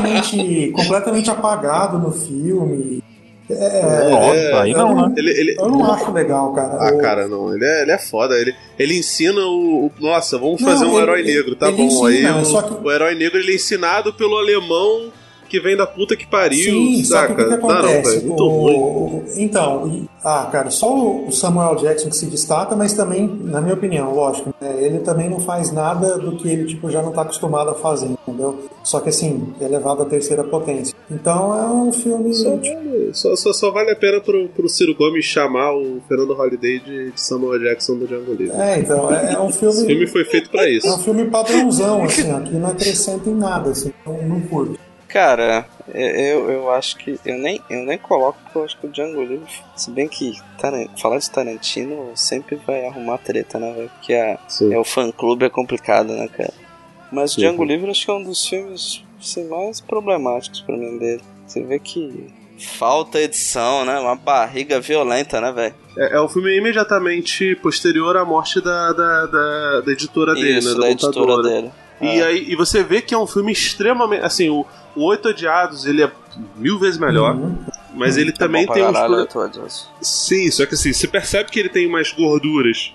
Speaker 4: completamente, completamente apagado no filme.
Speaker 2: É,
Speaker 5: Nossa, aí não, né?
Speaker 7: Ele, ele...
Speaker 4: Eu não acho legal, cara.
Speaker 7: Ah,
Speaker 4: O-
Speaker 7: cara, não. Ele é, ele é foda. Ele, ele ensina o, o- Nossa, vamos
Speaker 4: Não,
Speaker 7: fazer um
Speaker 4: ele-
Speaker 7: herói negro, tá
Speaker 4: ele
Speaker 7: bom.
Speaker 4: ensina,
Speaker 7: Aí
Speaker 4: mas só
Speaker 7: o,
Speaker 4: que-
Speaker 7: o herói negro ele é ensinado pelo alemão que vem da puta que pariu,
Speaker 4: Sim, só que o
Speaker 7: saca?
Speaker 4: que, que
Speaker 7: não, não,
Speaker 4: acontece?
Speaker 7: velho. Muito
Speaker 4: O-
Speaker 7: ruim.
Speaker 4: o- então, e- ah, cara, só o o Samuel Jackson que se destaca, mas também, na minha opinião, lógico, né, ele também não faz nada do que ele tipo, já não está acostumado a fazer, entendeu? Só que assim, é levado à terceira potência. Então é um filme.
Speaker 7: Só
Speaker 4: tipo,
Speaker 7: vale- Só, só, só vale a pena pro, pro Ciro Gomes chamar o Fernando Holiday de, de Samuel Jackson do Django Livre.
Speaker 4: é, então, é, é um filme.
Speaker 7: Esse filme foi feito pra isso.
Speaker 4: É um filme padrãozão, assim, ó, que não acrescenta em nada, assim, não, não curto.
Speaker 2: Cara, é, eu, eu acho que. Eu nem, eu nem coloco porque eu acho que o Django Livre. Se bem que Taran- falar de Tarantino sempre vai arrumar treta, né, velho? Porque a,
Speaker 11: Sim.
Speaker 2: é, o fã-clube é complicado, né, cara? Mas o
Speaker 11: Sim.
Speaker 2: Django Livre acho que é um dos filmes assim, mais problemáticos pra mim dele. Você vê que falta edição, né? Uma barriga violenta, né, velho?
Speaker 7: É, é um filme imediatamente posterior à morte da, da, da, da editora dele,
Speaker 2: Isso,
Speaker 7: né?
Speaker 2: da
Speaker 7: montadora.
Speaker 2: editora dele.
Speaker 7: E, aí, e você vê que é um filme extremamente. Assim, o, o Oito Odiados ele é mil vezes melhor,
Speaker 4: Uhum.
Speaker 7: mas
Speaker 2: É
Speaker 7: ele também tem uns. pro- Sim, só que assim, você percebe que ele tem umas gorduras.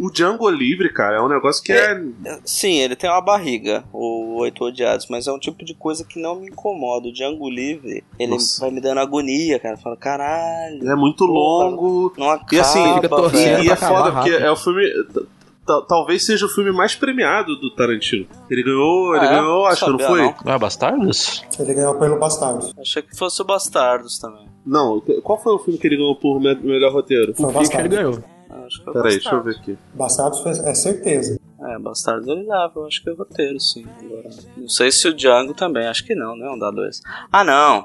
Speaker 7: O Django Livre, cara, é um negócio que é.
Speaker 2: Sim, ele tem uma barriga, o Oito Odiados, mas é um tipo de coisa que não me incomoda. O Django Livre, ele
Speaker 7: Nossa.
Speaker 2: vai me dando agonia, cara. Fala, caralho,
Speaker 7: é muito
Speaker 2: Porra.
Speaker 7: longo.
Speaker 2: não acaba,
Speaker 7: E assim,
Speaker 3: fica
Speaker 7: E,
Speaker 3: torcendo. Era
Speaker 2: velho.
Speaker 7: e
Speaker 3: pra
Speaker 7: é foda,
Speaker 3: acabar
Speaker 7: porque
Speaker 3: rápido.
Speaker 7: é o filme. t- t- Talvez seja o filme mais premiado do Tarantino. Ele ganhou, ele
Speaker 2: Ah, é?
Speaker 7: ganhou, acho que não
Speaker 2: Sabia,
Speaker 7: foi?
Speaker 2: não.
Speaker 5: Ah, Bastardos?
Speaker 4: Ele ganhou pelo Bastardo.
Speaker 2: Achei que fosse o Bastardos também.
Speaker 7: Não, qual foi o filme que ele ganhou por me- melhor roteiro?
Speaker 4: Foi o
Speaker 3: o Fiction
Speaker 4: Bastardo.
Speaker 3: ganhou.
Speaker 2: Ah, Acho que é o
Speaker 7: Peraí, deixa eu
Speaker 2: Bastardos.
Speaker 7: ver aqui.
Speaker 4: Bastardo foi- é certeza.
Speaker 2: É, Bastardos ele dava, eu acho que é o roteiro, sim. Agora, não sei se o Django também, acho que não, né? Um dá dois. Ah, não!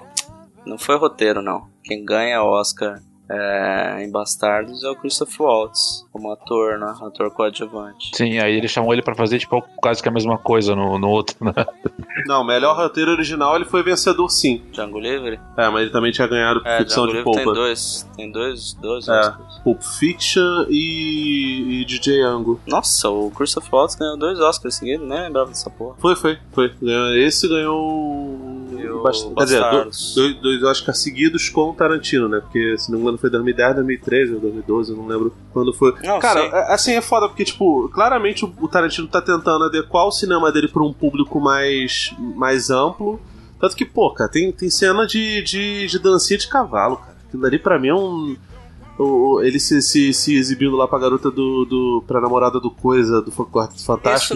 Speaker 2: Não foi roteiro, não. Quem ganha Oscar é, em Bastardos é o Christopher Waltz, como ator, né? Ator coadjuvante.
Speaker 5: Sim, aí ele chamou ele pra fazer, tipo, quase que a mesma coisa no, no outro, né?
Speaker 7: Não, melhor roteiro original ele foi vencedor sim.
Speaker 2: Django Livre?
Speaker 7: É, mas ele também tinha ganhado
Speaker 2: É,
Speaker 7: ficção
Speaker 2: Django
Speaker 7: de
Speaker 2: Livre tem
Speaker 7: polpa.
Speaker 2: dois. Tem dois, dois
Speaker 7: É.
Speaker 2: Oscars.
Speaker 7: Pulp Fiction e, e DJ Ango.
Speaker 2: Nossa, o Christopher Waltz ganhou dois Oscars seguidos, né? Lembrava dessa porra.
Speaker 7: Foi, foi, foi. Ganhou- Esse ganhou.
Speaker 2: E
Speaker 7: o- bastante. Quer dizer, do-
Speaker 2: Bastardos.
Speaker 7: dois, dois Oscars é seguidos com o Tarantino, né? Porque, se não me engano, foi 2010, 2013 ou 2012, eu não lembro quando foi.
Speaker 2: Não,
Speaker 7: Cara,
Speaker 2: sim.
Speaker 7: é- assim é foda, porque, tipo, claramente o o Tarantino tá tentando adequar o cinema dele pra um público mais, mais amplo. Tanto que, pô, cara, tem, tem cena de, de, de dancinha de cavalo, cara. Aquilo ali pra mim é um. o- o- ele se, se, se exibindo lá pra garota do, do. pra namorada do coisa, do Fan- Quarteto Fantástico,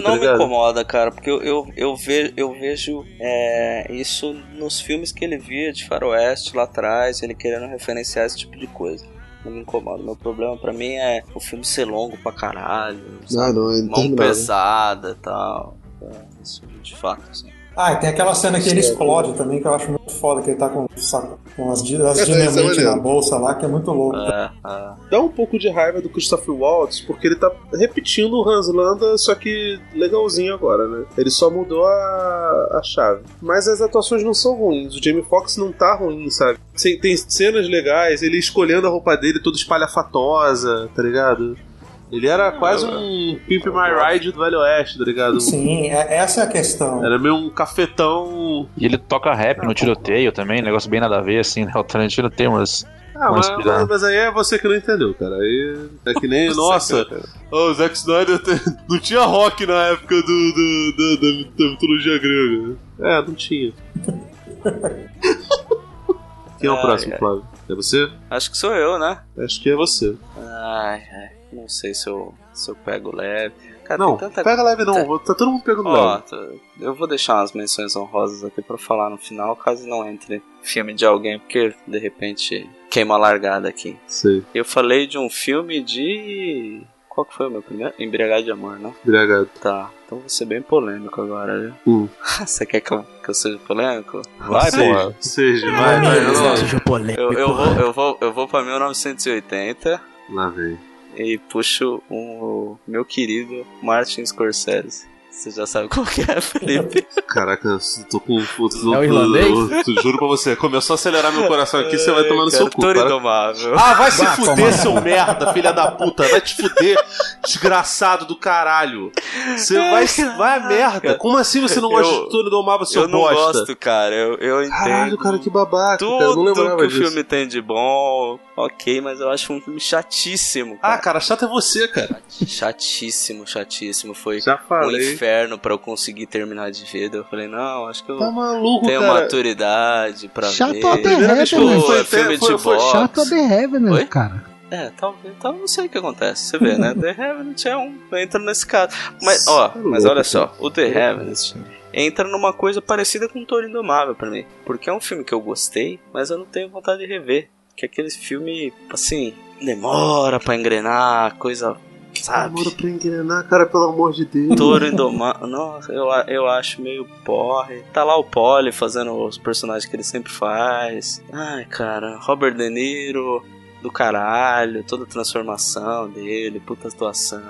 Speaker 2: Isso não
Speaker 7: tá
Speaker 2: me
Speaker 7: ligado?
Speaker 2: incomoda, cara, porque eu, eu, eu vejo, eu vejo é, isso nos filmes que ele via de faroeste lá atrás, ele querendo referenciar esse tipo de coisa. Não me incomoda. Meu problema pra mim é o filme ser longo pra caralho,
Speaker 11: Ah, não, é
Speaker 2: mão
Speaker 11: interminável.
Speaker 2: pesada e tal. É, Isso de fato, assim.
Speaker 4: Ah, e tem aquela cena que ele explode também, que eu acho muito foda, que ele tá com, o saco- com as, di- as
Speaker 11: Isso é
Speaker 4: dinamite
Speaker 11: maneiro.
Speaker 4: na bolsa lá, que é muito louco.
Speaker 2: É, é.
Speaker 7: dá um pouco de raiva do Christopher Waltz, porque ele tá repetindo o Hans Landa, só que legalzinho agora, né? Ele só mudou a, a chave. Mas as atuações não são ruins, o Jamie Foxx não tá ruim, sabe? Tem, tem cenas legais, ele escolhendo a roupa dele toda espalhafatosa, tá ligado? Ele era quase um Pimp My Ride do Velho Oeste, tá ligado?
Speaker 4: Sim, é- essa é a questão.
Speaker 7: Era meio um cafetão.
Speaker 5: E ele toca rap no tiroteio também, negócio bem nada a ver, assim, né? O Tarantino tem umas.
Speaker 7: Ah,
Speaker 5: Vamos
Speaker 7: mas,
Speaker 5: inspirar.
Speaker 7: mas aí é você que não entendeu, cara. Aí é que nem, nossa, Ô, o Zack Snyder te- não tinha rock na época do, do- do- da, da mitologia grega. É, não tinha. Quem é o
Speaker 2: Ai,
Speaker 7: próximo,
Speaker 2: ai.
Speaker 7: Flávio? É você?
Speaker 2: Acho que sou eu, né?
Speaker 7: Acho que é você.
Speaker 2: Ai, ai. Não sei se eu, se eu pego leve. Cara,
Speaker 7: não,
Speaker 2: tem tanta
Speaker 7: pega leve não. Tá todo mundo pegando
Speaker 2: Ó,
Speaker 7: leve.
Speaker 2: t- eu vou deixar umas menções honrosas aqui pra falar no final, caso não entre filme de alguém, porque de repente queima a largada aqui.
Speaker 7: Sei,
Speaker 2: Eu falei de um filme de. Qual que foi o meu primeiro? Embriagado de Amor, não?
Speaker 7: embriagado.
Speaker 2: Tá, então vou ser bem polêmico agora, viu?
Speaker 7: Hum.
Speaker 2: <laughs> Você quer que eu, que eu seja polêmico?
Speaker 5: Vai,
Speaker 7: seja,
Speaker 5: porra.
Speaker 7: Seja, vai, vai, vai, vai.
Speaker 3: seja polêmico.
Speaker 2: Eu, eu, vou, eu, vou, eu vou pra 1980
Speaker 7: Lá vem.
Speaker 2: e puxo o meu querido Martin Scorsese. Você já sabe qual que é, Felipe.
Speaker 7: Caraca, eu tô com. Eu, tô-
Speaker 3: É o irlandês?
Speaker 7: eu- eu- eu juro pra você, começou a acelerar meu coração aqui, você vai tomar
Speaker 2: Cara,
Speaker 7: no
Speaker 2: tá
Speaker 7: seu cu.
Speaker 2: Toro
Speaker 7: para.
Speaker 2: Indomável.
Speaker 7: Ah, vai se fuder, seu merda, filha da puta. Vai te fuder, desgraçado do caralho. Você vai, vai a merda. Como assim você não gosta
Speaker 2: Eu-
Speaker 7: de Tony Domava, seu
Speaker 2: eu não
Speaker 7: bosta?
Speaker 2: gosto, cara. Eu, eu entendo.
Speaker 7: Caralho, cara, que babaca.
Speaker 2: tudo
Speaker 7: cara, eu não lembrava
Speaker 2: que o
Speaker 7: disso.
Speaker 2: filme tem de bom, ok, mas eu acho um filme chatíssimo.
Speaker 7: Ah,
Speaker 2: Cara.
Speaker 7: cara, chato é você, cara.
Speaker 2: chatíssimo, chatíssimo. Foi
Speaker 7: Já
Speaker 2: um
Speaker 7: falei.
Speaker 2: inferno pra eu conseguir terminar de ver. Daí Eu falei, não, acho que eu
Speaker 7: Tá maluco,
Speaker 2: tenho
Speaker 7: cara.
Speaker 2: maturidade pra
Speaker 6: Chato
Speaker 2: ver.
Speaker 6: até
Speaker 7: Primeira vez que eu
Speaker 6: Pô,
Speaker 7: vi,
Speaker 2: é filme de bosta.
Speaker 6: Chato The Revenant,
Speaker 2: Oi?
Speaker 6: cara.
Speaker 2: É, talvez, talvez, não sei o que acontece. Você vê, né? The Revenant é um. entra nesse caso. Mas, ó, mas olha só, o The Revenant entra numa coisa parecida com o Toro Indomável pra mim. Porque é um filme que eu gostei, mas eu não tenho vontade de rever. Que é aquele filme, assim, demora pra engrenar, coisa.
Speaker 7: Demora
Speaker 2: Sabe?
Speaker 7: pra engrenar, cara, pelo amor de Deus.
Speaker 2: Toro Indomável. Nossa, eu, a- eu acho meio porre. Tá lá o Polly fazendo os personagens que ele sempre faz. Ai, cara, Robert De Niro. Do caralho, toda a transformação dele, puta atuação.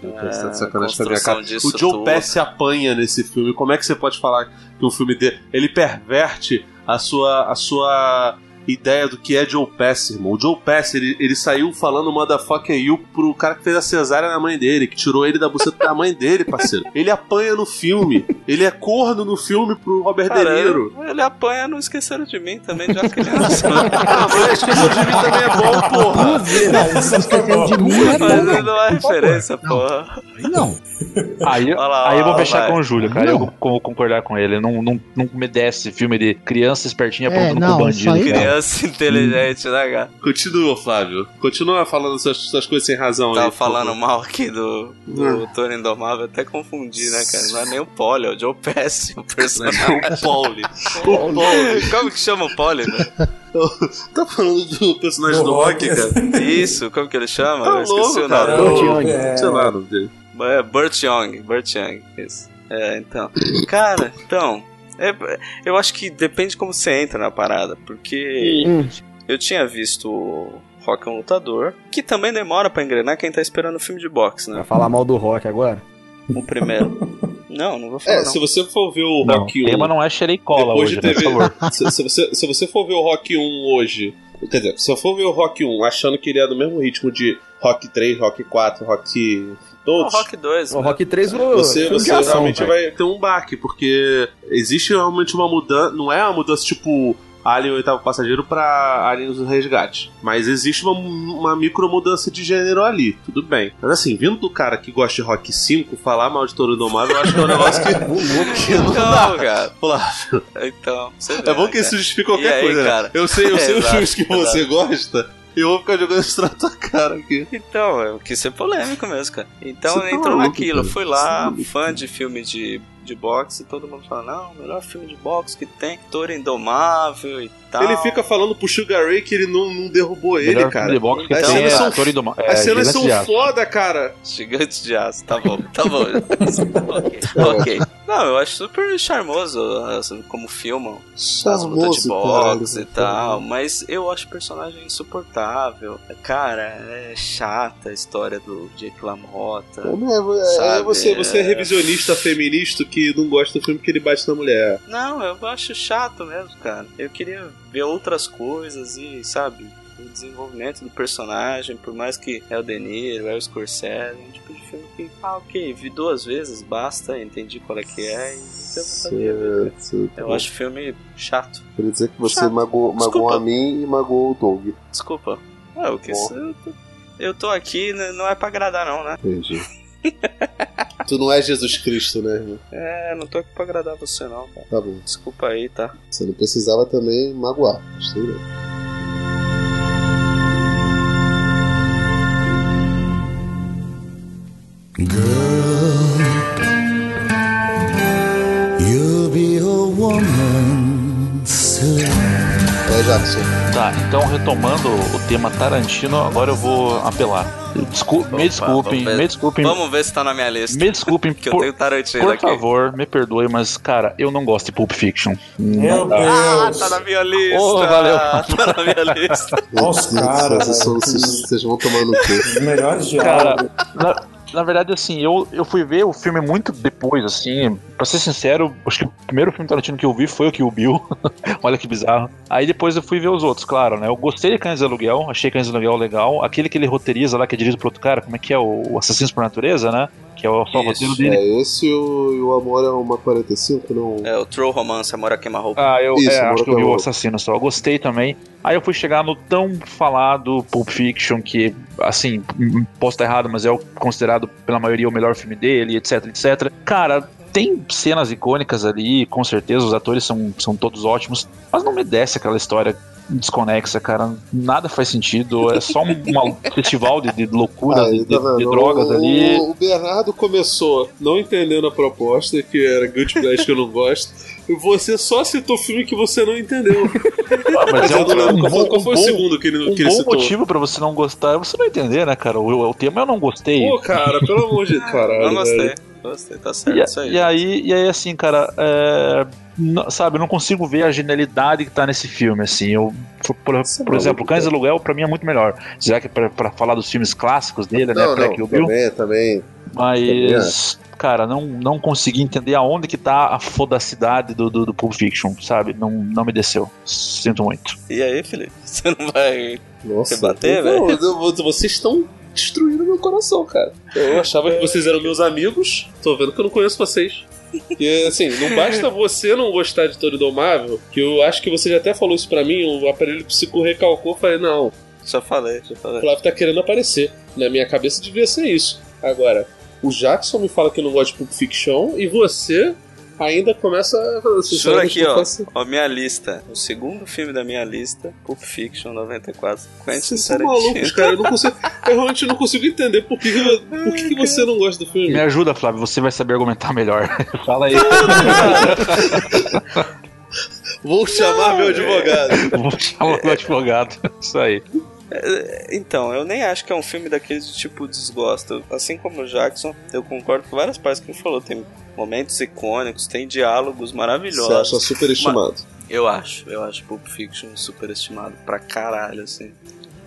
Speaker 7: Cara, você tá
Speaker 2: É,
Speaker 7: de sacanagem com a minha
Speaker 2: construção
Speaker 7: cara.
Speaker 2: disso
Speaker 7: O Joe
Speaker 2: tudo.
Speaker 7: Pesci se apanha nesse filme. Como é que você pode falar que um filme dele. Ele perverte a sua, a sua ideia do que é Joe Pesci, irmão. O Joe Pesci, ele, ele saiu falando motherfucker you pro cara que fez a cesárea na mãe dele, que tirou ele da buceta da mãe dele, <laughs> parceiro. Ele apanha no filme. Ele é corno no filme pro Robert É De Niro.
Speaker 2: Cara, ele apanha, não esqueceram de mim também,
Speaker 6: <laughs>
Speaker 2: já criança.
Speaker 7: Ah, mas esqueceu de mim também é bom, porra.
Speaker 4: <laughs> Ah, isso foi bom.
Speaker 6: Esquecendo de mim não
Speaker 2: Mas
Speaker 6: é bom,
Speaker 2: ele
Speaker 6: não.
Speaker 2: não é referência,
Speaker 6: Não.
Speaker 2: porra.
Speaker 6: Aí não.
Speaker 5: Aí,
Speaker 2: Olha lá,
Speaker 5: aí eu
Speaker 2: olha
Speaker 5: vou
Speaker 2: lá,
Speaker 5: fechar
Speaker 2: vai.
Speaker 5: com o Júlio, cara. Eu
Speaker 6: Não.
Speaker 5: vou concordar com ele. Não, não, não me desce filme de criança espertinha
Speaker 6: É,
Speaker 5: aprontando
Speaker 6: não,
Speaker 5: com bandido.
Speaker 6: isso aí
Speaker 5: cara.
Speaker 2: Criança inteligente, né, cara?
Speaker 7: Continua, Flávio. Continua falando suas, suas coisas sem razão aí.
Speaker 2: Tava
Speaker 7: por
Speaker 2: falando
Speaker 7: favor.
Speaker 2: mal aqui do, do Tony Indomável, até confundi, né, cara? Não é nem o Polly, é o Joe Pesci, o personagem.
Speaker 7: O Pauli. O Pauli.
Speaker 2: <laughs> Como que chama o Polly, velho?
Speaker 7: Tá falando do personagem
Speaker 4: Do
Speaker 7: do
Speaker 4: Rock.
Speaker 7: Rock, cara?
Speaker 2: Isso, como que ele chama?
Speaker 7: <laughs> Tá
Speaker 2: Eu esqueci
Speaker 7: louco,
Speaker 2: o
Speaker 7: cara.
Speaker 2: nome.
Speaker 4: Não,
Speaker 3: Young.
Speaker 4: é,
Speaker 7: Sei lá, não dele.
Speaker 2: É, Burt Young, Burt Young, isso. É, então. Cara, então. é, eu acho que depende como você entra na parada, porque
Speaker 3: Hum.
Speaker 2: eu tinha visto o Rock é um lutador, que também demora pra engrenar quem tá esperando o filme de boxe,
Speaker 3: Vai
Speaker 2: né?
Speaker 3: falar mal do rock agora?
Speaker 2: O
Speaker 7: <laughs>
Speaker 2: primeiro. Não, não vou falar.
Speaker 7: É,
Speaker 2: não.
Speaker 7: se você for ver o
Speaker 5: Não,
Speaker 7: Rock
Speaker 5: o tema
Speaker 7: 1.
Speaker 5: não é xerei cola
Speaker 7: Depois
Speaker 5: hoje,
Speaker 7: de
Speaker 5: né? Por
Speaker 7: TV.
Speaker 5: favor.
Speaker 7: Se, se você, se você for ver o Rock 1 hoje Quer dizer, se eu for ver o Rock 1 achando que ele é do mesmo ritmo de Rock 3, Rock 4, Rock.
Speaker 2: O
Speaker 7: Todos,
Speaker 2: Rock 2,
Speaker 3: O
Speaker 2: né?
Speaker 3: Rock 3 o
Speaker 7: você,
Speaker 3: filme de
Speaker 7: você
Speaker 3: ação,
Speaker 7: realmente
Speaker 3: velho.
Speaker 7: vai ter um baque, porque existe realmente uma mudança. Não é uma mudança tipo Alien o oitavo passageiro pra Alien o resgate. Mas existe uma, uma micro mudança de gênero ali, tudo bem. Mas assim, vindo do cara que gosta de Rock 5, falar mal de Toro Domado, eu acho que é um negócio que. que não
Speaker 2: Então,
Speaker 7: dá.
Speaker 2: cara.
Speaker 7: Pô, lá,
Speaker 2: Então, você vê,
Speaker 7: É bom que
Speaker 2: né,
Speaker 7: isso justifica qualquer
Speaker 2: E aí,
Speaker 7: coisa, né?
Speaker 2: cara?
Speaker 7: Eu sei, eu sei os
Speaker 2: Exato,
Speaker 7: filmes que você gosta. e Eu vou ficar jogando isso na tua cara aqui.
Speaker 2: Então, eu quis ser polêmico mesmo, cara. Então
Speaker 7: Você tá
Speaker 2: entrou
Speaker 7: maluco,
Speaker 2: naquilo.
Speaker 7: cara.
Speaker 2: Fui lá, fã de filme de, de boxe, todo mundo fala, não, o melhor filme de boxe que tem, Toro Indomável e tal.
Speaker 7: Ele fica falando pro Sugar Ray que ele não, não derrubou ele,
Speaker 5: Melhor
Speaker 7: cara.
Speaker 5: filme de boxe que
Speaker 7: As
Speaker 5: tem
Speaker 7: cenas
Speaker 5: é
Speaker 7: são-
Speaker 5: Ator Indoma- é,
Speaker 7: As cenas
Speaker 5: Gigante
Speaker 7: são
Speaker 5: de Aço.
Speaker 7: foda, cara.
Speaker 2: Gigante de aço, tá bom, tá
Speaker 7: <laughs>
Speaker 2: bom. ok, ok. Não, eu acho super charmoso assim, como filmam.
Speaker 7: Tá
Speaker 2: As lutas de boxe e tal, mas eu acho o personagem insuportável. Cara, é chata a história do Jake LaMotta.
Speaker 11: Não, é,
Speaker 7: É,
Speaker 2: sabe?
Speaker 7: você, você é revisionista feminista que não gosta do filme que ele bate na mulher.
Speaker 2: Não, eu acho chato mesmo, cara. Eu queria ver outras coisas e, sabe, o desenvolvimento do personagem, por mais que é o De Niro, é o Scorsese, é um tipo de filme que, ah, ok, vi duas vezes, basta, entendi qual é que é e então eu vou fazer.
Speaker 11: Certo, certo.
Speaker 2: Eu acho filme chato.
Speaker 11: Queria dizer que você
Speaker 2: Chato.
Speaker 11: magoou, magoou
Speaker 2: Desculpa.
Speaker 11: a mim e magoou o Doug.
Speaker 2: Desculpa. Ah, o que
Speaker 11: Bom.
Speaker 2: eu tô- eu tô aqui, né, não é pra agradar não, né? <laughs>
Speaker 11: Entendi. tu não é Jesus Cristo, né, irmão?
Speaker 2: É, não tô aqui pra agradar você não, cara.
Speaker 11: Tá bom.
Speaker 2: Desculpa aí, tá?
Speaker 11: Você não precisava também magoar. Mas tudo bem.
Speaker 12: You'll be a woman soon.
Speaker 11: Vai, Jackson.
Speaker 5: Tá, então retomando o tema Tarantino, agora eu vou apelar. Descul- me desculpem,
Speaker 2: vamos ver.
Speaker 5: me desculpem,
Speaker 2: Vamos ver se tá na minha lista.
Speaker 5: me
Speaker 2: <laughs>
Speaker 5: desculpem,
Speaker 2: Que eu
Speaker 5: por,
Speaker 2: tenho Tarantino
Speaker 5: por
Speaker 2: aqui.
Speaker 5: favor, me perdoe, mas cara, eu não gosto de Pulp Fiction.
Speaker 4: Meu
Speaker 2: Ah,
Speaker 4: Deus!
Speaker 2: tá na minha lista!
Speaker 5: Ô,
Speaker 2: <laughs>
Speaker 5: valeu.
Speaker 2: Tá na minha lista.
Speaker 11: Meu
Speaker 4: Nossa,
Speaker 11: Deus do céu,
Speaker 4: cara,
Speaker 6: é
Speaker 4: velho.
Speaker 11: Vocês, são- vocês- vocês vão tomar no cu.
Speaker 4: Os melhores diálogos.
Speaker 5: Cara, na, na verdade, assim, eu, eu fui ver o filme muito depois, assim. Pra ser sincero, acho que o primeiro filme Tarantino que eu vi foi o Kill Bill. <laughs> Olha que bizarro. Aí depois eu fui ver os outros, claro, né? Eu gostei de Cães de Aluguel, achei Cães de Aluguel legal. Aquele que ele roteiriza lá, que é dirigido pro outro cara, como é que é? O, o Assassinos por Natureza, né? Que é o só o
Speaker 2: Isso,
Speaker 5: roteiro dele.
Speaker 11: É, esse e o, e o Amor é uma 45, não.
Speaker 2: É, o True Romance, Amor a Queima-Roupa.
Speaker 5: Ah, eu
Speaker 11: Isso,
Speaker 5: é, acho que eu vi o
Speaker 11: Mortal-
Speaker 5: Assassino só. Eu gostei também. Aí eu fui chegar no tão falado Pulp Fiction, que, assim, m- posso estar errado, mas é o considerado pela maioria o melhor filme dele, etc, etc. Cara, tem cenas icônicas ali, com certeza, os atores são, são todos ótimos, mas não me desce aquela história desconexa, cara. Nada faz sentido, é só um uma- <laughs> festival de, de loucuras,
Speaker 11: Ah,
Speaker 5: de, de-
Speaker 11: tá vendo?
Speaker 5: de drogas
Speaker 11: o,
Speaker 5: ali.
Speaker 7: O Bernardo começou não entendendo a proposta, que era Good Pleasure que eu não gosto. E você só citou filme que você não entendeu.
Speaker 5: <laughs> Mas é
Speaker 7: eu
Speaker 5: um,
Speaker 7: não lembro
Speaker 5: um
Speaker 7: qual, foi-
Speaker 5: bom,
Speaker 7: qual
Speaker 5: um
Speaker 7: foi o
Speaker 5: bom-
Speaker 7: segundo que ele,
Speaker 5: um
Speaker 7: que ele
Speaker 5: bom
Speaker 7: citou.
Speaker 5: motivo pra você não gostar é você não entender, né, cara? O, o tema eu não gostei.
Speaker 7: Pô, cara, pelo amor de Deus. Caralho,
Speaker 2: Não
Speaker 7: velho.
Speaker 2: gostei. Gostei, tá certo
Speaker 5: E,
Speaker 2: isso aí.
Speaker 5: e aí, e aí, assim, cara, é, não- sabe, eu não consigo ver a genialidade que tá nesse filme, assim. Eu, por por-
Speaker 11: Isso é
Speaker 5: por exemplo,
Speaker 11: maluco,
Speaker 5: Cães de Aluguel, pra mim, é muito melhor. Será que pra, pra falar dos filmes clássicos dele, né,
Speaker 11: Não,
Speaker 5: pré
Speaker 11: não,
Speaker 5: Kill Bill,
Speaker 11: também, também. também
Speaker 5: mas,
Speaker 11: acho.
Speaker 5: cara, não, não consegui entender aonde que tá a fodacidade do, do, do Pulp Fiction, sabe? Não, não me desceu. Sinto muito.
Speaker 2: E aí, Felipe? <laughs> Você não vai
Speaker 11: Nossa.
Speaker 2: rebater,
Speaker 7: Não,
Speaker 2: velho?
Speaker 7: então, eu- eu- vocês estão destruindo meu coração, cara. Eu achava que vocês eram meus amigos. Tô vendo que eu não conheço vocês. E assim, não basta você não gostar de Toro Domável, que eu acho que você já até falou isso pra mim, o aparelho psico recalcou, eu falei, não,
Speaker 2: Já falei, já
Speaker 7: o
Speaker 2: falei.
Speaker 7: Flávio tá querendo aparecer. Na minha cabeça devia ser isso. Agora, o Jackson me fala que não gosta de Pulp Fiction e você ainda começa a...
Speaker 2: Jura aqui,
Speaker 7: Eu
Speaker 2: ó.
Speaker 7: faço-
Speaker 2: Ó, minha lista. O segundo filme da minha lista, Pulp Fiction 94. Quentin
Speaker 7: Vocês são
Speaker 2: Tarantino.
Speaker 7: malucos, cara. Eu, não consigo, eu realmente não consigo entender por que, por que, que você não gosta do filme.
Speaker 5: Me ajuda, Flávio, você vai saber argumentar melhor. <laughs>
Speaker 11: <laughs>
Speaker 5: Fala aí.
Speaker 7: Vou chamar meu advogado.
Speaker 5: Vou chamar o advogado. Isso aí.
Speaker 2: <laughs> Então, eu nem acho que é um filme daqueles de tipo desgosto. Assim como o Jackson, eu concordo com várias partes que ele falou. Tem momentos icônicos, tem diálogos
Speaker 11: Você
Speaker 2: maravilhosos.
Speaker 11: acha super estimado.
Speaker 2: Eu acho, eu acho Pulp Fiction superestimado pra caralho, assim.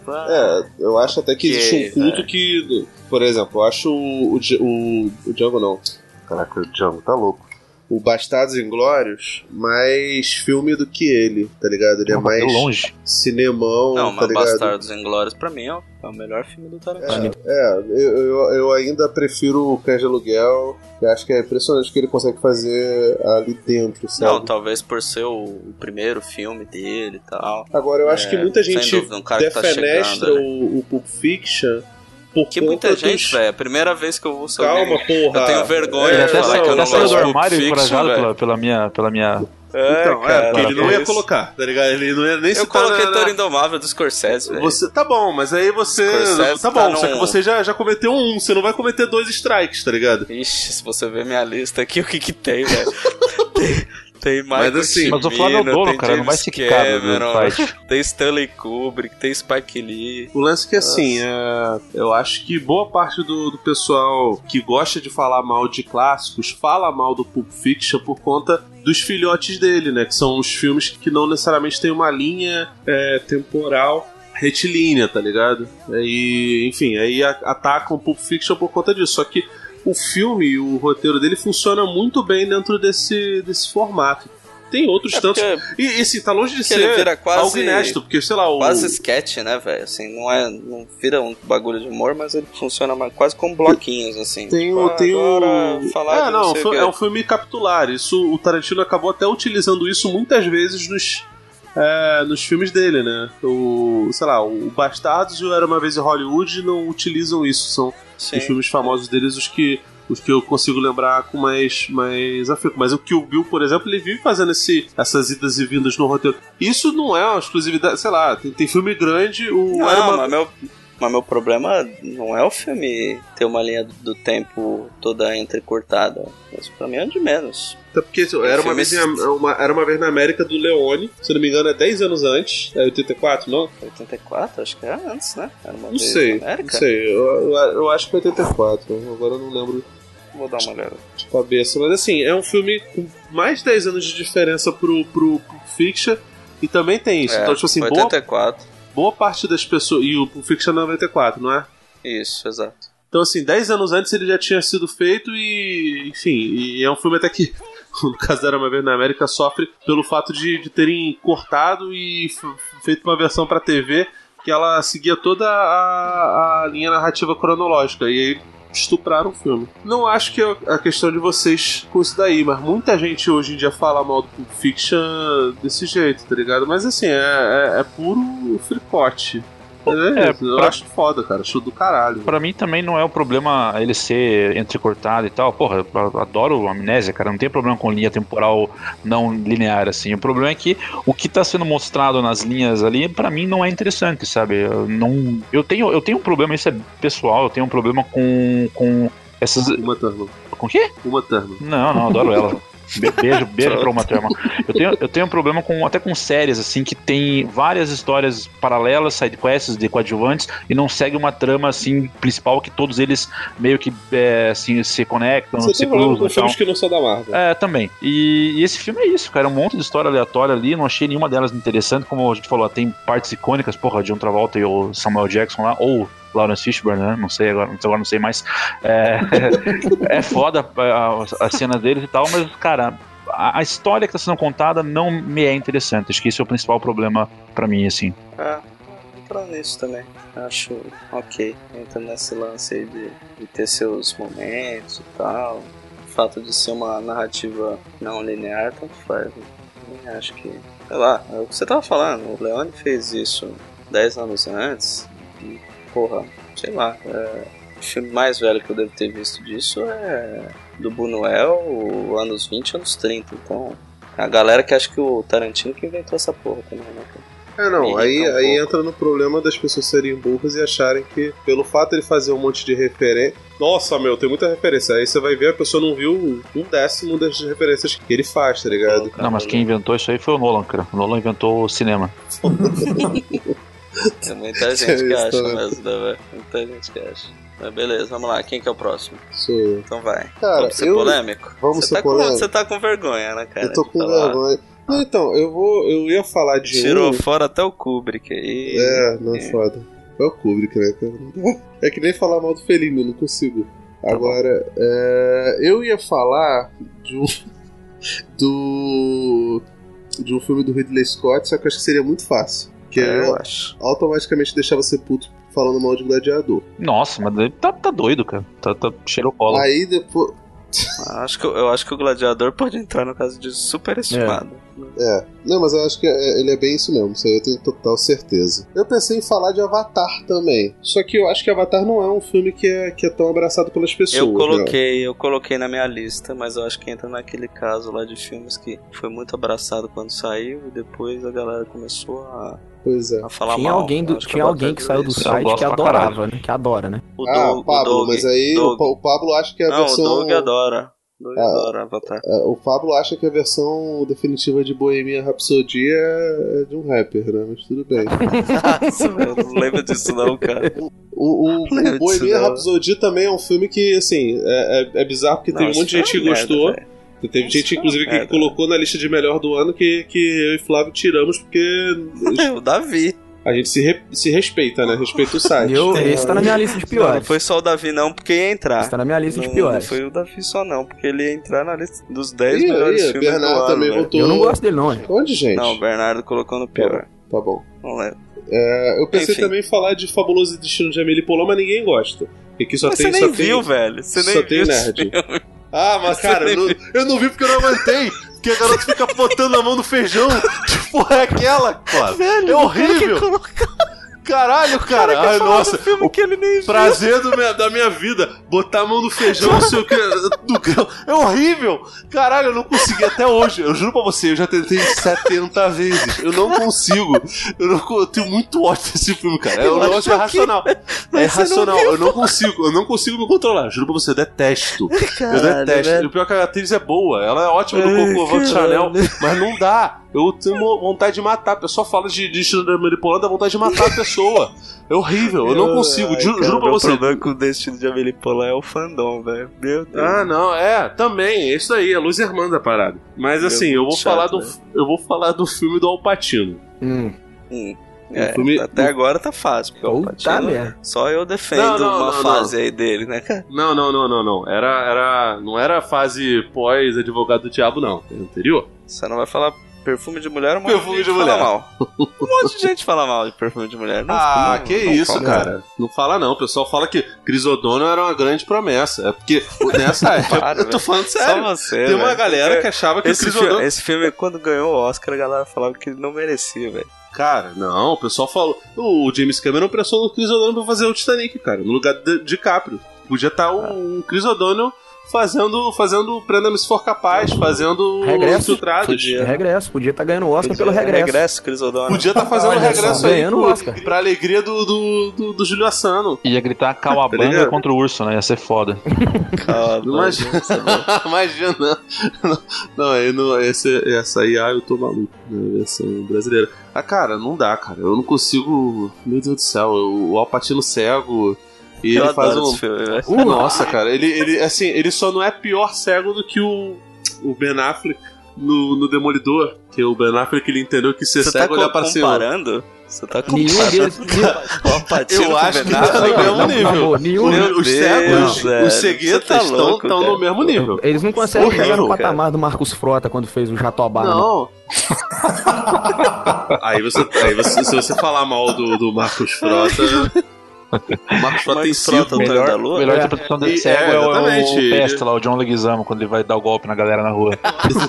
Speaker 11: É, eu acho até que
Speaker 2: Ok,
Speaker 11: existe um culto
Speaker 2: é.
Speaker 11: que. Por exemplo, eu acho o, o, Di- o, o Django não. Caraca, o Django tá louco. o Bastardos Inglórios mais filme do que ele, tá ligado? Ele é
Speaker 5: Não, bateu
Speaker 11: mais
Speaker 5: longe.
Speaker 11: cinemão,
Speaker 2: Não,
Speaker 11: tá
Speaker 2: mas
Speaker 11: ligado?
Speaker 2: Bastardos Inglórios pra mim é o, é o melhor filme do Tarantino.
Speaker 11: É, eu, eu, eu ainda prefiro o Cães de Aluguel. Eu acho que é impressionante o que ele consegue fazer ali dentro, sabe?
Speaker 2: Não, tá- talvez por ser o, o primeiro filme dele e tal.
Speaker 11: Agora, eu acho
Speaker 2: É,
Speaker 11: que muita
Speaker 2: sem
Speaker 11: gente
Speaker 2: dúvida, um cara que tá
Speaker 11: defenestra
Speaker 2: chegando, né?
Speaker 11: o, o Pulp Fiction por
Speaker 2: Que
Speaker 11: conta
Speaker 2: muita
Speaker 11: dos-
Speaker 2: gente, velho. É a primeira vez que eu ouço
Speaker 11: Calma,
Speaker 2: alguém.
Speaker 11: porra.
Speaker 2: Eu tenho vergonha
Speaker 5: Ele
Speaker 2: de
Speaker 5: É, até
Speaker 2: falar
Speaker 5: saiu,
Speaker 2: É, que eu
Speaker 5: até
Speaker 2: não
Speaker 5: saiu
Speaker 2: gosto de
Speaker 5: do armário
Speaker 2: Pulp Fiction,
Speaker 5: encorajado
Speaker 2: velho.
Speaker 5: pela, pela minha. Pela minha...
Speaker 7: É,
Speaker 11: Então, é,
Speaker 7: cara,
Speaker 5: porque
Speaker 7: ele não ia
Speaker 5: isso.
Speaker 7: colocar, tá ligado? Ele não ia nem
Speaker 2: Eu
Speaker 7: citar
Speaker 11: né,
Speaker 2: coloquei
Speaker 7: na- na-
Speaker 2: Toro Indomável do Scorsese, velho.
Speaker 7: Você, tá bom, mas aí você.
Speaker 2: Scorsese tá
Speaker 7: tá bom, só
Speaker 2: num-
Speaker 7: que você já, já cometeu um, você não vai cometer dois strikes, tá ligado?
Speaker 2: Ixi, se você ver minha lista aqui, <laughs> o que que tem,
Speaker 7: <laughs>
Speaker 2: velho? tem, tem
Speaker 7: Mas
Speaker 2: Michael
Speaker 7: assim-
Speaker 5: Mas o Flávio é o
Speaker 2: Cimino,
Speaker 5: dono,
Speaker 2: tem
Speaker 5: cara, não vai
Speaker 2: James
Speaker 5: se quicar no- no
Speaker 2: Cameron,
Speaker 5: fight.
Speaker 2: Tem Stanley Kubrick, tem Spike Lee.
Speaker 7: O lance é que assim, é, eu acho que boa parte do, do pessoal que gosta de falar mal de clássicos fala mal do Pulp Fiction por conta dos filhotes dele, né? Que são os filmes que não necessariamente têm uma linha é, temporal retilínea, tá ligado? E, enfim, aí a- atacam o Pulp Fiction por conta disso. Só que o filme e o roteiro dele funciona muito bem dentro desse, desse formato. Tem outros
Speaker 2: É
Speaker 7: tantos.
Speaker 2: porque-
Speaker 7: E, e assim, tá longe de
Speaker 2: porque ele vira
Speaker 7: ser
Speaker 2: quase-
Speaker 7: algo inédito, porque sei lá, o.
Speaker 2: Quase sketch, né, velho? Assim, não é. Não vira um bagulho de humor, mas ele funciona mais, quase como bloquinhos, assim.
Speaker 7: Tem o.
Speaker 2: Tipo,
Speaker 7: tem o-
Speaker 2: agora falar
Speaker 7: é,
Speaker 2: de
Speaker 7: não,
Speaker 2: sei o
Speaker 7: foi-
Speaker 2: quê.
Speaker 7: é um filme capitular. Isso, o Tarantino acabou até utilizando isso muitas vezes nos. é, nos filmes dele, né? O, sei lá, o Bastardos e o Era Uma Vez em Hollywood não utilizam isso. São os
Speaker 2: Sim.
Speaker 7: filmes famosos deles os que, os que eu consigo lembrar com mais, mais afinco. Mas o Kill Bill, por exemplo, ele vive fazendo esse, essas idas e vindas no roteiro. Isso não é uma exclusividade, sei lá, tem, tem filme grande, o
Speaker 2: Não,
Speaker 7: Era Uma-
Speaker 2: mas, meu, mas meu problema não é o filme ter uma linha do- do tempo toda entrecortada. Isso pra mim é de menos.
Speaker 7: Até porque assim, era
Speaker 2: É
Speaker 7: uma,
Speaker 2: um filme
Speaker 7: vez, em Am- uma- era uma vez na América do Leone, se eu não me engano, é 10 anos antes. É 84, não?
Speaker 2: 84, acho que era antes, né? Era uma
Speaker 7: Não
Speaker 2: vez
Speaker 7: sei.
Speaker 2: na América.
Speaker 7: Não sei. Eu, eu- eu acho que é 84. Agora eu não lembro
Speaker 2: Vou dar uma olhada.
Speaker 7: de cabeça. Mas assim, é um filme com mais de 10 anos de diferença pro, pro, pro Fiction. E também tem isso.
Speaker 2: É,
Speaker 7: então, tipo assim, boa,
Speaker 2: 84.
Speaker 7: boa parte das pessoas. E o Pulp Fiction é 94, não é?
Speaker 2: Isso, exato.
Speaker 7: Então, assim, 10 anos antes ele já tinha sido feito e. Enfim, e é um filme até que. <laughs> No caso da Era Uma Vez na América, sofre pelo fato de, de terem cortado e f- feito uma versão pra TV que ela seguia toda a, a linha narrativa cronológica. E aí estupraram o filme. Não acho que é a questão de vocês com isso daí, mas muita gente hoje em dia fala mal do Pulp Fiction desse jeito, tá ligado? Mas assim, é, é, é puro fricote. É,
Speaker 5: É,
Speaker 7: eu
Speaker 5: pra-
Speaker 7: acho foda, cara. Acho do caralho.
Speaker 5: Pra mim também não é o problema ele ser entrecortado e tal. Porra, eu adoro amnésia, cara. Não tem problema com linha temporal não linear, assim. O problema é que o que tá sendo mostrado nas linhas ali, pra mim, não é interessante, sabe? Eu, não, eu, tenho, eu tenho um problema, isso é pessoal, eu tenho um problema com. com essas.
Speaker 7: Uma Thurman.
Speaker 5: Com o quê?
Speaker 7: Uma Thurman.
Speaker 5: Não, não, adoro ela. Be- Beijo, beijo pra uma turma. Eu tenho, eu tenho um problema com até com séries, assim, que tem várias histórias paralelas, sidequests, de coadjuvantes, e não segue uma trama, assim, principal que todos eles meio que é, assim, se conectam,
Speaker 7: Você
Speaker 5: se então.
Speaker 7: tem um problema
Speaker 5: cruzam. e tal.
Speaker 7: com filmes que não são da Marvel.
Speaker 5: É, também. E, e esse filme é isso, cara. É um monte de história aleatória ali. Não achei nenhuma delas interessante. Como a gente falou, tem partes icônicas, porra, John Travolta e o Samuel Jackson lá, ou Lawrence Fishburne, né? Não sei agora, agora não sei mais. É, <laughs> é foda a, a cena deles e tal, mas, cara. A a história que tá sendo contada não me é interessante. Acho que esse é o principal problema pra mim, assim.
Speaker 2: Ah, entrar nisso também. Acho ok. Entra nesse lance aí de, de ter seus momentos e tal. O fato de ser uma narrativa não linear, tanto faz. né? Nem acho que. Sei lá, é o que você tava falando, o Leone fez isso 10 anos antes. E, porra, sei lá. é, o filme mais velho que eu devo ter visto disso é do Buñuel, o anos 20, anos 30. Então, a galera que acha que o Tarantino que inventou essa porra também, né? cara? Me
Speaker 7: É, não.
Speaker 2: irrita
Speaker 7: Aí,
Speaker 2: um
Speaker 7: aí
Speaker 2: pouco.
Speaker 7: entra no problema das pessoas serem burras e acharem que, pelo fato de ele fazer um monte de referência. Nossa, meu, tem muita referência. Aí você vai ver, a pessoa não viu um décimo das referências que ele faz, tá ligado?
Speaker 5: não, mas quem inventou isso aí foi o Nolan, cara. O Nolan inventou o cinema.
Speaker 11: <laughs>
Speaker 2: Tem muita gente que
Speaker 7: Isso
Speaker 2: acha
Speaker 7: também.
Speaker 2: mesmo, né, velho? Muita gente que acha. Mas beleza, vamos lá. Quem que é o próximo?
Speaker 11: Sou eu.
Speaker 2: Então vai.
Speaker 11: Cara,
Speaker 2: vamos ser
Speaker 11: eu-
Speaker 2: polêmico?
Speaker 11: vamos
Speaker 2: Você
Speaker 11: ser
Speaker 2: tá com-
Speaker 11: polêmico.
Speaker 2: Você tá com vergonha, né, cara?
Speaker 11: eu tô
Speaker 2: de
Speaker 11: com
Speaker 2: falar.
Speaker 11: vergonha. Não, então, eu vou. Eu ia falar de
Speaker 2: Tirou
Speaker 11: um.
Speaker 2: fora até o Kubrick aí.
Speaker 11: É, não é foda. É o Kubrick, né, cara? É que nem falar mal do Felino, eu não consigo. Agora, é, eu ia falar de um. <laughs> do. de um filme do Ridley Scott, só que eu acho que seria muito fácil. Que é,
Speaker 7: eu acho.
Speaker 11: automaticamente deixar você puto falando mal de um gladiador.
Speaker 5: Nossa, mas daí tá, tá doido, cara. Tá, tá cheirou cola.
Speaker 11: Aí depois.
Speaker 2: Eu acho, que, eu acho que o gladiador pode entrar no caso de superestimado.
Speaker 11: É. Não, mas eu acho que é- ele é bem isso mesmo, isso aí eu tenho total certeza. Eu pensei em falar de Avatar também. Só que eu acho que Avatar não é um filme que é, que é tão abraçado pelas pessoas.
Speaker 2: Eu
Speaker 11: né?
Speaker 2: coloquei, eu coloquei na minha lista, mas eu acho que entra naquele caso lá de filmes que foi muito abraçado quando saiu e depois a galera começou a,
Speaker 11: Pois é.
Speaker 2: a falar
Speaker 3: Tinha
Speaker 2: mal.
Speaker 3: alguém, do,
Speaker 2: Eu acho
Speaker 3: tinha
Speaker 2: a
Speaker 3: alguém
Speaker 2: batalha
Speaker 3: que saiu do
Speaker 2: isso.
Speaker 3: site
Speaker 5: gosto
Speaker 3: que
Speaker 5: pra
Speaker 3: adorava, né? Que adora, né?
Speaker 2: O
Speaker 11: Ah,
Speaker 2: Doug- o
Speaker 11: Pablo,
Speaker 2: Doug-
Speaker 11: mas aí o,
Speaker 2: Doug.
Speaker 11: Pa- o Pablo acha que é a
Speaker 2: Não,
Speaker 11: versão.
Speaker 2: o Doug adora. O Doug
Speaker 11: Ah.
Speaker 2: adora Avatar.
Speaker 11: é, o Pablo acha que a versão definitiva de Bohemian Rhapsody é é de um rapper, né? Mas tudo bem.
Speaker 2: Nossa, velho, eu não lembro disso não,
Speaker 11: <laughs>
Speaker 2: cara.
Speaker 11: O, o,
Speaker 2: Lembra
Speaker 11: o
Speaker 2: disso,
Speaker 11: Bohemian
Speaker 2: <laughs> não.
Speaker 11: Rhapsody também é um filme que, assim, é, é- é bizarro porque
Speaker 2: Não,
Speaker 11: teve um
Speaker 2: isso
Speaker 11: monte de gente
Speaker 2: foi
Speaker 11: que
Speaker 2: é uma merda,
Speaker 11: gostou.
Speaker 2: velho. é
Speaker 11: Teve gente, inclusive, que
Speaker 2: merda.
Speaker 11: colocou na lista de melhor do ano que, que eu e Flávio tiramos porque
Speaker 2: Tipo, o Davi.
Speaker 11: a gente se, re- se respeita, né? Respeita o site.
Speaker 3: <laughs> Eu, esse tá na minha lista de
Speaker 2: Não, não
Speaker 3: piores.
Speaker 2: foi só o Davi não, porque ia entrar.
Speaker 3: Esse tá na minha lista de
Speaker 2: Não-
Speaker 3: piores.
Speaker 2: Não foi o Davi só não, porque ele ia entrar na lista dos 10
Speaker 11: Ih,
Speaker 2: melhores
Speaker 11: aí,
Speaker 2: filmes do
Speaker 11: Bernardo
Speaker 2: ano,
Speaker 11: também
Speaker 2: velho.
Speaker 11: voltou.
Speaker 3: Eu não gosto dele, não, é.
Speaker 11: Onde, gente?
Speaker 2: Não, o Bernardo colocou no pior.
Speaker 11: Tá bom.
Speaker 2: Não lembro.
Speaker 11: É, eu pensei
Speaker 2: Enfim.
Speaker 11: também em falar de Fabuloso Destino de Amelie Poulain, mas ninguém gosta. E que só
Speaker 2: Mas
Speaker 11: tem,
Speaker 2: você nem
Speaker 11: só
Speaker 2: viu,
Speaker 11: tem,
Speaker 2: velho. Você nem
Speaker 11: só
Speaker 2: viu.
Speaker 11: tem nerd. Ah, mas cara,
Speaker 2: Você
Speaker 11: eu não, eu não vi porque eu não aguentei. Porque a garota fica botando a mão no feijão. Que porra é aquela, cara? é horrível. Caralho, cara. Ai, nossa. o
Speaker 2: que ele nem
Speaker 11: prazer do minha- da minha vida. Botar a mão no feijão, não sei o que. Do grão. É horrível. Caralho, eu não consegui até hoje. Eu juro pra você, eu já tentei 70 vezes. Eu não consigo. Eu, não, co- eu tenho muito ódio desse filme, cara. É um negócio irracional. É irracional. Eu não consigo. Eu não consigo me controlar. Juro pra você, eu detesto. eu detesto. E o pior é que a atriz é boa. Ela é ótima no Coco Vão de Chanel. Mas não dá. Eu tenho vontade de matar. A pessoa fala de, de estilo da Manipulando, dá vontade de matar a pessoa. É horrível. Eu não consigo. Ju- juro pra
Speaker 2: meu
Speaker 11: você.
Speaker 2: problema com o destino de Amelie Poulain é o fandom, velho. Meu Deus.
Speaker 7: Ah, não, é, também, é isso aí, a luz irmã da parada. Mas
Speaker 2: É
Speaker 7: assim, eu vou
Speaker 2: muito
Speaker 7: falar
Speaker 2: chato,
Speaker 11: né?
Speaker 7: do eu vou falar do filme do Alpatino.
Speaker 3: Hum,
Speaker 2: Hum. É,
Speaker 11: O filme-
Speaker 2: Até agora tá fácil, porque o
Speaker 3: puta
Speaker 2: Patino,
Speaker 3: merda.
Speaker 2: só eu defendo
Speaker 7: Não, não,
Speaker 2: uma
Speaker 7: não,
Speaker 2: fase aí dele, né, cara?
Speaker 7: Não, não, não, não, não. Era era não era a fase pós advogado do diabo não, é anterior.
Speaker 2: Você não vai falar perfume de mulher, um monte
Speaker 7: Perfume
Speaker 2: de gente
Speaker 7: de
Speaker 2: fala
Speaker 7: mulher. <laughs>
Speaker 2: mal. Um monte de gente fala mal de perfume de mulher. Não,
Speaker 7: Ah,
Speaker 2: não-
Speaker 7: que
Speaker 2: não
Speaker 7: isso,
Speaker 2: fala.
Speaker 7: cara. Não fala não, o pessoal fala que Crisodono era uma grande promessa. É porque <laughs> nessa época,
Speaker 2: Para,
Speaker 7: eu tô falando sério.
Speaker 2: Só você,
Speaker 7: Tem uma né? É,
Speaker 2: velho.
Speaker 7: galera que achava que o
Speaker 2: Esse
Speaker 7: Crisodono
Speaker 2: filme, esse filme, quando ganhou o Oscar, a galera falava que ele não merecia, velho.
Speaker 7: Cara, não, o pessoal falou. O James Cameron pressionou o Chris O'Donnell pra fazer o Titanic, cara, no lugar de DiCaprio. Podia estar um Chris O'Donnell fazendo, fazendo Prenda-me se for capaz, fazendo
Speaker 3: Regresso.
Speaker 7: os infiltrados.
Speaker 2: Podia.
Speaker 3: Regresso. Podia estar ganhando o Oscar pelo regresso.
Speaker 2: é,
Speaker 3: é um
Speaker 2: Regresso, Cris O'Donnell.
Speaker 7: Podia estar fazendo
Speaker 4: Olha só,
Speaker 7: regresso aí
Speaker 3: ganhando o
Speaker 7: pro,
Speaker 3: Oscar.
Speaker 7: pra alegria do, do, do, do Júlio Assano.
Speaker 5: Ia gritar
Speaker 7: Tá
Speaker 5: Calabanga
Speaker 7: ligado?
Speaker 5: contra o urso, né? Ia ser foda.
Speaker 2: Ah,
Speaker 7: Imagina. <laughs> Imagina. Não, não, aí não esse, essa aí, ah, eu tô maluco, né? Versão brasileira. Ah, cara, não dá, cara. Eu não consigo. Meu Deus do céu, eu- o Alpatino cego. E
Speaker 2: Eu
Speaker 7: ele faz
Speaker 2: adoro
Speaker 7: um.
Speaker 2: esse filme, velho. tá
Speaker 3: Uh,
Speaker 7: Nossa, cara, ele, ele, assim, ele só não é pior cego do que o, o Ben Affleck no, no Demolidor. Que o Ben Affleck ele entendeu que ser
Speaker 2: Você tá
Speaker 7: cego olhar pra cima.
Speaker 2: comparando? Você tá
Speaker 3: Nenhum
Speaker 2: comparando <laughs>
Speaker 3: deles. nenhum-
Speaker 2: o Apatino
Speaker 7: Eu
Speaker 2: com o
Speaker 7: acho que
Speaker 2: Ben Affleck?
Speaker 7: tá no
Speaker 3: Não,
Speaker 7: mesmo
Speaker 3: não, por favor,
Speaker 7: nível.
Speaker 3: nenhum-
Speaker 2: Meu
Speaker 7: Os
Speaker 2: Deus,
Speaker 7: cegos,
Speaker 2: velho,
Speaker 7: os
Speaker 2: você tá
Speaker 7: ceguetas estão
Speaker 2: louco,
Speaker 7: estão
Speaker 2: cara.
Speaker 7: no mesmo um nível.
Speaker 3: Eles não conseguem
Speaker 7: Horrível,
Speaker 3: chegar no
Speaker 2: cara.
Speaker 3: patamar do Marcos Frota quando fez o Jatobá, né?
Speaker 7: Não. <laughs> aí você, aí você, se você falar mal do, do Marcos Frota, o Marcos Frota tem
Speaker 2: Marcos Frota,
Speaker 7: cinco.
Speaker 2: Antônio
Speaker 5: Melhor,
Speaker 2: da Lua?
Speaker 5: melhor
Speaker 3: É.
Speaker 5: interpretação
Speaker 7: E-
Speaker 5: dele cego é, o- é
Speaker 7: exatamente.
Speaker 5: o Pesta lá, o John Leguizamo, quando ele vai dar o golpe na galera na rua.
Speaker 3: É,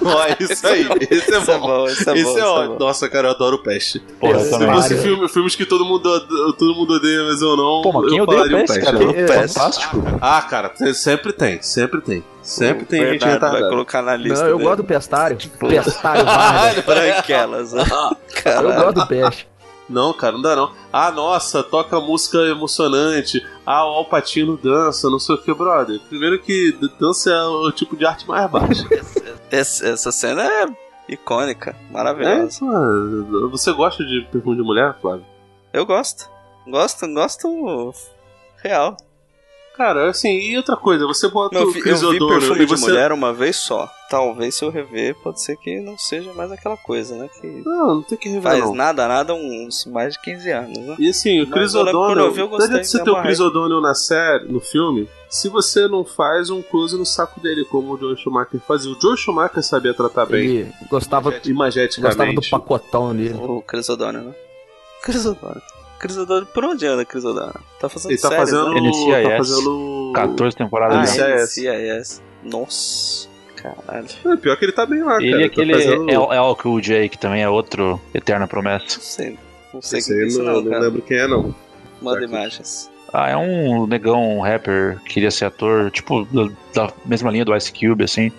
Speaker 7: Ó, Isso aí, esse é
Speaker 2: Isso é
Speaker 7: bom.
Speaker 2: bom, isso é bom.
Speaker 7: Esse é
Speaker 2: isso
Speaker 7: ótimo. Nossa, cara, eu adoro o Peste.
Speaker 5: Porra,
Speaker 3: Esse
Speaker 5: eu
Speaker 7: Se
Speaker 5: também.
Speaker 7: fosse
Speaker 3: Mario.
Speaker 7: filme- filmes que todo mundo, od- todo mundo odeia, mas eu não.
Speaker 5: Pô, mas quem
Speaker 7: eu
Speaker 5: odeia
Speaker 7: falaria um
Speaker 5: o Pest, cara?
Speaker 3: Quem- é.
Speaker 5: Fantástico.
Speaker 7: Ah, cara, tem- sempre tem, sempre tem. Sempre tem gente
Speaker 2: Bernardo vai
Speaker 7: retardada.
Speaker 2: colocar na lista.
Speaker 3: Não, eu
Speaker 2: dele.
Speaker 3: gosto do Pestário. Pestário Vargas.
Speaker 2: Branquelas. ó.
Speaker 7: Ah,
Speaker 3: Eu
Speaker 2: Caralho.
Speaker 3: gosto do Peste.
Speaker 7: Não, cara, não dá não. Ah, nossa, toca música emocionante. Ah, o Alpatino dança, não sei o que, brother. Primeiro que d- dança é o tipo de arte mais baixa.
Speaker 2: Essa, essa cena é icônica,
Speaker 7: é,
Speaker 2: maravilhosa.
Speaker 7: isso, mano. você gosta de perfume É? de mulher, Flávio?
Speaker 2: Eu gosto. Gosto, gosto real.
Speaker 7: Cara, assim, e outra coisa, você bota
Speaker 2: Não, eu
Speaker 7: o
Speaker 2: vi, eu vi
Speaker 7: Crisodoro
Speaker 2: perfume
Speaker 7: e
Speaker 2: de
Speaker 7: você...
Speaker 2: mulher uma vez só. Talvez se eu rever, pode ser que não seja mais aquela coisa, né? Que
Speaker 7: Não, não tem que revelar,
Speaker 2: faz
Speaker 7: não.
Speaker 2: nada, nada, um, uns mais de 15 anos, né?
Speaker 7: E assim, o
Speaker 2: Mas
Speaker 7: Chris
Speaker 2: olha, quando eu
Speaker 7: O'Donnell,
Speaker 2: vi, eu
Speaker 7: não
Speaker 2: gostei,
Speaker 7: adianta você
Speaker 2: me
Speaker 7: ter o
Speaker 2: amarrei.
Speaker 7: Chris O'Donnell na série, no filme, se você não faz um close no saco dele, como o Joe Schumacher fazia. O Joe Schumacher sabia tratar bem,
Speaker 3: Ele gostava, gostava
Speaker 7: imageticamente.
Speaker 3: do pacotão nele.
Speaker 2: O Crisodônio, né? Crisodônio. Crisodônio, por onde anda Crisodônio? Tá fazendo
Speaker 7: Ele tá
Speaker 2: séries,
Speaker 7: fazendo...
Speaker 2: Né?
Speaker 5: NCIS.
Speaker 7: Tá fazendo...
Speaker 5: 14 temporadas.
Speaker 2: Ah,
Speaker 5: né?
Speaker 7: NCIS.
Speaker 2: NCIS. Nossa, caralho.
Speaker 7: É, pior que ele tá bem lá,
Speaker 5: Ele
Speaker 7: cara.
Speaker 5: e
Speaker 7: tá
Speaker 5: aquele
Speaker 7: fazendo...
Speaker 5: é El que o Jay, que também é outro eterna promessa.
Speaker 2: Não sei, não sei
Speaker 7: Esse
Speaker 2: quem que é
Speaker 7: aí
Speaker 2: isso
Speaker 7: eu
Speaker 2: não,
Speaker 7: não, não
Speaker 2: cara.
Speaker 7: lembro quem é, não.
Speaker 2: Manda
Speaker 7: Tá aqui.
Speaker 2: imagens.
Speaker 5: Ah, é um negão, um rapper, que queria ser ator, tipo, da, da mesma linha do Ice Cube, assim.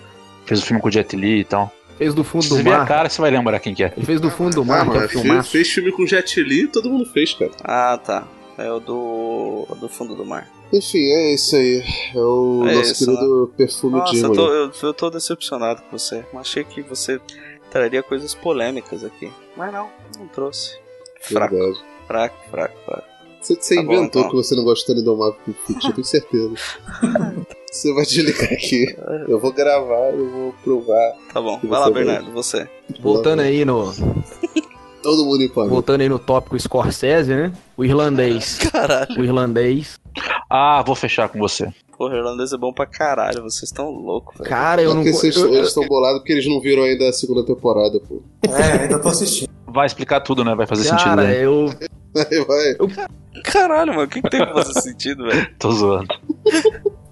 Speaker 5: Fez o filme com o Jet Li e tal.
Speaker 3: Fez do fundo
Speaker 5: Se você
Speaker 3: do
Speaker 5: ver a
Speaker 3: mar.
Speaker 5: cara, você vai lembrar quem que é.
Speaker 3: Ele fez do fundo do
Speaker 7: Ah,
Speaker 3: mar, que é
Speaker 7: mano,
Speaker 3: um filmaço.
Speaker 7: fez, fez filme com Jet Li, todo mundo fez, cara.
Speaker 2: Ah, tá. É o do, do fundo do mar.
Speaker 7: Enfim, é isso aí. É o
Speaker 2: É
Speaker 7: nosso
Speaker 2: isso,
Speaker 7: querido perfume
Speaker 2: Nossa, eu
Speaker 7: Demon.
Speaker 2: tô, eu, eu tô decepcionado com você. Achei que você traria coisas polêmicas aqui. Mas não, não trouxe. Fraco,
Speaker 7: Verdade.
Speaker 2: fraco, fraco, fraco.
Speaker 7: Você, você
Speaker 2: Tá bom,
Speaker 7: inventou
Speaker 2: então.
Speaker 7: que você não gosta de Indomável com Pitch, eu
Speaker 2: <laughs>
Speaker 7: tenho certeza. você vai desligar aqui. Eu vou gravar, eu vou provar.
Speaker 2: Tá bom,
Speaker 7: E
Speaker 2: vai lá,
Speaker 7: você, é
Speaker 2: Bernardo, você.
Speaker 3: Voltando aí no,
Speaker 7: Todo mundo em pânico.
Speaker 3: voltando aí no tópico Scorsese, né? O irlandês.
Speaker 2: Caralho.
Speaker 3: O irlandês.
Speaker 5: Ah, vou fechar com você.
Speaker 2: Porra, irlandês é bom pra caralho, vocês estão loucos, velho.
Speaker 3: Cara, eu
Speaker 7: É
Speaker 3: não.
Speaker 7: porque vocês,
Speaker 3: eu-
Speaker 7: eles estão bolados porque eles não viram ainda a segunda temporada, pô. <laughs>
Speaker 4: É, ainda tô assistindo.
Speaker 5: Vai explicar tudo, né? Vai fazer sentido,
Speaker 3: Cara,
Speaker 5: né?
Speaker 3: eu.
Speaker 7: Aí vai.
Speaker 2: Caralho, mano, o que, que tem pra fazer sentido,
Speaker 3: é
Speaker 2: velho?
Speaker 5: Tô zoando.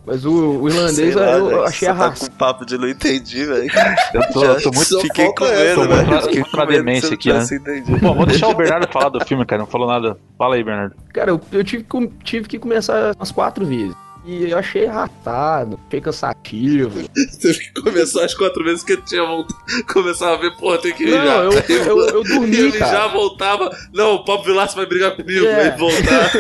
Speaker 3: Mas o, o
Speaker 2: Sei
Speaker 3: irlandês
Speaker 2: lá,
Speaker 3: eu,
Speaker 2: velho,
Speaker 3: achei
Speaker 2: você tá
Speaker 3: arrastado.
Speaker 2: com papo de não entendi, velho.
Speaker 5: Eu tô,
Speaker 2: Já
Speaker 5: eu tô muito.
Speaker 7: Só
Speaker 2: Fiquei
Speaker 7: falta
Speaker 2: com medo,
Speaker 5: né?
Speaker 7: essa,
Speaker 2: velho.
Speaker 5: Fiquei com uma
Speaker 2: medo
Speaker 5: demência
Speaker 2: se eu
Speaker 5: aqui, né?
Speaker 2: tivesse entendido.
Speaker 5: Bom, vou
Speaker 2: <laughs>
Speaker 5: deixar o Bernardo falar do filme, cara. Não falou nada. Fala aí, Bernardo.
Speaker 3: Cara, eu, eu tive, que, tive que começar umas quatro vezes. E eu achei arrastado, achei cansativo.
Speaker 7: Teve que começar as quatro vezes que eu tinha <laughs> voltado. Começava a ver, porra, tem que
Speaker 3: Não,
Speaker 7: mijar.
Speaker 3: eu, eu, eu
Speaker 7: E
Speaker 3: dormi,
Speaker 7: ele já
Speaker 3: cara.
Speaker 7: voltava. Não, o Pop Vilaça vai brigar comigo.
Speaker 3: É.
Speaker 7: Ele voltava.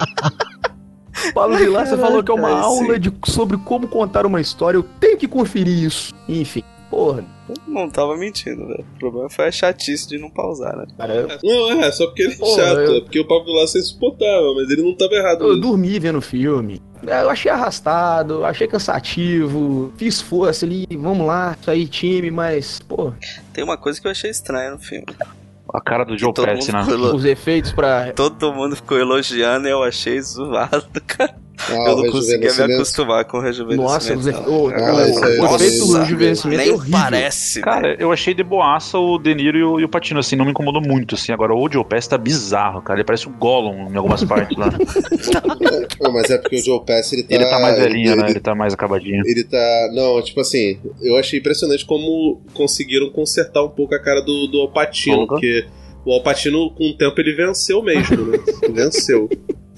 Speaker 3: O Paulo de lá, você falou que é uma
Speaker 2: Ai, sim.
Speaker 3: aula de, sobre como contar uma história. Eu tenho que conferir isso. Enfim, porra,
Speaker 2: Não tava mentindo, velho. O problema foi a chatice de não pausar, né?
Speaker 3: cara. eu-
Speaker 7: Não, é, só porque ele é
Speaker 3: Pô,
Speaker 7: chato.
Speaker 3: eu-
Speaker 7: É porque o Pop Vilaça é insuportável, mas ele não tava errado.
Speaker 3: Eu dormi vendo filme. É, Eu achei arrastado, achei cansativo, fiz força ali, vamos lá, isso aí, time, mas, pô,
Speaker 2: Tem uma coisa que eu achei estranha no filme.
Speaker 5: A cara do Joe
Speaker 2: Todo mundo, assim,
Speaker 5: Pesci, né?
Speaker 2: ficou elo-
Speaker 3: os efeitos pra.
Speaker 2: Todo mundo ficou elogiando e eu achei zoado, <laughs> cara.
Speaker 7: Ah,
Speaker 2: eu
Speaker 7: o
Speaker 2: não conseguia me
Speaker 7: rejuvenescimento.
Speaker 2: acostumar com o rejuvenescimento.
Speaker 3: Nossa, os efeitos.
Speaker 2: não.
Speaker 3: O,
Speaker 7: Ah,
Speaker 3: o-
Speaker 5: é
Speaker 7: isso aí,
Speaker 3: o efeito do
Speaker 7: nossa,
Speaker 3: rejuvenescimento é
Speaker 2: Nem
Speaker 3: horrível.
Speaker 2: parece, velho.
Speaker 5: Cara, eu achei de boaça o De Niro e o, e o Patino, assim, não me incomodou muito, assim. Agora, o Joe Pesci tá bizarro, cara. Ele parece o Gollum em algumas
Speaker 2: <laughs>
Speaker 5: partes lá.
Speaker 7: Não, mas é porque o Joe Pass, ele tá...
Speaker 5: <laughs> Ele tá mais velhinho,
Speaker 7: ele,
Speaker 5: né? Ele tá mais acabadinho.
Speaker 7: ele tá... Não, tipo assim, eu achei impressionante como conseguiram consertar um pouco a cara do, do Alpatino,
Speaker 5: Porra.
Speaker 7: porque o Alpatino, com o tempo, ele venceu mesmo,
Speaker 5: <laughs>
Speaker 7: né? venceu.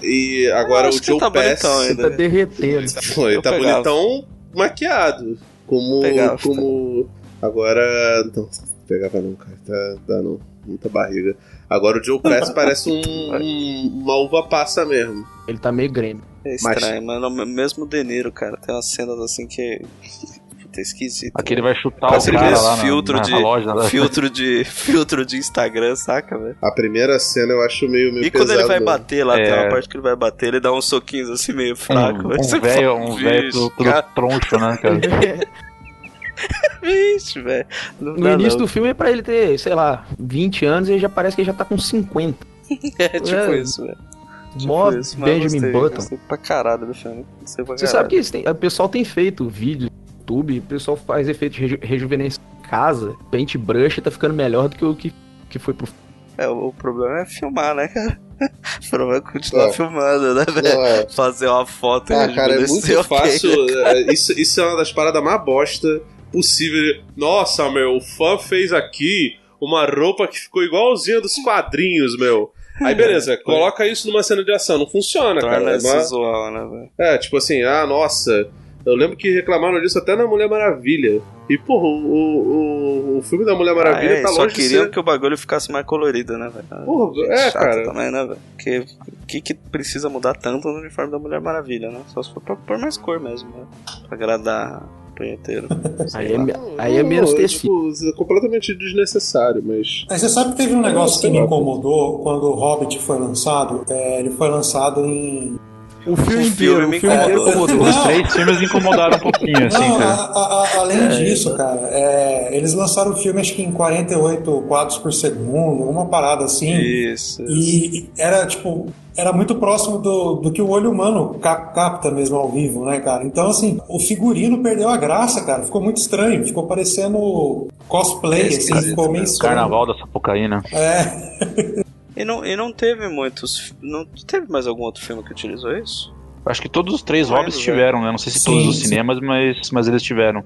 Speaker 7: E agora o
Speaker 2: acho que
Speaker 7: Joe
Speaker 2: tá
Speaker 7: Pass...
Speaker 2: bonitão
Speaker 7: Ele
Speaker 2: ainda.
Speaker 3: Tá derretendo.
Speaker 7: tá, ele
Speaker 2: Eu
Speaker 7: tá
Speaker 2: pegava.
Speaker 7: bonitão maquiado. Como...
Speaker 2: Pegava.
Speaker 7: como... Agora... Não, pegava não, cara. Tá, tá não. Muita barriga. Agora o Joe Pass
Speaker 2: <laughs>
Speaker 7: parece um, um, uma uva passa mesmo.
Speaker 3: Ele tá
Speaker 2: <laughs>
Speaker 3: meio Grêmio.
Speaker 2: É
Speaker 7: Mas-
Speaker 2: estranho, mano. Mesmo o De Niro, cara, tem umas cenas assim que. <laughs> Puta, é esquisito.
Speaker 5: Aqui ele vai chutar
Speaker 2: Parece
Speaker 5: o
Speaker 2: aquele
Speaker 5: cara lá na,
Speaker 2: filtro
Speaker 5: na,
Speaker 2: de-
Speaker 5: na loja. né?
Speaker 2: Filtro de, <laughs> filtro de Instagram, saca, velho?
Speaker 7: A primeira cena eu acho meio, meio
Speaker 2: E quando ele
Speaker 7: pesado,
Speaker 2: vai
Speaker 7: né?
Speaker 2: bater lá, tem
Speaker 5: É.
Speaker 2: uma parte que ele vai bater, ele dá uns soquinhos assim meio fraco.
Speaker 5: Um
Speaker 2: velho. Você
Speaker 5: um velho,
Speaker 2: fala,
Speaker 5: um velho
Speaker 2: "Vixe,
Speaker 5: tudo, tudo
Speaker 2: cara,
Speaker 5: troncho, né, cara?
Speaker 2: Vixe, velho. Não né?
Speaker 3: No
Speaker 2: dá,
Speaker 3: início
Speaker 2: não.
Speaker 3: do filme é pra ele ter, sei lá, 20 anos e já parece que ele já tá com 50.
Speaker 2: É tipo
Speaker 3: é,
Speaker 2: isso, velho. Tipo
Speaker 3: Mó
Speaker 2: isso, mas eu
Speaker 3: Benjamin
Speaker 2: gostei,
Speaker 3: Button.
Speaker 2: Gostei pra caralho do filme. Gostei pra
Speaker 3: Você
Speaker 2: caralho.
Speaker 3: sabe que eles têm- o pessoal tem feito vídeo no YouTube, o pessoal faz efeito de reju rejuvenescimento em casa, pente brush tá ficando melhor do que o que, que foi pro
Speaker 2: É, o o problema é filmar, né, cara? <laughs> O problema é continuar
Speaker 7: É.
Speaker 2: filmando, né, velho?
Speaker 7: Não, é.
Speaker 2: Fazer uma foto e
Speaker 7: Ah, cara, é
Speaker 2: rejuvenescer,
Speaker 7: muito
Speaker 2: <laughs> ok.
Speaker 7: fácil.
Speaker 2: <laughs>
Speaker 7: é, Isso, isso é uma das paradas mais bosta possível. Nossa, meu, o fã fez aqui uma roupa que ficou igualzinha dos quadrinhos, meu. Aí
Speaker 2: <laughs>
Speaker 7: beleza, coloca isso numa cena de ação. Não funciona, cara.
Speaker 2: Torna
Speaker 7: É,
Speaker 2: isso
Speaker 7: uma-
Speaker 2: zoal, né, velho?
Speaker 7: é, tipo assim, ah, nossa. Eu lembro que reclamaram disso até na Mulher Maravilha. E, porra, o, o, o- o filme da Mulher
Speaker 2: Ah,
Speaker 7: Maravilha
Speaker 2: é,
Speaker 7: tá
Speaker 2: só
Speaker 7: longe de
Speaker 2: queriam
Speaker 7: ser...
Speaker 2: que o bagulho ficasse mais colorido, né, velho?
Speaker 7: Porra,
Speaker 2: Gente
Speaker 7: é,
Speaker 2: chata
Speaker 7: cara.
Speaker 2: também, né, velho? Porque o que, que precisa mudar tanto no uniforme da Mulher Maravilha, né? Só se for pra pôr mais cor mesmo, né? Pra agradar o punheteiro. sei
Speaker 3: Aí é,
Speaker 2: lá.
Speaker 3: me- aí é
Speaker 7: Não,
Speaker 3: menos
Speaker 7: é,
Speaker 3: tecido.
Speaker 7: tipo, é completamente desnecessário, mas...
Speaker 4: Mas você sabe que teve um negócio que me incomodou quando o Hobbit foi lançado? É, ele foi lançado em
Speaker 13: O filme
Speaker 2: O
Speaker 13: inteiro,
Speaker 2: filme me
Speaker 13: o filme inteiro
Speaker 4: incomodou.
Speaker 13: incomodou.
Speaker 5: Os três filmes me incomodaram um pouquinho, assim,
Speaker 4: Não,
Speaker 5: cara.
Speaker 4: a- a- a- além disso, cara, é, eles lançaram o filme acho que em 48 quadros por segundo, uma parada assim.
Speaker 7: Isso.
Speaker 4: E era tipo. Era muito próximo do, do que o olho humano cap- capta mesmo ao vivo, né, cara? Então, assim, o figurino perdeu a graça, cara. Ficou muito estranho. Ficou parecendo cosplay, assim, ficou meio estranho.
Speaker 5: Carnaval da Sapucaína.
Speaker 4: É.
Speaker 2: E não, e não teve muitos. Não teve mais algum outro filme que utilizou isso?
Speaker 5: Acho que todos os três
Speaker 2: Não
Speaker 5: hobbits
Speaker 2: lembro,
Speaker 5: tiveram, né? Não sei se
Speaker 4: Sim,
Speaker 5: todos os
Speaker 4: sim.
Speaker 5: cinemas, mas, mas eles tiveram.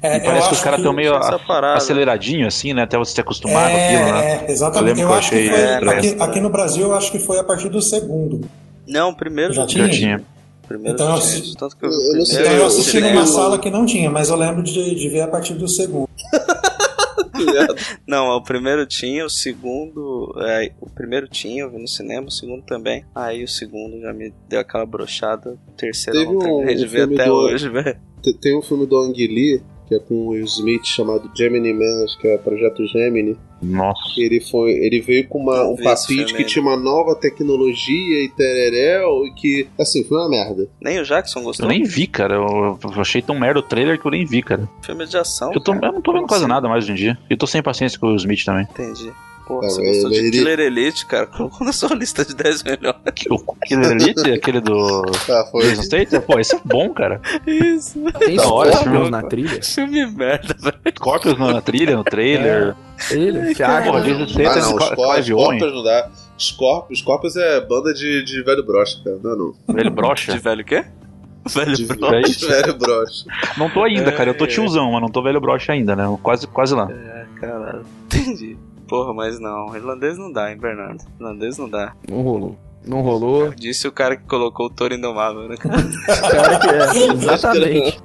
Speaker 4: É,
Speaker 5: e parece que os
Speaker 4: acho
Speaker 5: caras estão meio
Speaker 2: essa
Speaker 5: a-
Speaker 2: parada.
Speaker 5: aceleradinho, assim, né? Até você se acostumar com
Speaker 4: é,
Speaker 5: aquilo, né?
Speaker 4: é, exatamente.
Speaker 5: lembro
Speaker 4: Eu,
Speaker 5: que eu
Speaker 4: acho que
Speaker 5: achei
Speaker 4: foi,
Speaker 5: estranho.
Speaker 4: aqui, aqui no Brasil, eu acho que foi a partir do segundo.
Speaker 2: Não, o primeiro
Speaker 4: Já
Speaker 2: já
Speaker 4: tinha?
Speaker 2: tinha.
Speaker 5: Já tinha.
Speaker 2: Primeiro
Speaker 4: Então,
Speaker 2: já
Speaker 4: eu
Speaker 2: tinha
Speaker 4: assi-
Speaker 2: isso, tanto que eu,
Speaker 7: eu não sei,
Speaker 4: Então,
Speaker 2: primeiro
Speaker 4: eu
Speaker 7: eu-
Speaker 4: assisti
Speaker 2: cinema-
Speaker 4: numa sala que não tinha, mas eu lembro de, de ver a partir do segundo.
Speaker 2: Não, é o primeiro tinha, o segundo. é, o primeiro tinha, eu vi no cinema, o segundo também. Aí o segundo já me deu aquela brochada. O terceiro
Speaker 7: Teve
Speaker 2: eu não
Speaker 7: um
Speaker 2: terminei de ver
Speaker 7: filme
Speaker 2: até
Speaker 7: do-
Speaker 2: hoje, velho.
Speaker 7: Te- Tem um filme do Ang Lee, que é com o Will Smith, chamado Gemini Man, acho que é Projeto Gemini.
Speaker 5: Nossa.
Speaker 7: que Ele, foi, ele veio com uma-
Speaker 2: Não
Speaker 7: um
Speaker 2: vi esse
Speaker 7: papinho
Speaker 2: filme
Speaker 7: de que
Speaker 2: ainda.
Speaker 7: tinha uma nova tecnologia e tereréu, e que, assim, foi uma merda.
Speaker 2: Nem o Jackson gostou.
Speaker 5: Eu nem vi, cara. Eu, eu achei tão merda o trailer que eu nem vi, cara.
Speaker 2: Filme de ação.
Speaker 5: Eu, tô- eu
Speaker 2: cara.
Speaker 5: não tô vendo quase nada mais hoje em dia. E tô sem paciência com o Smith também.
Speaker 2: Entendi. Porra,
Speaker 7: Tá,
Speaker 2: você
Speaker 7: mas
Speaker 2: gostou de
Speaker 7: ele-
Speaker 2: Killer Elite, cara? <laughs> Colocou na sua lista de 10 melhores.
Speaker 5: Que- O Killer
Speaker 7: <laughs>
Speaker 5: Elite, aquele do
Speaker 7: Ah, foi.
Speaker 5: Jason Statham, pô, esse é bom, cara.
Speaker 2: Isso.
Speaker 3: Tem
Speaker 5: Da hora esse
Speaker 3: Scorpions
Speaker 5: né? filme.
Speaker 3: na trilha?
Speaker 2: Filme merda, velho.
Speaker 5: Corpus na trilha, no trailer.
Speaker 3: Ele,
Speaker 5: Porra,
Speaker 3: Thiago.
Speaker 5: Jason
Speaker 7: Ah,
Speaker 5: Statham,
Speaker 7: não,
Speaker 5: Cla-
Speaker 7: Scor-
Speaker 5: Clive Owen,
Speaker 7: Scorpions não dá. Scorp- Scorpions é banda de, de velho brocha, cara. Não, é não.
Speaker 5: velho brocha.
Speaker 2: De velho o quê? Velho
Speaker 7: De,
Speaker 2: bro.
Speaker 5: velho.
Speaker 7: de velho brocha.
Speaker 5: Não tô ainda, cara. Eu tô
Speaker 2: É.
Speaker 5: tiozão, mas não tô velho brocha ainda, né? Quase, quase lá.
Speaker 2: Caralho. Entendi. Porra, mas não. Irlandês não dá, hein, Bernardo? Irlandês não dá.
Speaker 3: Não rolou. Não rolou.
Speaker 2: Disse o cara que colocou o touro indomável, né, <laughs> cara?
Speaker 3: Cara, que é. Exatamente.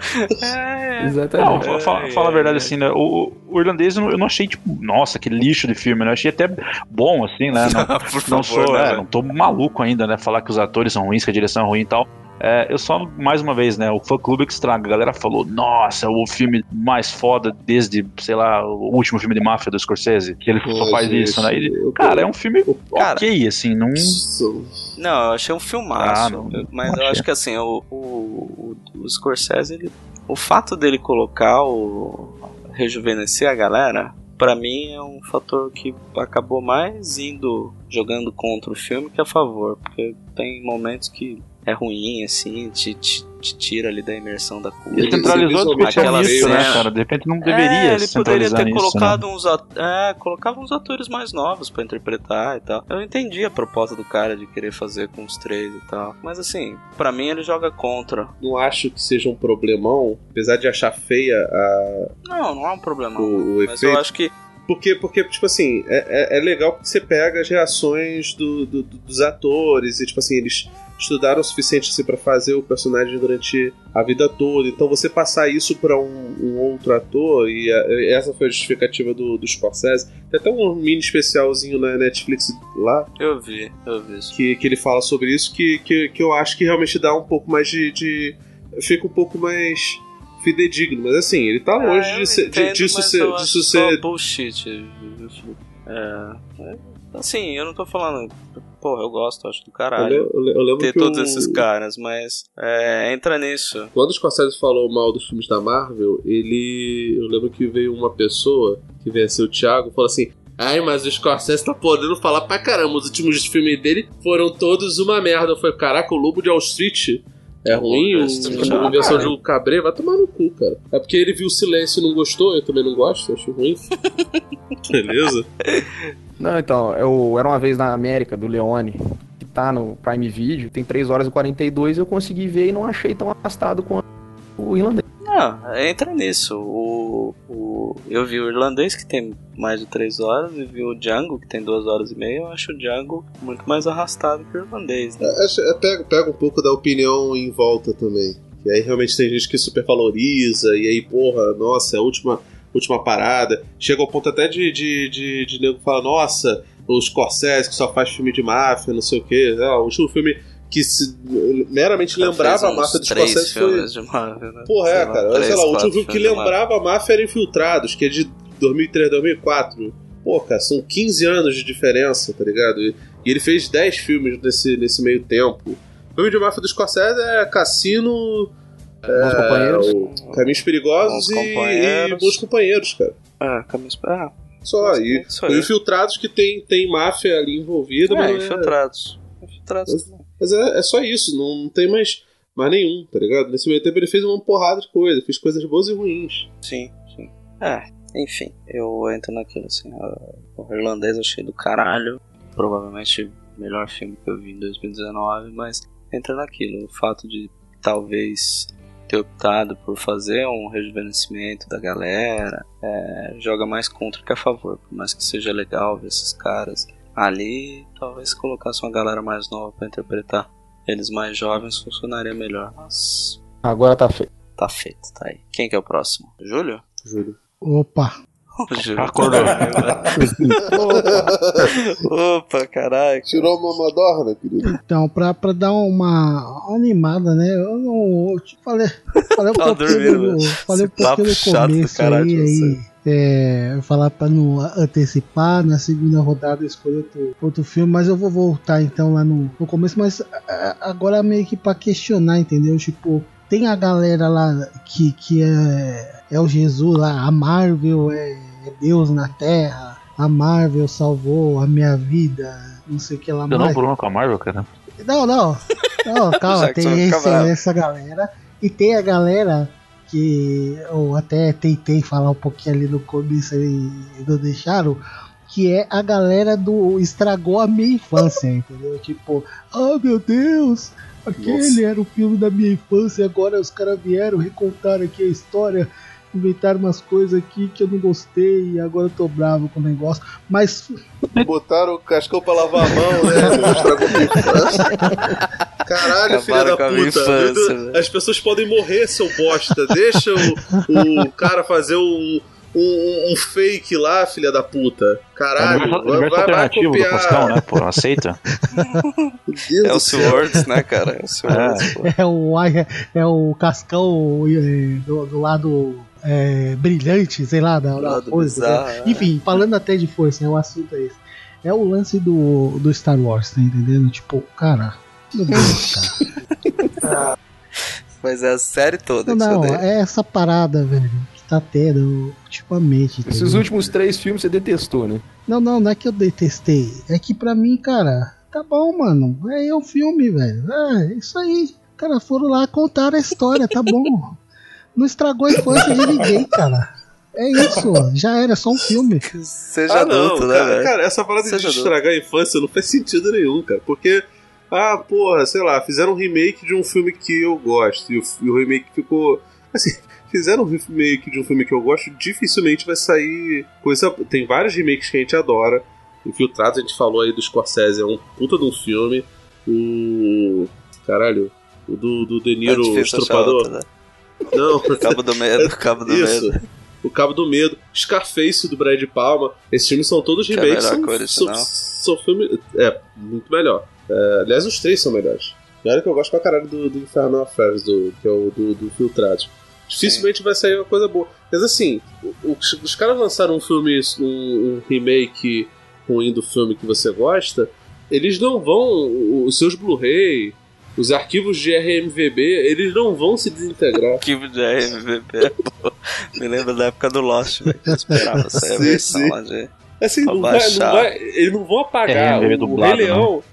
Speaker 5: Não,
Speaker 3: Exatamente.
Speaker 5: fa- fala,
Speaker 2: é,
Speaker 5: fala a verdade
Speaker 2: é.
Speaker 5: assim, né? O, o irlandês eu não- eu não achei, tipo, nossa, que lixo de filme, né? Eu achei até bom, assim, né? Não,
Speaker 2: <laughs> Por favor,
Speaker 5: não sou,
Speaker 2: né,
Speaker 5: é,
Speaker 2: velho?
Speaker 5: não tô maluco ainda, né? Falar que os atores são ruins, que a direção é ruim e tal. É, eu só, mais uma vez, né? O fã clube que estraga. A galera falou, nossa, é o filme mais foda desde, sei lá, o último filme de máfia do Scorsese, que ele só
Speaker 7: Mas
Speaker 5: faz isso,
Speaker 7: isso,
Speaker 5: né? Ele-
Speaker 7: eu-
Speaker 5: cara, é um filme
Speaker 2: é, Cara,
Speaker 5: ok, assim, não.
Speaker 7: Isso.
Speaker 2: Não, eu achei um filmaço.
Speaker 5: Ah, não, não
Speaker 2: mas eu
Speaker 5: achei.
Speaker 2: acho que assim, o, o, o, o Scorsese, ele- o fato dele colocar o. rejuvenescer a galera, pra mim é um fator que acabou mais indo jogando contra o filme que a favor. Porque tem momentos que é ruim, assim, te, te, te tira ali da imersão da
Speaker 5: Ele
Speaker 2: coisa.
Speaker 5: centralizou a discussão
Speaker 2: Aquela
Speaker 5: nisso, né,
Speaker 2: cena-
Speaker 5: cara? De repente não
Speaker 2: É,
Speaker 5: deveria
Speaker 2: ele
Speaker 5: se
Speaker 2: poderia
Speaker 5: centralizar
Speaker 2: ter
Speaker 5: nisso. né?
Speaker 2: colocado uns at- é, colocava uns atores mais novos pra interpretar e tal. Eu entendi a proposta do cara de querer fazer com os três e tal, mas assim, pra mim ele joga contra.
Speaker 7: Não acho que seja um problemão, apesar de achar feia a-
Speaker 2: Não, não é um problema.
Speaker 7: o, o
Speaker 2: mas eu
Speaker 7: efeito.
Speaker 2: acho que
Speaker 7: Porque, porque tipo assim, é, é, é legal porque você pega as reações do, do- do- dos atores e, tipo assim, eles estudaram o suficiente assim, para fazer o personagem durante a vida toda. Então, você passar isso pra um, um outro ator, e a- essa foi a justificativa do, do Scorsese. Tem até um mini especialzinho na Netflix lá,
Speaker 2: eu vi, eu vi isso.
Speaker 7: que, que ele fala sobre isso, que, que, que eu acho que realmente dá um pouco mais de. de- fica um pouco mais fidedigno. Mas assim, ele tá longe
Speaker 2: Ah, eu
Speaker 7: de ser, de-
Speaker 2: entendo,
Speaker 7: disso
Speaker 2: mas
Speaker 7: ser.
Speaker 2: eu
Speaker 7: Disso é-
Speaker 2: acho só
Speaker 7: ser
Speaker 2: bullshit. isso. É, é, assim, eu não tô falando, porra, eu gosto, acho do
Speaker 7: eu,
Speaker 2: caralho.
Speaker 7: le- eu le- eu lembro
Speaker 2: Ter
Speaker 7: que
Speaker 2: todos
Speaker 7: o-
Speaker 2: esses caras, mas é, entra nisso.
Speaker 7: Quando o Scorsese falou mal dos filmes da Marvel, ele. Eu lembro que veio uma pessoa que venceu o Thiago e falou assim. Ai, mas o Scorsese tá podendo falar pra caramba. Os últimos filmes dele foram todos uma merda. Foi, caraca, o Lobo de Wall Street é ruim,
Speaker 2: Wall
Speaker 7: o-
Speaker 2: Street,
Speaker 7: a
Speaker 2: ah,
Speaker 7: versão de
Speaker 2: cara.
Speaker 7: um Cabré vai tomar no cu, cara. É porque ele viu o silêncio e não gostou, eu também não gosto,
Speaker 2: <laughs>
Speaker 7: acho ruim. Beleza?
Speaker 3: Não, então, eu era uma vez na América, do Leone, que tá no Prime Video, tem 3 horas e 42, eu consegui ver e não achei tão arrastado quanto o irlandês.
Speaker 2: Não, Ah, entra nisso. O, o, eu vi o irlandês que tem mais de 3 horas e vi o Django que tem 2 horas e meia. Eu acho o Django muito mais arrastado que o irlandês,
Speaker 7: É,
Speaker 2: né?
Speaker 7: Pega, um pouco da opinião em volta também. E aí realmente tem gente que supervaloriza, e aí, porra, nossa, é a última, última parada. Chega ao ponto até de, de, de, de nego falar, nossa, os Scorsese que só faz filme de máfia, não sei o quê. Ah, o último filme que se- meramente lembrava a
Speaker 2: Fez uns
Speaker 7: máfia dos
Speaker 2: três
Speaker 7: Scorsese foi...
Speaker 2: filmes de Marvel, né?
Speaker 7: Porra, é,
Speaker 2: Sei
Speaker 7: cara.
Speaker 2: três,
Speaker 7: sei lá, o
Speaker 2: quatro
Speaker 7: último filme que
Speaker 2: filmes de Marvel.
Speaker 7: lembrava a máfia era Infiltrados, que é de 2003, 2004. Pô, cara, são 15 anos de diferença, tá ligado? E, e ele fez 10 filmes nesse, nesse meio tempo. O filme de máfia do Scorsese é Cassino, é
Speaker 3: Bons companheiros.
Speaker 7: Caminhos Perigosos
Speaker 2: Bons
Speaker 7: e,
Speaker 2: Companheiros.
Speaker 7: e Bons Companheiros, cara.
Speaker 2: Ah, camis... ah
Speaker 7: Só.
Speaker 2: Bons
Speaker 7: E
Speaker 2: Companheiros, só
Speaker 7: os
Speaker 2: isso.
Speaker 7: infiltrados que tem, tem máfia ali envolvida,
Speaker 2: é,
Speaker 7: mas, não é-
Speaker 2: infiltrados. Infiltrados.
Speaker 7: mas é, é só isso, não, não tem mais, mais nenhum, tá ligado? Nesse meio tempo ele fez uma porrada de coisa, fez coisas boas e ruins.
Speaker 2: Sim, sim. É, enfim, eu entro naquilo assim. ah, O irlandês eu achei do caralho. Provavelmente o melhor filme que eu vi em 2019, mas entra naquilo. O fato de talvez ter optado por fazer um rejuvenescimento da galera é, joga mais contra que a favor. Por mais que seja legal ver esses caras ali, talvez se colocasse uma galera mais nova pra interpretar eles mais jovens funcionaria melhor. Mas
Speaker 3: Agora tá feito.
Speaker 2: tá feito, tá aí. Quem que é o próximo? Júlio?
Speaker 6: Opa.
Speaker 2: O Júlio
Speaker 5: Acordou.
Speaker 2: Opa, caraca.
Speaker 7: Tirou uma madorna, querido.
Speaker 6: Então, pra, pra dar uma animada, né? Eu não. Eu te falei,
Speaker 2: <laughs>
Speaker 6: falei um
Speaker 2: Tá
Speaker 6: pouquinho,
Speaker 2: dormindo,
Speaker 6: no, falei um
Speaker 2: Esse papo
Speaker 6: pouquinho no
Speaker 2: chato do
Speaker 6: começo
Speaker 2: caralho
Speaker 6: aí.
Speaker 2: de
Speaker 6: aí
Speaker 2: você.
Speaker 6: é, falar pra não antecipar. Na segunda rodada eu escolhi outro, outro filme, mas eu vou voltar então lá no, no começo. Mas a- a- agora meio que pra questionar, entendeu? Tipo, tem a galera lá que, que é, é o Jesus lá, a Marvel é, é Deus na Terra. A Marvel salvou a minha vida, não sei o que lá
Speaker 5: Eu não
Speaker 6: mais.
Speaker 5: problema com a Marvel, cara.
Speaker 6: Não, não.
Speaker 2: <laughs>
Speaker 6: Não, calma,
Speaker 2: Jackson vai
Speaker 6: tem
Speaker 2: ficar
Speaker 6: esse-
Speaker 2: bravo.
Speaker 6: essa galera. E tem a galera que eu até tentei falar um pouquinho ali no começo e não deixaram. Que é a galera do estragou a minha infância, <laughs> entendeu? Tipo, ah meu Deus, aquele era o filme da minha infância, e agora os caras vieram recontar aqui a história, inventaram umas coisas aqui que eu não gostei e agora eu tô bravo com o negócio. Mas
Speaker 7: Botaram o cascão pra lavar a mão, né? meu? Estragou minha infância. Caralho, filha
Speaker 2: Acabaram
Speaker 7: da
Speaker 2: com a minha
Speaker 7: puta.
Speaker 2: infância, né?
Speaker 7: Meu Deus,
Speaker 2: velho.
Speaker 7: As pessoas podem morrer, seu bosta. Deixa o, o cara fazer um, um, um fake lá, filha da puta. Caralho,
Speaker 5: é o universo,
Speaker 7: vai,
Speaker 5: universo
Speaker 7: vai, vai
Speaker 5: alternativo do Pascal,
Speaker 7: copiar.
Speaker 5: né? Pô, aceita.
Speaker 7: Meu Deus
Speaker 2: É o
Speaker 7: do céu.
Speaker 2: Swords, né, cara? É o Swords. pô.
Speaker 6: É o, é o cascão é, do, do lado é, brilhante, sei lá, da, da
Speaker 2: Lado
Speaker 6: força.
Speaker 2: bizarro,
Speaker 6: né?
Speaker 2: é.
Speaker 6: Enfim, falando até de força, né, o assunto é esse. É o lance do, do Star Wars, tá entendendo? Tipo, cara. Meu Deus, cara.
Speaker 2: Mas é a série toda
Speaker 6: Não,
Speaker 2: que você
Speaker 6: não,
Speaker 2: odeia.
Speaker 6: é essa parada, velho, que tá tendo ultimamente. tá
Speaker 3: Esses
Speaker 6: entendeu?
Speaker 3: últimos três filmes você detestou, né?
Speaker 6: Não, não, não é que eu detestei. É que pra mim, cara, tá bom, mano. É é o filme, velho. É, é isso aí. Cara, foram lá contar a história,
Speaker 3: <laughs>
Speaker 6: tá bom. Não estragou a infância de ninguém, cara. É isso, ó. já era, é só um filme.
Speaker 2: Seja
Speaker 7: Ah, não,
Speaker 2: adulto, né,
Speaker 7: cara,
Speaker 2: velho?
Speaker 7: cara, essa parada
Speaker 2: Seja
Speaker 7: de
Speaker 2: adulto.
Speaker 7: estragar a infância não faz sentido nenhum, cara. Porque, ah, porra, sei lá, fizeram um remake de um filme que eu gosto. E o, e o remake ficou. <laughs> Assim, fizeram um remake de um filme que eu gosto, dificilmente vai sair coisa. Tem vários remakes que a gente adora. Infiltrados, a gente falou aí do Scorsese, é um puta de um filme. O. Caralho. O do, do De Niro, o
Speaker 2: É difícil achar
Speaker 7: estrupador.
Speaker 2: outra, né? <laughs>
Speaker 7: Não,
Speaker 2: Cabo do
Speaker 7: <laughs>
Speaker 2: medo, cabo do
Speaker 7: isso.
Speaker 2: medo.
Speaker 7: O Cabo do Medo, Scarface do Brad Palma. Esses filmes são todos
Speaker 2: Que é
Speaker 7: remakes.
Speaker 2: melhor
Speaker 7: são,
Speaker 2: que o original.
Speaker 7: são, são filmes. É, muito melhor. É, aliás, os três são melhores. E olha que eu gosto pra caralho do, do Infernal Affairs, do, que é o do, do Filtrados. Dificilmente vai sair uma coisa boa. Mas assim, o- o- os, caras lançaram um filme, um, um remake ruim do filme que você gosta. Eles não vão. o- Os seus Blu-ray, os arquivos de RMVB, eles não vão se desintegrar.
Speaker 2: Arquivo de RMVP,
Speaker 7: <laughs>
Speaker 2: pô. Me lembro da época do Lost, velho. que Eu esperava sair a
Speaker 7: Sim,
Speaker 2: versão
Speaker 7: sim.
Speaker 2: lá de...
Speaker 7: Assim, não vai, não
Speaker 2: Abaixar.
Speaker 7: vai, eles não vão apagar
Speaker 5: É, ele é
Speaker 7: o
Speaker 5: dublado,
Speaker 6: né?
Speaker 7: Rei Leão,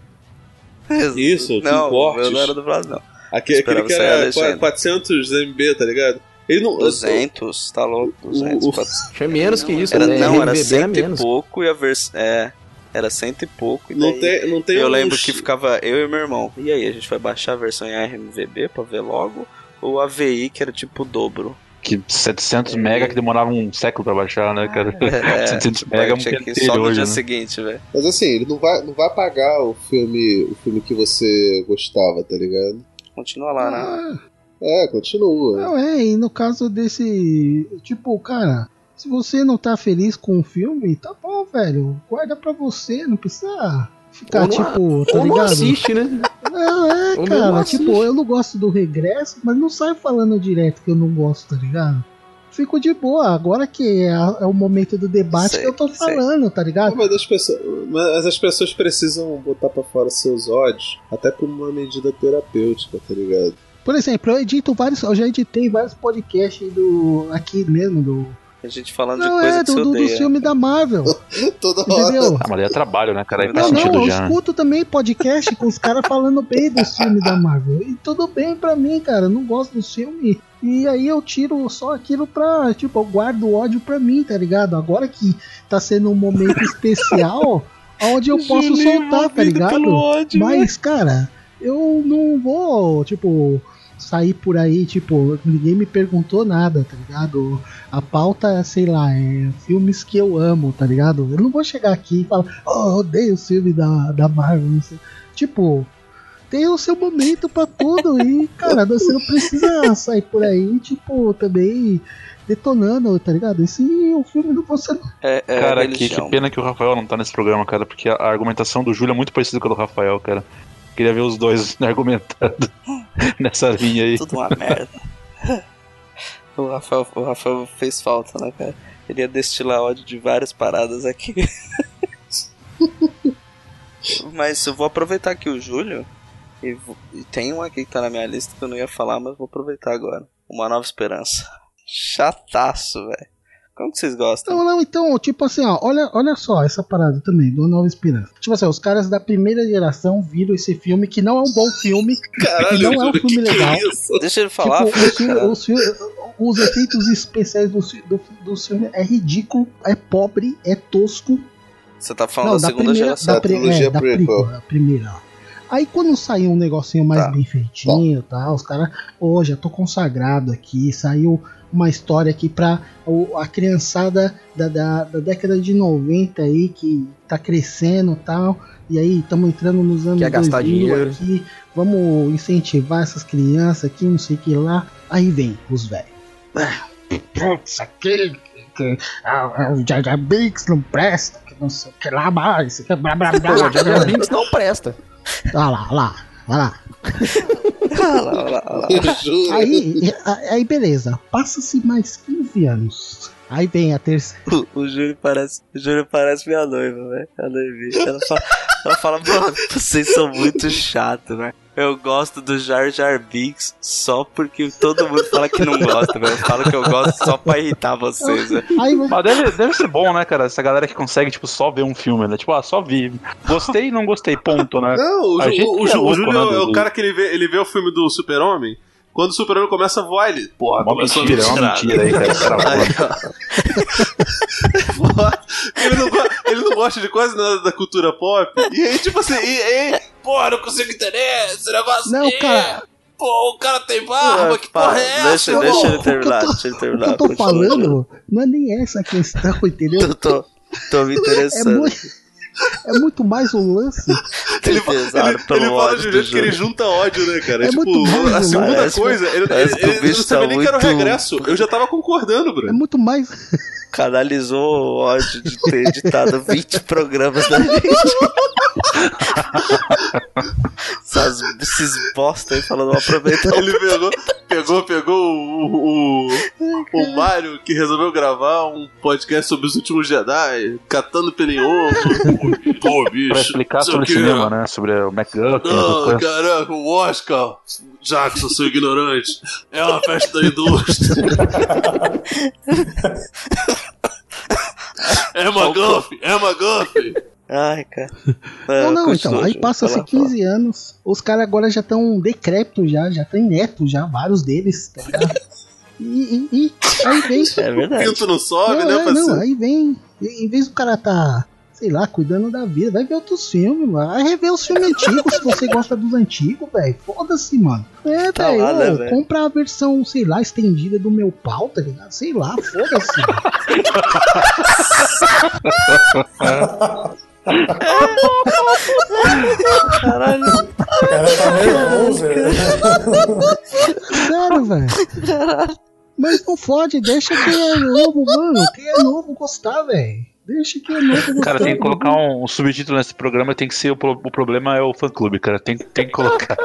Speaker 7: Isso, com
Speaker 2: não, o meu
Speaker 7: cortes.
Speaker 2: não era dublado, não.
Speaker 7: aque- aquele,
Speaker 2: Esperava
Speaker 7: que
Speaker 2: sair a
Speaker 7: era
Speaker 2: legenda.
Speaker 7: qua- 400 MB, tá ligado? Ele não...
Speaker 2: 200, tá louco, 200,
Speaker 7: o-
Speaker 2: 400.
Speaker 3: Tinha menos que
Speaker 6: É,
Speaker 3: isso,
Speaker 2: Era,
Speaker 3: né?
Speaker 2: não, era
Speaker 3: RMVB
Speaker 2: cento e
Speaker 3: menos.
Speaker 2: pouco e a versão... É, era cento e pouco. E
Speaker 7: Não
Speaker 2: daí-
Speaker 7: tem, não tem um
Speaker 2: eu
Speaker 7: uns-
Speaker 2: lembro que ficava eu e meu irmão. E aí, a gente vai baixar a versão em RMVB pra ver logo? Ou a VI, que era tipo o
Speaker 5: <laughs>
Speaker 2: dobro?
Speaker 5: <laughs> Que 700 mega que demorava um século pra baixar, né, cara? <laughs>
Speaker 2: É,
Speaker 5: 700
Speaker 2: Vai,
Speaker 5: mega é um
Speaker 2: tinha que ir
Speaker 5: pentelho
Speaker 2: só no
Speaker 5: hoje,
Speaker 2: dia
Speaker 5: né?
Speaker 2: seguinte, velho.
Speaker 7: Mas assim, ele não vai, não vai apagar o filme, o filme que você gostava, tá ligado?
Speaker 2: Continua lá, né?
Speaker 7: É, continua.
Speaker 6: Não, é, e no caso desse. Tipo, cara, se você não tá feliz com o filme, tá bom, velho. Guarda pra você, não precisa ficar,
Speaker 3: Ou não-
Speaker 6: tipo, tá
Speaker 3: Ou não
Speaker 6: ligado?
Speaker 3: assiste, né?
Speaker 6: Não, é,
Speaker 3: Ou
Speaker 6: cara,
Speaker 3: não assiste.
Speaker 6: tipo, eu não gosto do regresso, mas não saio falando direto que eu não gosto, tá ligado? fico de boa. Agora que é, a- é o momento do debate
Speaker 2: Sei,
Speaker 6: que eu tô
Speaker 2: sei.
Speaker 6: falando, tá
Speaker 10: Ah,
Speaker 6: ligado?
Speaker 10: Mas as, pessoas, mas as pessoas precisam botar pra fora seus ódios, até como uma medida terapêutica, tá
Speaker 7: <laughs>
Speaker 10: ligado?
Speaker 6: Por exemplo, eu edito vários. Eu já editei vários podcasts do. aqui mesmo, do.
Speaker 2: A gente falando
Speaker 6: Não,
Speaker 2: de coisa
Speaker 6: é,
Speaker 2: que
Speaker 6: do,
Speaker 2: você
Speaker 6: do, do
Speaker 2: odeia.
Speaker 6: filme
Speaker 2: <laughs>
Speaker 6: da Marvel.
Speaker 10: Toda hora.
Speaker 6: entendeu?
Speaker 5: Ah, mas daí é trabalho, né, cara? Aí faz
Speaker 6: Não,
Speaker 5: sentido
Speaker 6: não, eu
Speaker 5: já. né?
Speaker 6: escuto também podcast com os caras falando bem dos filmes da Marvel. E tudo bem pra mim, cara. Eu não gosto dos filmes. E aí eu tiro só aquilo pra. Tipo, eu guardo o ódio pra mim, tá ligado? Agora que tá sendo um momento especial, <laughs> onde eu posso soltar, tá ligado? Mas, cara, eu não vou, tipo, sair por aí, tipo, ninguém me perguntou nada, tá ligado? A pauta, sei lá, é filmes que eu amo, tá ligado? Eu não vou chegar aqui e falar, oh, eu odeio o filme da, da Marvel, não sei. Tipo, tem o seu momento pra tudo e, cara, você não precisa sair por aí, tipo, também detonando, tá ligado? Esse o filme não você
Speaker 2: É, é
Speaker 5: Cara, que,
Speaker 2: religião.
Speaker 5: que pena que o Rafael não tá nesse programa, cara, porque a, a argumentação do Júlio é muito parecida com a do Rafael, cara. Queria ver os dois <laughs> argumentando nessa linha aí.
Speaker 2: Tudo uma merda. <laughs> O Rafael, o Rafael fez falta, né, cara? Ele ia destilar ódio de várias paradas aqui. <laughs> mas eu vou aproveitar aqui o Júlio. E, vou- e tem um aqui que tá na minha lista que eu não ia falar, mas vou aproveitar agora. Uma Nova Esperança. Chataço, velho. Como que vocês gostam?
Speaker 6: Não, não, então, tipo assim, ó, olha, olha só essa parada também, do Nova Esperança. Tipo assim, ó, os caras da primeira geração viram esse filme, que não é um bom filme, que não é um filme legal.
Speaker 2: Deixa ele falar,
Speaker 6: Tipo, os, filme-
Speaker 2: cara.
Speaker 6: os filme- os efeitos especiais do, fi- do, do filme é ridículo, é pobre, é tosco.
Speaker 2: Você tá falando
Speaker 6: Não,
Speaker 2: da
Speaker 6: da
Speaker 2: segunda
Speaker 6: primeira,
Speaker 2: geração.
Speaker 6: da, pri-
Speaker 10: trilogia
Speaker 6: é, da
Speaker 10: prequel.
Speaker 6: prequel, a primeira. ó. Aí quando saiu um negocinho mais
Speaker 2: Tá.
Speaker 6: bem feitinho, tá? Os caras, ô, já tô consagrado aqui, saiu uma história aqui pra o- a criançada da, da, da década de 90 aí, que tá crescendo e tal, e aí estamos entrando nos anos
Speaker 3: Quer gastar
Speaker 6: 2000
Speaker 3: dinheiro.
Speaker 6: aqui, vamos incentivar essas crianças aqui, não sei o que lá. Aí vem os velhos. Ah, Putz, aquele que- ah, ah, o Jaja Binks não presta, que não sei o que lá mais, que blá blá blá.
Speaker 3: Pô, o Jaja Binks não presta.
Speaker 6: Olha lá, olha lá, olha lá.
Speaker 2: Olha lá, olha tá lá, olha lá.
Speaker 10: Eu
Speaker 7: <laughs>
Speaker 10: juro.
Speaker 6: Ah, Aí, a- aí beleza, passa-se mais 15 anos. Aí vem a terceira.
Speaker 2: O Júlio parece, o Júlio parece minha noiva, velho. A noivinha. Ela fala, ela fala, mano, vocês são muito chato, velho. Eu gosto do Jar Jar Binks só porque todo mundo fala que não gosta, velho. Fala que eu gosto só pra irritar vocês, velho.
Speaker 6: Aí vai-
Speaker 5: Mas deve, deve ser bom, né, cara? Essa galera que consegue, tipo, só ver um filme, né? Tipo, ah, só vi. Gostei e não gostei, ponto, né?
Speaker 10: Não, o,
Speaker 5: A
Speaker 10: Ju-
Speaker 5: gente
Speaker 10: o,
Speaker 5: é
Speaker 10: Ju- o
Speaker 5: louco,
Speaker 10: Júlio
Speaker 5: né,
Speaker 10: é o
Speaker 5: Dudu?
Speaker 10: cara que ele vê, ele vê o filme do Super-Homem. Quando o Super-Homem começa a voar, ele. Porra,
Speaker 5: Uma
Speaker 10: começou
Speaker 5: mentira, é
Speaker 10: a
Speaker 5: uma
Speaker 10: mentirar.
Speaker 5: mentira aí, cara. Cara,
Speaker 10: ele, não, go- ele não gosta de quase nada da cultura pop. E aí, tipo assim, e, e, porra, não consigo entender esse negócio.
Speaker 6: Não,
Speaker 10: aí.
Speaker 6: cara.
Speaker 10: Pô, o cara tem barba, que
Speaker 2: Para,
Speaker 10: porra é essa?
Speaker 2: deixa,
Speaker 6: Não,
Speaker 2: deixa
Speaker 6: não,
Speaker 2: ele terminar,
Speaker 6: o que eu tô-
Speaker 2: deixa ele
Speaker 6: o que
Speaker 2: terminar.
Speaker 6: eu tô
Speaker 2: continua, Júlio.
Speaker 6: falando não é nem essa a questão, entendeu?
Speaker 2: Eu tô, tô me
Speaker 6: É <laughs>
Speaker 2: interessando.
Speaker 6: muito, é muito mais um lance.
Speaker 2: Ele,
Speaker 10: Ele, ele fala de um jeito que ele junta ódio, né, cara?
Speaker 6: É
Speaker 10: tipo,
Speaker 6: muito bom,
Speaker 10: a segunda
Speaker 2: parece-
Speaker 10: coisa, ele,
Speaker 2: parece que o
Speaker 10: ele- ele
Speaker 2: bicho
Speaker 10: não sabia
Speaker 2: tá
Speaker 10: nem que era o
Speaker 2: muito-
Speaker 10: regresso. Eu já tava concordando,
Speaker 6: É
Speaker 10: Bruno.
Speaker 6: muito mais.
Speaker 2: Canalizou o ódio de ter
Speaker 6: <laughs>
Speaker 2: editado 20 programas da gente. Essas, esses bosta aí falando, aproveita.
Speaker 10: Ele pegou, pegou, pegou o, o, o Mário que resolveu gravar um podcast sobre os últimos Jedi, catando pelo em ovo. Pô, bicho.
Speaker 5: Pra explicar
Speaker 10: sei o
Speaker 5: sobre o
Speaker 10: quê.
Speaker 5: cinema, né? Sobre o MacGuffin, essas
Speaker 10: Não,
Speaker 5: coisas.
Speaker 10: caraca, o Oscar, Jackson, seu ignorante, é uma festa da indústria. É McGuff, é McGuff.
Speaker 2: Ai, cara. É,
Speaker 6: Não, não,
Speaker 2: continua,
Speaker 6: então. Aí
Speaker 2: Júlio. Vai
Speaker 6: passa-se
Speaker 2: lá, fala.
Speaker 6: 15 anos, os caras agora já estão decrépito já, já tem neto já, vários deles, tá
Speaker 2: <laughs>
Speaker 6: ligado? E, e- e aí vem.
Speaker 2: É verdade.
Speaker 10: Pinto não sobe,
Speaker 6: não,
Speaker 10: né,
Speaker 6: é,
Speaker 10: parceiro?
Speaker 6: não, aí vem. Em vez do cara tá, sei lá, cuidando da vida, vai ver outros filmes, mano. Vai rever os filmes antigos, se você gosta dos antigos, velho. Foda-se, mano. É,
Speaker 2: Tá
Speaker 6: velho.
Speaker 2: lá, né,
Speaker 6: ô,
Speaker 2: velho?
Speaker 6: compra a versão, sei lá, estendida do meu pau, tá ligado? Sei lá, foda-se.
Speaker 2: Caralho,
Speaker 4: O cara tá nervoso. né?
Speaker 6: Sério, velho. Mas não fode, deixa que é novo, mano. Quem é novo gostar, velho. Deixa que é novo gostar.
Speaker 5: Cara, tem que
Speaker 6: mano.
Speaker 2: <laughs>
Speaker 5: colocar um, subtítulo nesse programa, tem que ser o, pro- o problema é o fã clube, cara. Tem, tem que colocar.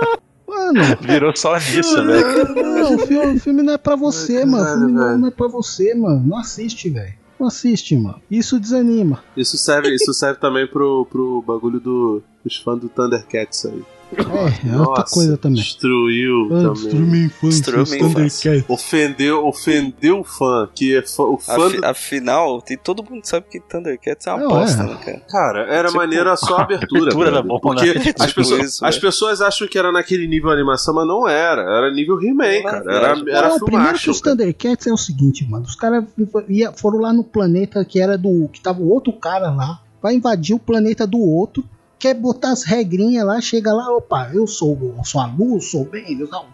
Speaker 6: mano.
Speaker 5: Virou só
Speaker 6: é.
Speaker 5: nisso, velho.
Speaker 6: Não, o filme, o filme não é pra você, mano. O filme não, não é pra você, mano. Não assiste, velho. Não assiste, mano. Isso desanima.
Speaker 7: Isso serve, isso serve também pro, pro bagulho do, dos fãs do Thundercats aí.
Speaker 6: É, é outra coisa também.
Speaker 7: Destruiu
Speaker 6: Ah,
Speaker 7: também.
Speaker 6: minha infância,
Speaker 2: Destruiu
Speaker 6: os
Speaker 2: minha infância.
Speaker 6: Thundercats.
Speaker 7: Ofendeu, ofendeu o fã, que é fã, o fã do...
Speaker 2: Afi- afinal, tem, todo mundo sabe que Thundercats é uma
Speaker 6: Não,
Speaker 2: bosta,
Speaker 6: é.
Speaker 2: né, cara?
Speaker 7: Cara, era
Speaker 2: Tipo, <laughs>
Speaker 7: maneira só a abertura.
Speaker 5: a abertura
Speaker 7: brother.
Speaker 5: era bom,
Speaker 7: porque
Speaker 5: né?
Speaker 7: as,
Speaker 2: Tipo
Speaker 7: pessoas,
Speaker 2: isso,
Speaker 7: as
Speaker 2: né?
Speaker 7: pessoas acham que era naquele nível animação, mas não era. Era nível He-Man,
Speaker 2: Não era,
Speaker 7: cara. Era,
Speaker 2: não,
Speaker 7: era
Speaker 6: não,
Speaker 7: filme
Speaker 6: primeiro que
Speaker 7: action,
Speaker 6: os
Speaker 7: cara.
Speaker 6: Thundercats é o seguinte, mano. Os caras ia- foram lá no planeta que era do. que tava o outro cara lá. Vai invadir o planeta do outro. Quer botar as regrinhas lá, chega lá, opa, eu sou, eu sou a luz, sou bem, eu sou-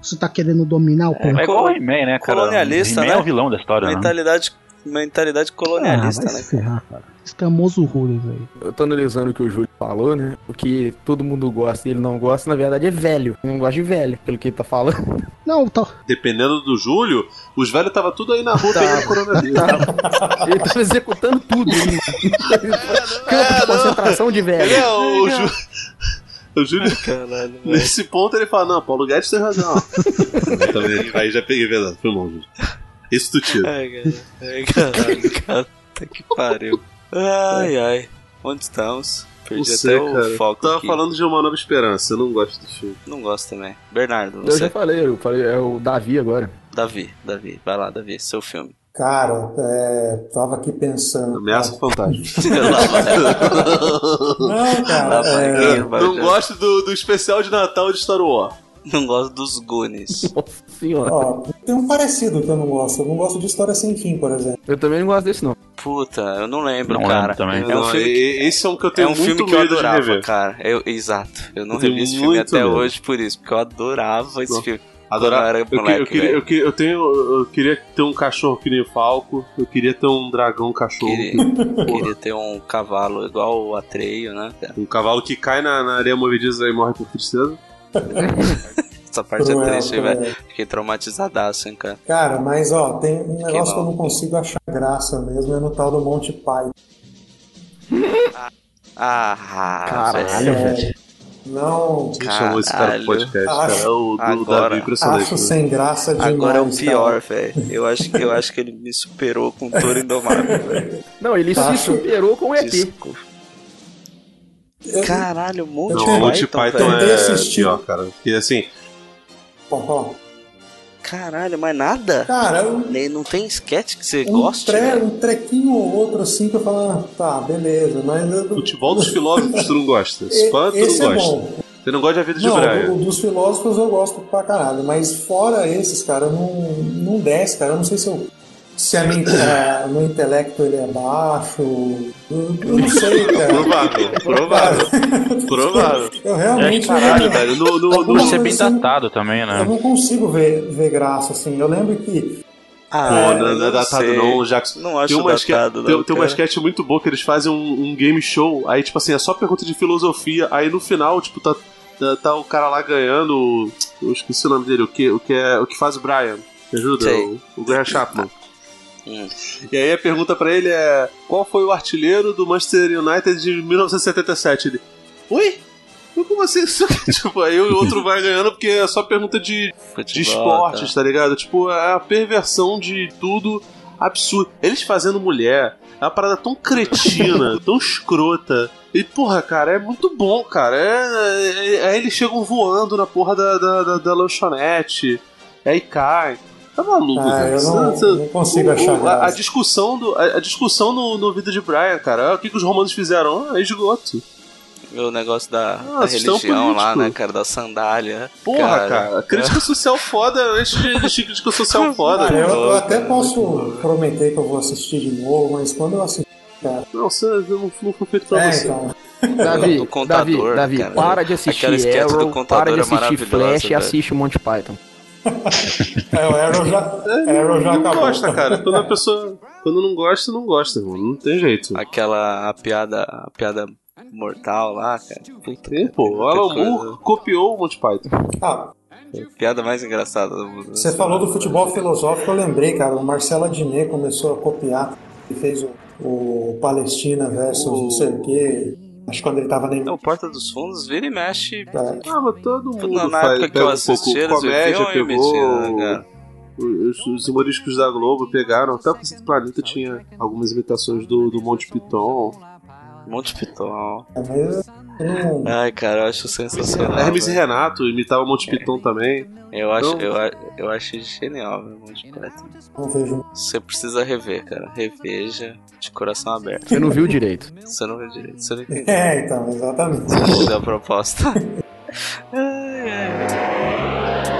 Speaker 6: você tá querendo dominar o
Speaker 5: É
Speaker 6: planeta.
Speaker 5: igual o He-Man, né, cara?
Speaker 2: Colonialista,
Speaker 5: He-Man
Speaker 2: né?
Speaker 5: é o vilão da história, né?
Speaker 2: Mentalidade, mentalidade colonialista,
Speaker 6: Ah, vai
Speaker 2: né?
Speaker 6: se ferrar, cara. Escamoso Ruras aí.
Speaker 3: Eu tô analisando o que o Júlio falou, né? O que todo mundo gosta e ele não gosta, na verdade, é velho. Eu não gosta de velho, pelo que ele tá falando.
Speaker 6: Não, tá,
Speaker 7: Dependendo do Júlio, os velhos tava tudo aí na rua
Speaker 2: Tá
Speaker 7: pegando coronavírus.
Speaker 3: Ele tá executando tudo. hein,
Speaker 2: <laughs>
Speaker 3: mano.
Speaker 2: É,
Speaker 3: Campo de concentração de velho.
Speaker 7: É, o, o, Jú- <laughs> o Júlio,
Speaker 2: É. Caralho, velho.
Speaker 7: nesse ponto, ele fala: Não, Paulo Guedes tem razão. Também, <laughs> aí já peguei pesado, foi longe. Isso tu tira.
Speaker 2: Ai, cara. Ai, caralho, cara. Puta que pariu. Ai, ai. Onde estamos? Perdi
Speaker 7: Não
Speaker 2: até
Speaker 7: sei,
Speaker 2: o
Speaker 7: cara.
Speaker 2: foco
Speaker 7: Tava
Speaker 2: aqui.
Speaker 7: falando de Uma Nova Esperança, eu não gosto do filme.
Speaker 2: Não gosto também. Bernardo,
Speaker 3: Eu já
Speaker 2: você.
Speaker 3: falei, eu falei, é o Davi agora.
Speaker 2: Davi, Davi. Vai lá, Davi. Seu filme.
Speaker 4: Cara, é, tava aqui
Speaker 7: <laughs>
Speaker 4: pensando.
Speaker 7: Ameaça o fantasma.
Speaker 4: Não,
Speaker 2: Lá
Speaker 5: Tá
Speaker 4: cara.
Speaker 2: vai,
Speaker 4: é,
Speaker 2: quem vai
Speaker 7: Ah, não
Speaker 2: já-
Speaker 7: gosto do, do especial de Natal de Star Wars.
Speaker 2: Não gosto dos Goonies.
Speaker 3: Nossa senhora.
Speaker 4: ó, tem um parecido que eu não gosto. Eu não gosto de História Sem Fim, por exemplo.
Speaker 3: Eu também não gosto desse, não.
Speaker 2: Puta, eu não lembro,
Speaker 5: Não
Speaker 2: cara.
Speaker 5: lembro também.
Speaker 2: É um
Speaker 7: Não,
Speaker 2: filme que...
Speaker 7: e- esse é um que eu
Speaker 2: É
Speaker 7: tenho
Speaker 2: um
Speaker 7: muito
Speaker 2: filme que eu
Speaker 7: medo de
Speaker 2: adorava,
Speaker 7: rever.
Speaker 2: cara. Eu- exato. Eu não
Speaker 7: Eu tenho
Speaker 2: revi esse filme
Speaker 7: muito
Speaker 2: até
Speaker 7: medo.
Speaker 2: hoje por isso, porque eu adorava esse
Speaker 7: Nossa.
Speaker 2: filme.
Speaker 7: Adorava.
Speaker 2: Quando eu era
Speaker 7: Eu, que- é-
Speaker 2: moleque,
Speaker 7: eu queria,
Speaker 2: velho.
Speaker 7: eu, que- eu tenho, eu queria ter um cachorro que nem o Falco. Eu queria ter um dragão cachorro.
Speaker 2: Queria, queria ter um cavalo igual o Atreio, né, cara?
Speaker 7: Um cavalo que cai na, na areia movediça e morre por tristeza.
Speaker 2: Essa parte é
Speaker 4: Cruel,
Speaker 2: triste, hein, velho.
Speaker 4: cruel.
Speaker 2: Fiquei traumatizadaço, hein, cara.
Speaker 4: Cara, mas ó, tem um negócio
Speaker 2: mal.
Speaker 4: que eu não consigo achar graça mesmo, é no tal do Monty Python.
Speaker 2: Ah,
Speaker 3: Caralho,
Speaker 2: velho.
Speaker 3: velho.
Speaker 4: Não
Speaker 7: Quem chamou esse cara pro
Speaker 2: Caralho.
Speaker 7: podcast, cara? É o do
Speaker 2: Agora.
Speaker 7: Davi impressionante. né?
Speaker 4: acho sem graça demais.
Speaker 2: Agora é o pior,
Speaker 4: cara.
Speaker 2: velho. Eu acho, que- eu acho que ele me superou com o Toro
Speaker 4: <laughs>
Speaker 2: Indomável, velho.
Speaker 3: Não, ele se
Speaker 4: Acho-
Speaker 3: superou com o ET.
Speaker 2: Desculpa.
Speaker 4: Eu-
Speaker 2: Caralho, o Monty
Speaker 4: Não,
Speaker 7: Não, o Monty
Speaker 2: Python,
Speaker 7: Python
Speaker 2: velho.
Speaker 4: Eu
Speaker 7: é
Speaker 4: assisti.
Speaker 7: pior, cara. Porque assim,
Speaker 4: Bom, bom. é-
Speaker 2: Caralho, mas nada?
Speaker 4: Cara, um,
Speaker 2: Nem- Não tem sketch que você
Speaker 4: um,
Speaker 2: goste,
Speaker 4: tre
Speaker 2: velho?
Speaker 4: um trequinho ou outro assim que eu falo, ah, tá, beleza, mas. eu-
Speaker 7: futebol dos filósofos tu não gosta.
Speaker 4: e-
Speaker 7: Spam tu
Speaker 4: esse
Speaker 7: não
Speaker 4: é
Speaker 7: gosta.
Speaker 4: bom.
Speaker 7: Você não gosta da vida de
Speaker 4: Não,
Speaker 7: Brian.
Speaker 4: o dos filósofos eu gosto pra caralho, mas fora esses, cara, não, não desce, cara. Eu não sei se eu. Se a minha, é, meu intelecto ele é baixo. Eu, eu não sei,
Speaker 7: <laughs>
Speaker 4: cara.
Speaker 7: Provável,
Speaker 4: <laughs>
Speaker 7: provável, provável.
Speaker 4: Eu realmente.
Speaker 5: É, caralho,
Speaker 4: eu-
Speaker 7: Velho, no- no-
Speaker 4: Alguma
Speaker 7: no-
Speaker 5: Isso é bem
Speaker 4: coisa assim-
Speaker 5: datado também,
Speaker 4: Eu
Speaker 5: né?
Speaker 4: não consigo ver, ver graça, assim. Eu lembro que.
Speaker 2: Ah,
Speaker 7: Pô,
Speaker 2: eu
Speaker 7: não, não é datado
Speaker 2: sei.
Speaker 7: não, Jackson.
Speaker 2: Não acho
Speaker 7: tem uma esque-
Speaker 2: datado,
Speaker 7: tem,
Speaker 2: não,
Speaker 7: tem uma
Speaker 2: cara.
Speaker 7: sketch muito boa que eles fazem um, um game show, aí tipo assim, é só pergunta de filosofia, aí no final, tipo, tá, tá, tá o cara lá ganhando. o- Eu esqueci o nome dele, o que, o que, é, o que faz o Brian. Me ajuda?
Speaker 2: Sei.
Speaker 7: O, o Graham <laughs> Chapman.
Speaker 2: Hum.
Speaker 7: E aí a pergunta pra ele é: qual foi o artilheiro do Manchester United de 1977? Ele. Ui? Mas Como assim? <laughs> tipo, aí o outro vai ganhando porque é só pergunta de, de
Speaker 2: Futebol,
Speaker 7: esportes, tá ligado? Tipo, é a perversão de tudo absurdo. Eles fazendo mulher, é uma parada tão cretina, tão escrota. E, porra, cara, é muito bom, cara. É, é- é- aí eles chegam voando na porra da, da, da- da lanchonete. Aí cai. Tá maluco,
Speaker 4: Ah,
Speaker 7: cara.
Speaker 4: eu
Speaker 7: Você-
Speaker 4: não-
Speaker 7: você-
Speaker 4: não consigo achar graça.
Speaker 7: A, a discussão, do, a, a discussão no, no Vida de Brian, cara. ah, O que, que os romanos fizeram? Ah, esgoto.
Speaker 2: O negócio da, da
Speaker 7: Ah, sistema
Speaker 2: religião lá,
Speaker 7: político.
Speaker 2: né, cara? Da sandália.
Speaker 7: Porra, cara.
Speaker 2: É.
Speaker 7: Crítica social foda. Antes de de crítica social foda.
Speaker 4: Ah, eu, eu
Speaker 2: louco,
Speaker 4: até posso prometer que eu vou assistir de novo, mas quando eu assisti.
Speaker 7: Não, você não, não foi feito pra
Speaker 4: É,
Speaker 7: você.
Speaker 4: então.
Speaker 3: Davi,
Speaker 2: Do contador,
Speaker 3: Davi, Davi,
Speaker 2: cara.
Speaker 3: para de
Speaker 2: Aquela
Speaker 3: assistir
Speaker 2: esquete do
Speaker 3: Arrow,
Speaker 2: contador
Speaker 3: para de
Speaker 2: é
Speaker 3: assistir
Speaker 2: maravilhosa,
Speaker 3: Flash e
Speaker 2: velho.
Speaker 3: assiste Monty Python.
Speaker 4: É, o Arrow já, Arrow já
Speaker 7: É, Não
Speaker 4: então, acabou.
Speaker 7: gosta, cara. Quando a pessoa. Quando não gosta, não gosta, irmão. Não tem jeito.
Speaker 2: é, Aquela a piada, a piada mortal lá, cara. Puta,
Speaker 7: Tem, pô. O
Speaker 2: cara,
Speaker 7: Alan
Speaker 2: que coisa.
Speaker 7: Moore copiou o Monty Python.
Speaker 4: Ah,
Speaker 2: Piada mais engraçada do mundo.
Speaker 4: você falou do futebol filosófico, eu lembrei, cara. O Marcelo Adnet começou a copiar e fez o, o Palestina versus não sei o quê. Acho que quando ele tava na
Speaker 2: Então, Porta dos Fundos vira e mexe.
Speaker 4: É.
Speaker 7: Ah, mas todo mundo
Speaker 2: na
Speaker 7: faz,
Speaker 2: época que
Speaker 7: pega
Speaker 2: eu
Speaker 7: um
Speaker 2: assisti,
Speaker 7: pouco.
Speaker 2: eles
Speaker 7: comédia
Speaker 2: viviam
Speaker 7: pegou,
Speaker 2: imitando, cara.
Speaker 7: Os, os humorísticos da Globo pegaram, até o Quinto Planeta tinha algumas imitações do, do Monte Piton.
Speaker 2: um Monte Pitol.
Speaker 4: Mas eu não-
Speaker 2: Ai, cara, eu acho sensacional.
Speaker 7: Hermes e
Speaker 2: velho.
Speaker 7: Renato imitava o Monte Piton também.
Speaker 2: Eu acho,
Speaker 7: Não.
Speaker 2: eu, a- eu acho genial, meu Monte Python.
Speaker 4: não vejo. <laughs>
Speaker 2: Você precisa rever, cara. Reveja de coração aberto.
Speaker 3: Você não viu direito.
Speaker 2: Você não vê direito, você não entendeu.
Speaker 4: É, então, exatamente.
Speaker 2: Você não entendeu a proposta. <laughs> Ai, ai.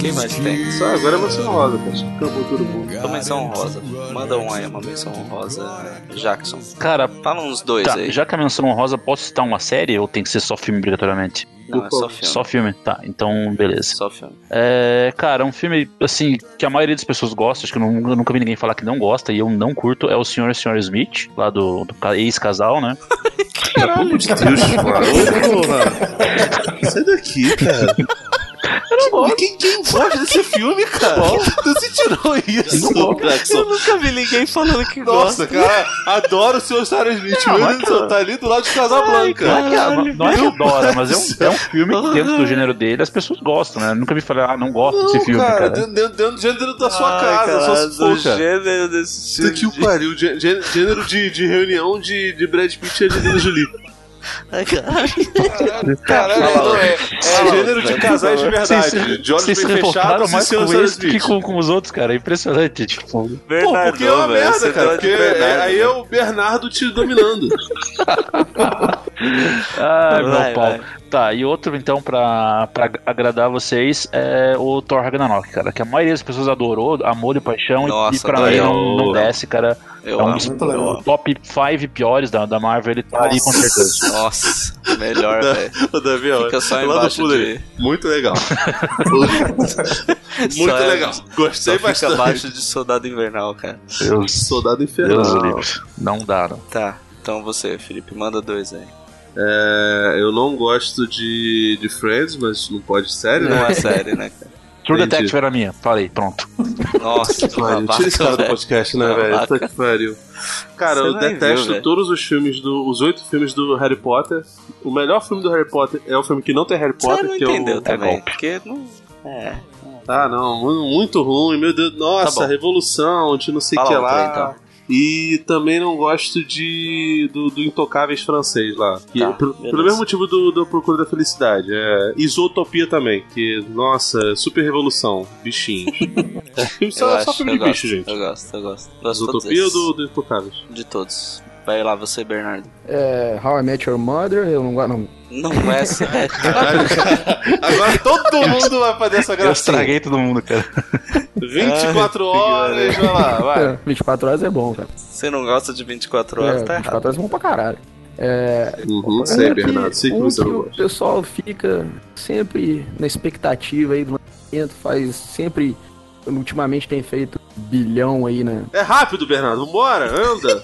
Speaker 2: Quem mais tem?
Speaker 7: Só Ah, agora é você roda, cara. Acabou todo mundo.
Speaker 2: Uma menção honrosa. Manda um aí, uma menção honrosa. Jackson.
Speaker 5: Cara,
Speaker 2: Fala uns dois
Speaker 5: tá,
Speaker 2: aí.
Speaker 5: já que a menção honrosa, posso citar uma série ou tem que ser só filme obrigatoriamente?
Speaker 2: Não, é só filme.
Speaker 5: Só filme, tá, então beleza.
Speaker 2: Só filme.
Speaker 5: É, cara, um filme, assim, que a maioria das pessoas gosta, acho que eu, nu- eu nunca vi ninguém falar que não gosta, e eu não curto, é o Senhor e a Senhora Smith, lá do, do ca- ex-casal, né?
Speaker 7: Porra! Sai daqui, cara. Quem, quem gosta desse filme, cara? Tu se tirou isso, Jackson?
Speaker 2: nunca vi ninguém falando que
Speaker 7: Nossa, cara, adoro o Sr. Sarah Smith.
Speaker 5: Não,
Speaker 7: Meu
Speaker 5: mas,
Speaker 7: Deus, tá ali do lado de Casablanca.
Speaker 5: Não é que, a- não é que adora, mas é um, é
Speaker 7: <laughs>
Speaker 5: um filme que
Speaker 2: Deus.
Speaker 5: dentro do gênero dele as pessoas gostam, né? Eu nunca vi falar, ah, não gosto
Speaker 7: Ah. Não,
Speaker 5: desse filme,
Speaker 7: cara, Ah,
Speaker 5: cara.
Speaker 7: Dentro, dentro, dentro do gênero da sua casa, só se for, cara.
Speaker 2: gênero desse
Speaker 7: Puta que o pariu, gê- gê- gênero de, de reunião de, de Brad Pitt e Angelina Jolie. Caralho, caralho, não, é, é gênero de casais de
Speaker 5: Vocês-
Speaker 7: verdade. De olhos bem
Speaker 5: vocês se reportaram
Speaker 7: fechados e
Speaker 5: mais
Speaker 7: seus
Speaker 5: com esse do que
Speaker 7: Smith.
Speaker 5: com, com os outros, cara. É impressionante. Tipo,
Speaker 7: Pô, porque é uma merda, cara. Porque é- aí é
Speaker 2: eu.
Speaker 7: o Bernardo te dominando.
Speaker 2: Vai,
Speaker 5: ai, meu pau.
Speaker 2: vai.
Speaker 5: Tá, e outro, então, pra, pra agradar vocês, é o Thor Ragnarok, cara. Que a maioria das pessoas adorou, amor e paixão. e-
Speaker 2: Nossa,
Speaker 5: e pra
Speaker 2: adorei.
Speaker 5: mim não, não
Speaker 2: Eu-
Speaker 5: desce, cara.
Speaker 2: Eu
Speaker 5: é um
Speaker 2: amo.
Speaker 5: dos
Speaker 4: Muito legal.
Speaker 5: top 5 piores da, da Marvel. Ele tá ali com certeza.
Speaker 2: Nossa, melhor, velho.
Speaker 7: Ô, Davi, ó,
Speaker 2: Fica só
Speaker 7: lá do
Speaker 2: embaixo
Speaker 7: fundo
Speaker 2: de.
Speaker 7: ali. <laughs> Muito legal. Muito
Speaker 2: Só- é-
Speaker 7: legal.
Speaker 2: Só
Speaker 7: Gostei
Speaker 2: fica
Speaker 7: bastante.
Speaker 2: abaixo de Soldado Invernal, cara.
Speaker 5: Deus,
Speaker 7: Soldado Infernal.
Speaker 5: Deus livre. Não dá, não.
Speaker 2: Tá, então você, Felipe, manda dois aí.
Speaker 7: É, eu não gosto de, de Friends, mas não pode série, né?
Speaker 2: Não é série, né, cara?
Speaker 5: True
Speaker 7: Entendi.
Speaker 5: Detective era minha. Falei, pronto.
Speaker 2: Nossa, que
Speaker 7: Pariu, Tira esse
Speaker 2: babaca,
Speaker 7: cara do
Speaker 2: velho.
Speaker 7: podcast, né, velho? Puta que pariu. Cara,
Speaker 2: Você
Speaker 7: eu
Speaker 2: nem
Speaker 7: detesto
Speaker 2: viu, velho.
Speaker 7: todos os filmes do. Os oito filmes do Harry Potter. O melhor filme do Harry Potter é o filme que não tem Harry
Speaker 2: Você
Speaker 7: Potter,
Speaker 2: não
Speaker 7: que é o-
Speaker 2: entendeu também,
Speaker 5: golpe.
Speaker 2: porque não... É,
Speaker 7: Ah, não, mu- muito ruim, meu Deus. Nossa,
Speaker 2: Tá bom.
Speaker 7: revolução de não sei o
Speaker 2: Fala
Speaker 7: que
Speaker 2: outro
Speaker 7: lá.
Speaker 2: aí, então.
Speaker 7: E também não gosto de. do, do Intocáveis francês lá. Que
Speaker 2: Tá,
Speaker 7: é pelo,
Speaker 2: beleza.
Speaker 7: pelo mesmo motivo do, do Procura da Felicidade. É, Isotopia também, que, nossa, é super revolução.
Speaker 2: <laughs>
Speaker 7: Bichinhos. É, só,
Speaker 2: eu
Speaker 7: só
Speaker 2: acho,
Speaker 7: filme
Speaker 2: eu
Speaker 7: de
Speaker 2: gosto,
Speaker 7: bicho, gente.
Speaker 2: Eu gosto, eu gosto. Gosto de todos
Speaker 7: Isotopia ou
Speaker 2: esses.
Speaker 7: do, do Intocáveis?
Speaker 2: de todos. Vai lá você, Bernardo.
Speaker 3: É, How I Met Your Mother, eu não gosto. Não.
Speaker 2: Não é <laughs> sério.
Speaker 7: Agora todo mundo vai fazer essa
Speaker 5: Eu
Speaker 7: gracinha.
Speaker 5: estraguei todo mundo, cara.
Speaker 7: 24 horas, vai lá, vai.
Speaker 3: É, 24 horas é bom, cara.
Speaker 2: Você não gosta de 24 horas,
Speaker 3: É,
Speaker 2: tá
Speaker 3: 24
Speaker 2: errado.
Speaker 3: horas é bom pra caralho. É,
Speaker 7: Uhum, sei,
Speaker 3: Agora que-
Speaker 7: Bernardo, sei que
Speaker 3: um
Speaker 7: você não
Speaker 3: O
Speaker 7: gosta.
Speaker 3: pessoal fica sempre na expectativa aí do lançamento, faz sempre. Ultimamente tem feito bilhão aí, né?
Speaker 7: É rápido, Bernardo, vambora, anda.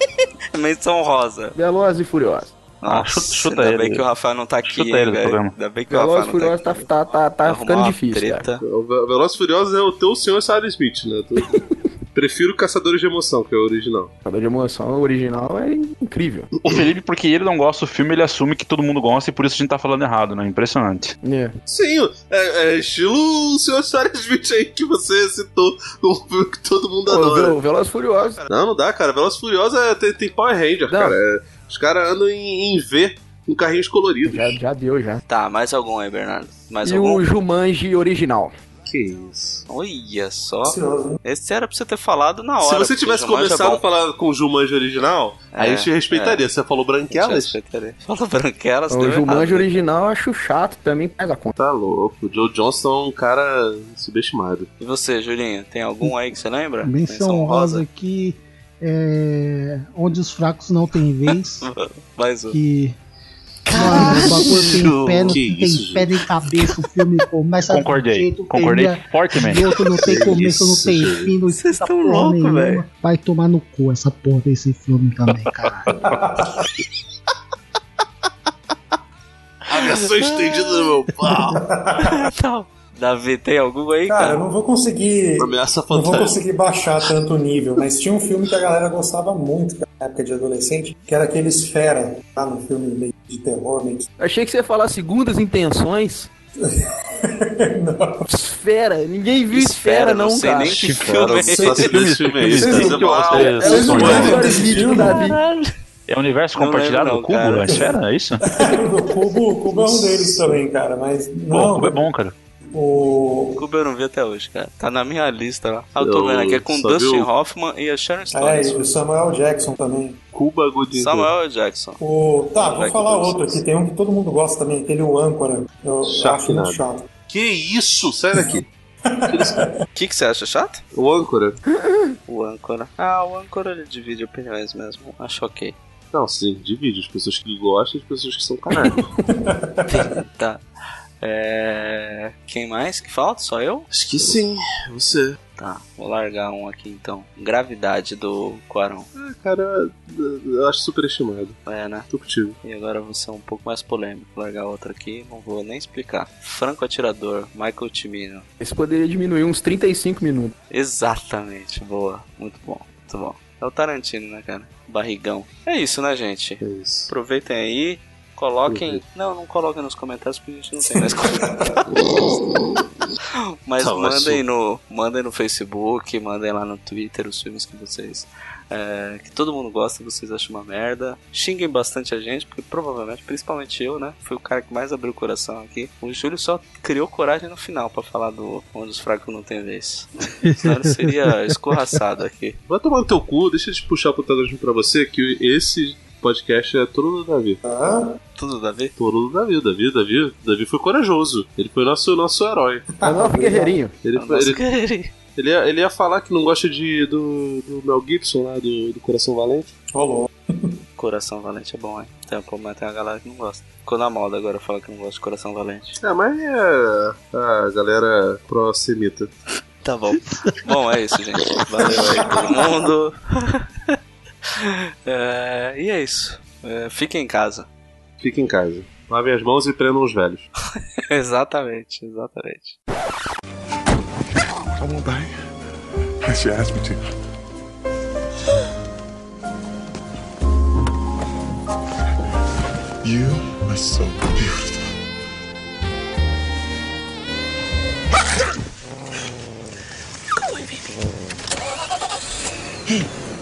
Speaker 2: Menção rosa.
Speaker 3: Veloz e Furiosa.
Speaker 5: Ah,
Speaker 2: Nossa,
Speaker 5: chuta- chuta
Speaker 2: ainda
Speaker 5: ele.
Speaker 2: bem que o Rafael não tá aqui,
Speaker 5: Chuta
Speaker 2: hein,
Speaker 5: ele do
Speaker 2: velho.
Speaker 5: programa.
Speaker 2: Ainda bem que o
Speaker 3: Veloz e
Speaker 2: Rafael não
Speaker 3: Furiosa
Speaker 2: tá
Speaker 3: tá,
Speaker 2: aqui.
Speaker 3: tá, tá, tá
Speaker 2: Arrumar
Speaker 3: ficando
Speaker 2: uma
Speaker 3: difícil, cara.
Speaker 2: treta.
Speaker 7: O Ve- Velozes e Furiosos é o teu senhor Sarah Smith, né? Tu- <laughs> Prefiro Caçadores de Emoção, que é o original.
Speaker 3: Jogador de emoção o original é incrível.
Speaker 5: O Felipe, porque ele não gosta do filme, ele assume que todo mundo gosta e por isso a gente tá falando errado, né? Impressionante.
Speaker 3: É.
Speaker 7: Sim, é, é estilo o senhor Sarah Smith aí que você citou, um filme que todo mundo
Speaker 3: Pô,
Speaker 7: adora.
Speaker 2: é.
Speaker 3: Ve- Veloz e Furiosa.
Speaker 7: Não, não dá, cara. Velozes e Furiosos é- tem, tem Power Ranger,
Speaker 3: Não.
Speaker 7: cara. É, os caras andam em, em V, com carrinhos coloridos.
Speaker 3: Já, já deu, já.
Speaker 2: Tá, mais algum aí, Bernardo. Mais
Speaker 3: e
Speaker 2: algum?
Speaker 3: o Jumanji original.
Speaker 7: Que isso.
Speaker 2: Olha só.
Speaker 4: Ansioso, hein?
Speaker 2: Esse era pra você ter falado na hora.
Speaker 7: Se você
Speaker 2: porque
Speaker 7: tivesse
Speaker 2: Jumanji é
Speaker 7: começado a
Speaker 2: bom.
Speaker 7: falar com o Jumanji original, aí
Speaker 2: É,
Speaker 7: eu te respeitaria. Você falou branquelas?
Speaker 2: Fala branquelas,
Speaker 3: O
Speaker 2: deu
Speaker 3: Jumanji
Speaker 2: errado, né?
Speaker 3: original eu acho chato também, faz a conta.
Speaker 7: Tá louco. O Joe Johnston é um cara subestimado.
Speaker 2: E você, Julinho, tem algum aí que você lembra?
Speaker 6: Menção honrosa aqui, é, onde os fracos não têm vez,
Speaker 2: Mais um.
Speaker 6: que... Mano, o bagulho tem pé, não
Speaker 7: Que
Speaker 6: tem
Speaker 7: isso,
Speaker 6: pé nem cabeça, o filme começa de um
Speaker 5: Concordei.
Speaker 6: jeito,
Speaker 5: Concordei
Speaker 6: termina
Speaker 5: fortemente.
Speaker 6: de outro não tem
Speaker 7: Que
Speaker 6: começo, não
Speaker 7: isso,
Speaker 6: tem
Speaker 7: gente.
Speaker 6: fim, não
Speaker 2: Vocês
Speaker 6: explica
Speaker 2: tão
Speaker 6: porra
Speaker 2: louco,
Speaker 6: nenhuma. <laughs>
Speaker 2: velho.
Speaker 6: Vai tomar no cu essa porra desse filme também, caralho.
Speaker 11: versão estendida do meu pau.
Speaker 7: <laughs>
Speaker 2: Tal. Davi, tem alguma aí,
Speaker 4: Cara,
Speaker 2: cara?
Speaker 4: eu não vou conseguir.
Speaker 11: Ameaça
Speaker 4: Não vou
Speaker 11: fantástica.
Speaker 4: conseguir baixar tanto o nível, mas tinha um filme que a galera gostava muito cara, na época de adolescente, que era aqueles fera, lá no filme meio de terror, meio de...
Speaker 3: Achei que você ia falar segundas intenções.
Speaker 4: <laughs> Não.
Speaker 3: Esfera, ninguém viu esfera, não,
Speaker 2: sei
Speaker 3: cara.
Speaker 2: nem que filme é
Speaker 11: Só se
Speaker 2: esse. <laughs>
Speaker 11: desse filme aí,
Speaker 5: Vocês
Speaker 11: tá
Speaker 5: não-
Speaker 11: mal.
Speaker 5: É,
Speaker 4: Vocês não
Speaker 3: né?
Speaker 5: sonhar.
Speaker 4: lembram desse
Speaker 3: Vídeo,
Speaker 4: filme?
Speaker 3: Davi.
Speaker 5: É o universo
Speaker 2: Não
Speaker 5: compartilhado
Speaker 2: lembro
Speaker 5: do
Speaker 2: não,
Speaker 5: cubo,
Speaker 2: cara.
Speaker 5: a esfera, é isso?
Speaker 4: O cubo, o cubo é um deles também, cara, mas
Speaker 5: Pô, o
Speaker 4: não.
Speaker 5: cubo é bom, cara.
Speaker 4: O...
Speaker 2: Cuba eu não vi até hoje, cara. Tá na minha lista lá. Ah, eu
Speaker 11: Eu
Speaker 2: tô vendo aqui. É com
Speaker 11: só
Speaker 2: Dustin
Speaker 11: vi o-
Speaker 2: Hoffman e a Sharon
Speaker 4: É,
Speaker 2: Stone.
Speaker 4: e o Samuel Jackson também.
Speaker 11: Cuba Gooding.
Speaker 2: Samuel L. Jackson.
Speaker 4: O... Tá,
Speaker 2: Vai
Speaker 4: vou
Speaker 2: que
Speaker 4: falar
Speaker 2: Deus
Speaker 4: outro aqui. Tem um que todo mundo gosta também, aquele O Âncora. Eu acho muito chato.
Speaker 11: Que isso? Sai daqui.
Speaker 2: O que, que você acha chato?
Speaker 11: O âncora?
Speaker 2: O âncora. Ah, o âncora ele divide opiniões mesmo. Acho ok.
Speaker 11: Não, sim, divide. As pessoas que gostam e as pessoas que são canalha.
Speaker 2: tá. É... Quem mais que falta? Só eu?
Speaker 11: <laughs> Acho que sim, você.
Speaker 2: Tá, vou largar um aqui então. Gravidade do Quarão.
Speaker 11: Ah, Cara, eu eu acho superestimado.
Speaker 2: É, né?
Speaker 11: Tô contigo.
Speaker 2: E agora eu vou ser um pouco mais polêmico. Vou largar outra aqui, não vou nem explicar. Franco Atirador, Michael Timino.
Speaker 3: Esse poderia diminuir uns 35 minutos.
Speaker 2: Exatamente, boa. Muito bom, muito bom. É o Tarantino, né, cara? Barrigão. É isso, né, gente?
Speaker 11: É isso.
Speaker 2: Aproveitem aí, coloquem.
Speaker 11: Uhum.
Speaker 2: Não, não coloquem nos comentários porque a gente não tem mais <laughs> comentários. Mas
Speaker 11: Tá, mas
Speaker 2: mandem, no, mandem no Facebook, mandem lá no Twitter os filmes que vocês. é, que todo mundo gosta, vocês acham uma merda. Xinguem bastante a gente, porque provavelmente, principalmente eu, né? Fui o cara que mais abriu o coração aqui. O Júlio só criou coragem no final pra falar do Onde os Fracos Não Tem Vez. Senão ele
Speaker 11: <laughs>
Speaker 2: seria escorraçado aqui.
Speaker 11: Vai tomar no teu cu, deixa de puxar o protagonismo pra você, que esse podcast é todo do Davi.
Speaker 4: Hã?
Speaker 2: Tudo, Davi?
Speaker 11: Todo do Davi, Davi, Davi. Davi foi corajoso. Ele foi nosso, nosso herói.
Speaker 3: É o nosso guerreirinho.
Speaker 11: Ele, foi-
Speaker 2: Nossa,
Speaker 11: ele, ele, ia, ele ia falar que não gosta de, do, do Mel Gibson lá, do, do Coração Valente.
Speaker 4: Ô, louco.
Speaker 2: Coração Valente é bom, hein? Tem, pô, mas tem uma galera que não gosta. Ficou na moda agora falar que não gosta de Coração Valente.
Speaker 11: É, mas é a galera pró-semita.
Speaker 2: Tá bom. <laughs> bom, é isso, gente. Valeu aí todo mundo. <laughs> É, e é isso. É, fiquem em casa. <laughs>
Speaker 11: Fica em casa. Lavem as mãos e prendam os velhos.
Speaker 2: exatamente, exatamente.
Speaker 12: I won't bite. Unless you ask me to. You are so beautiful.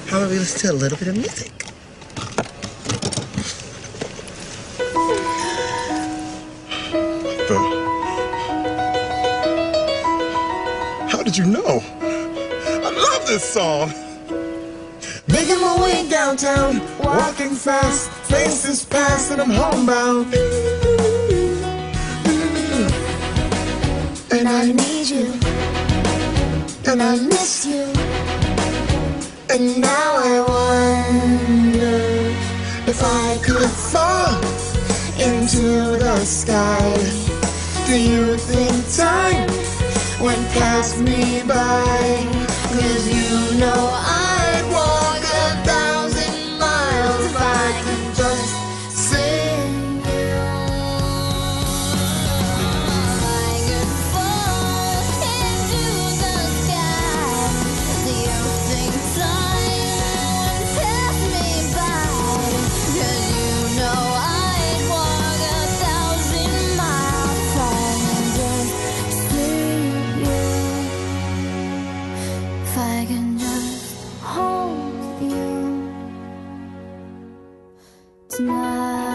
Speaker 14: How about we listen to a little bit of music?
Speaker 12: But how did you know? I love this song. Making my way downtown, walking fast, faces pass, and I'm homebound. And I need you, and I miss you, and now I wonder if I could fall into the sky. Do you think time went past me by? Cause you know I'd walk a thousand miles if I could just sing you. I could fall into the sky. Do you think time passed me by? Cause you know I'd walk a thousand miles if I could just if I can just hold you tonight.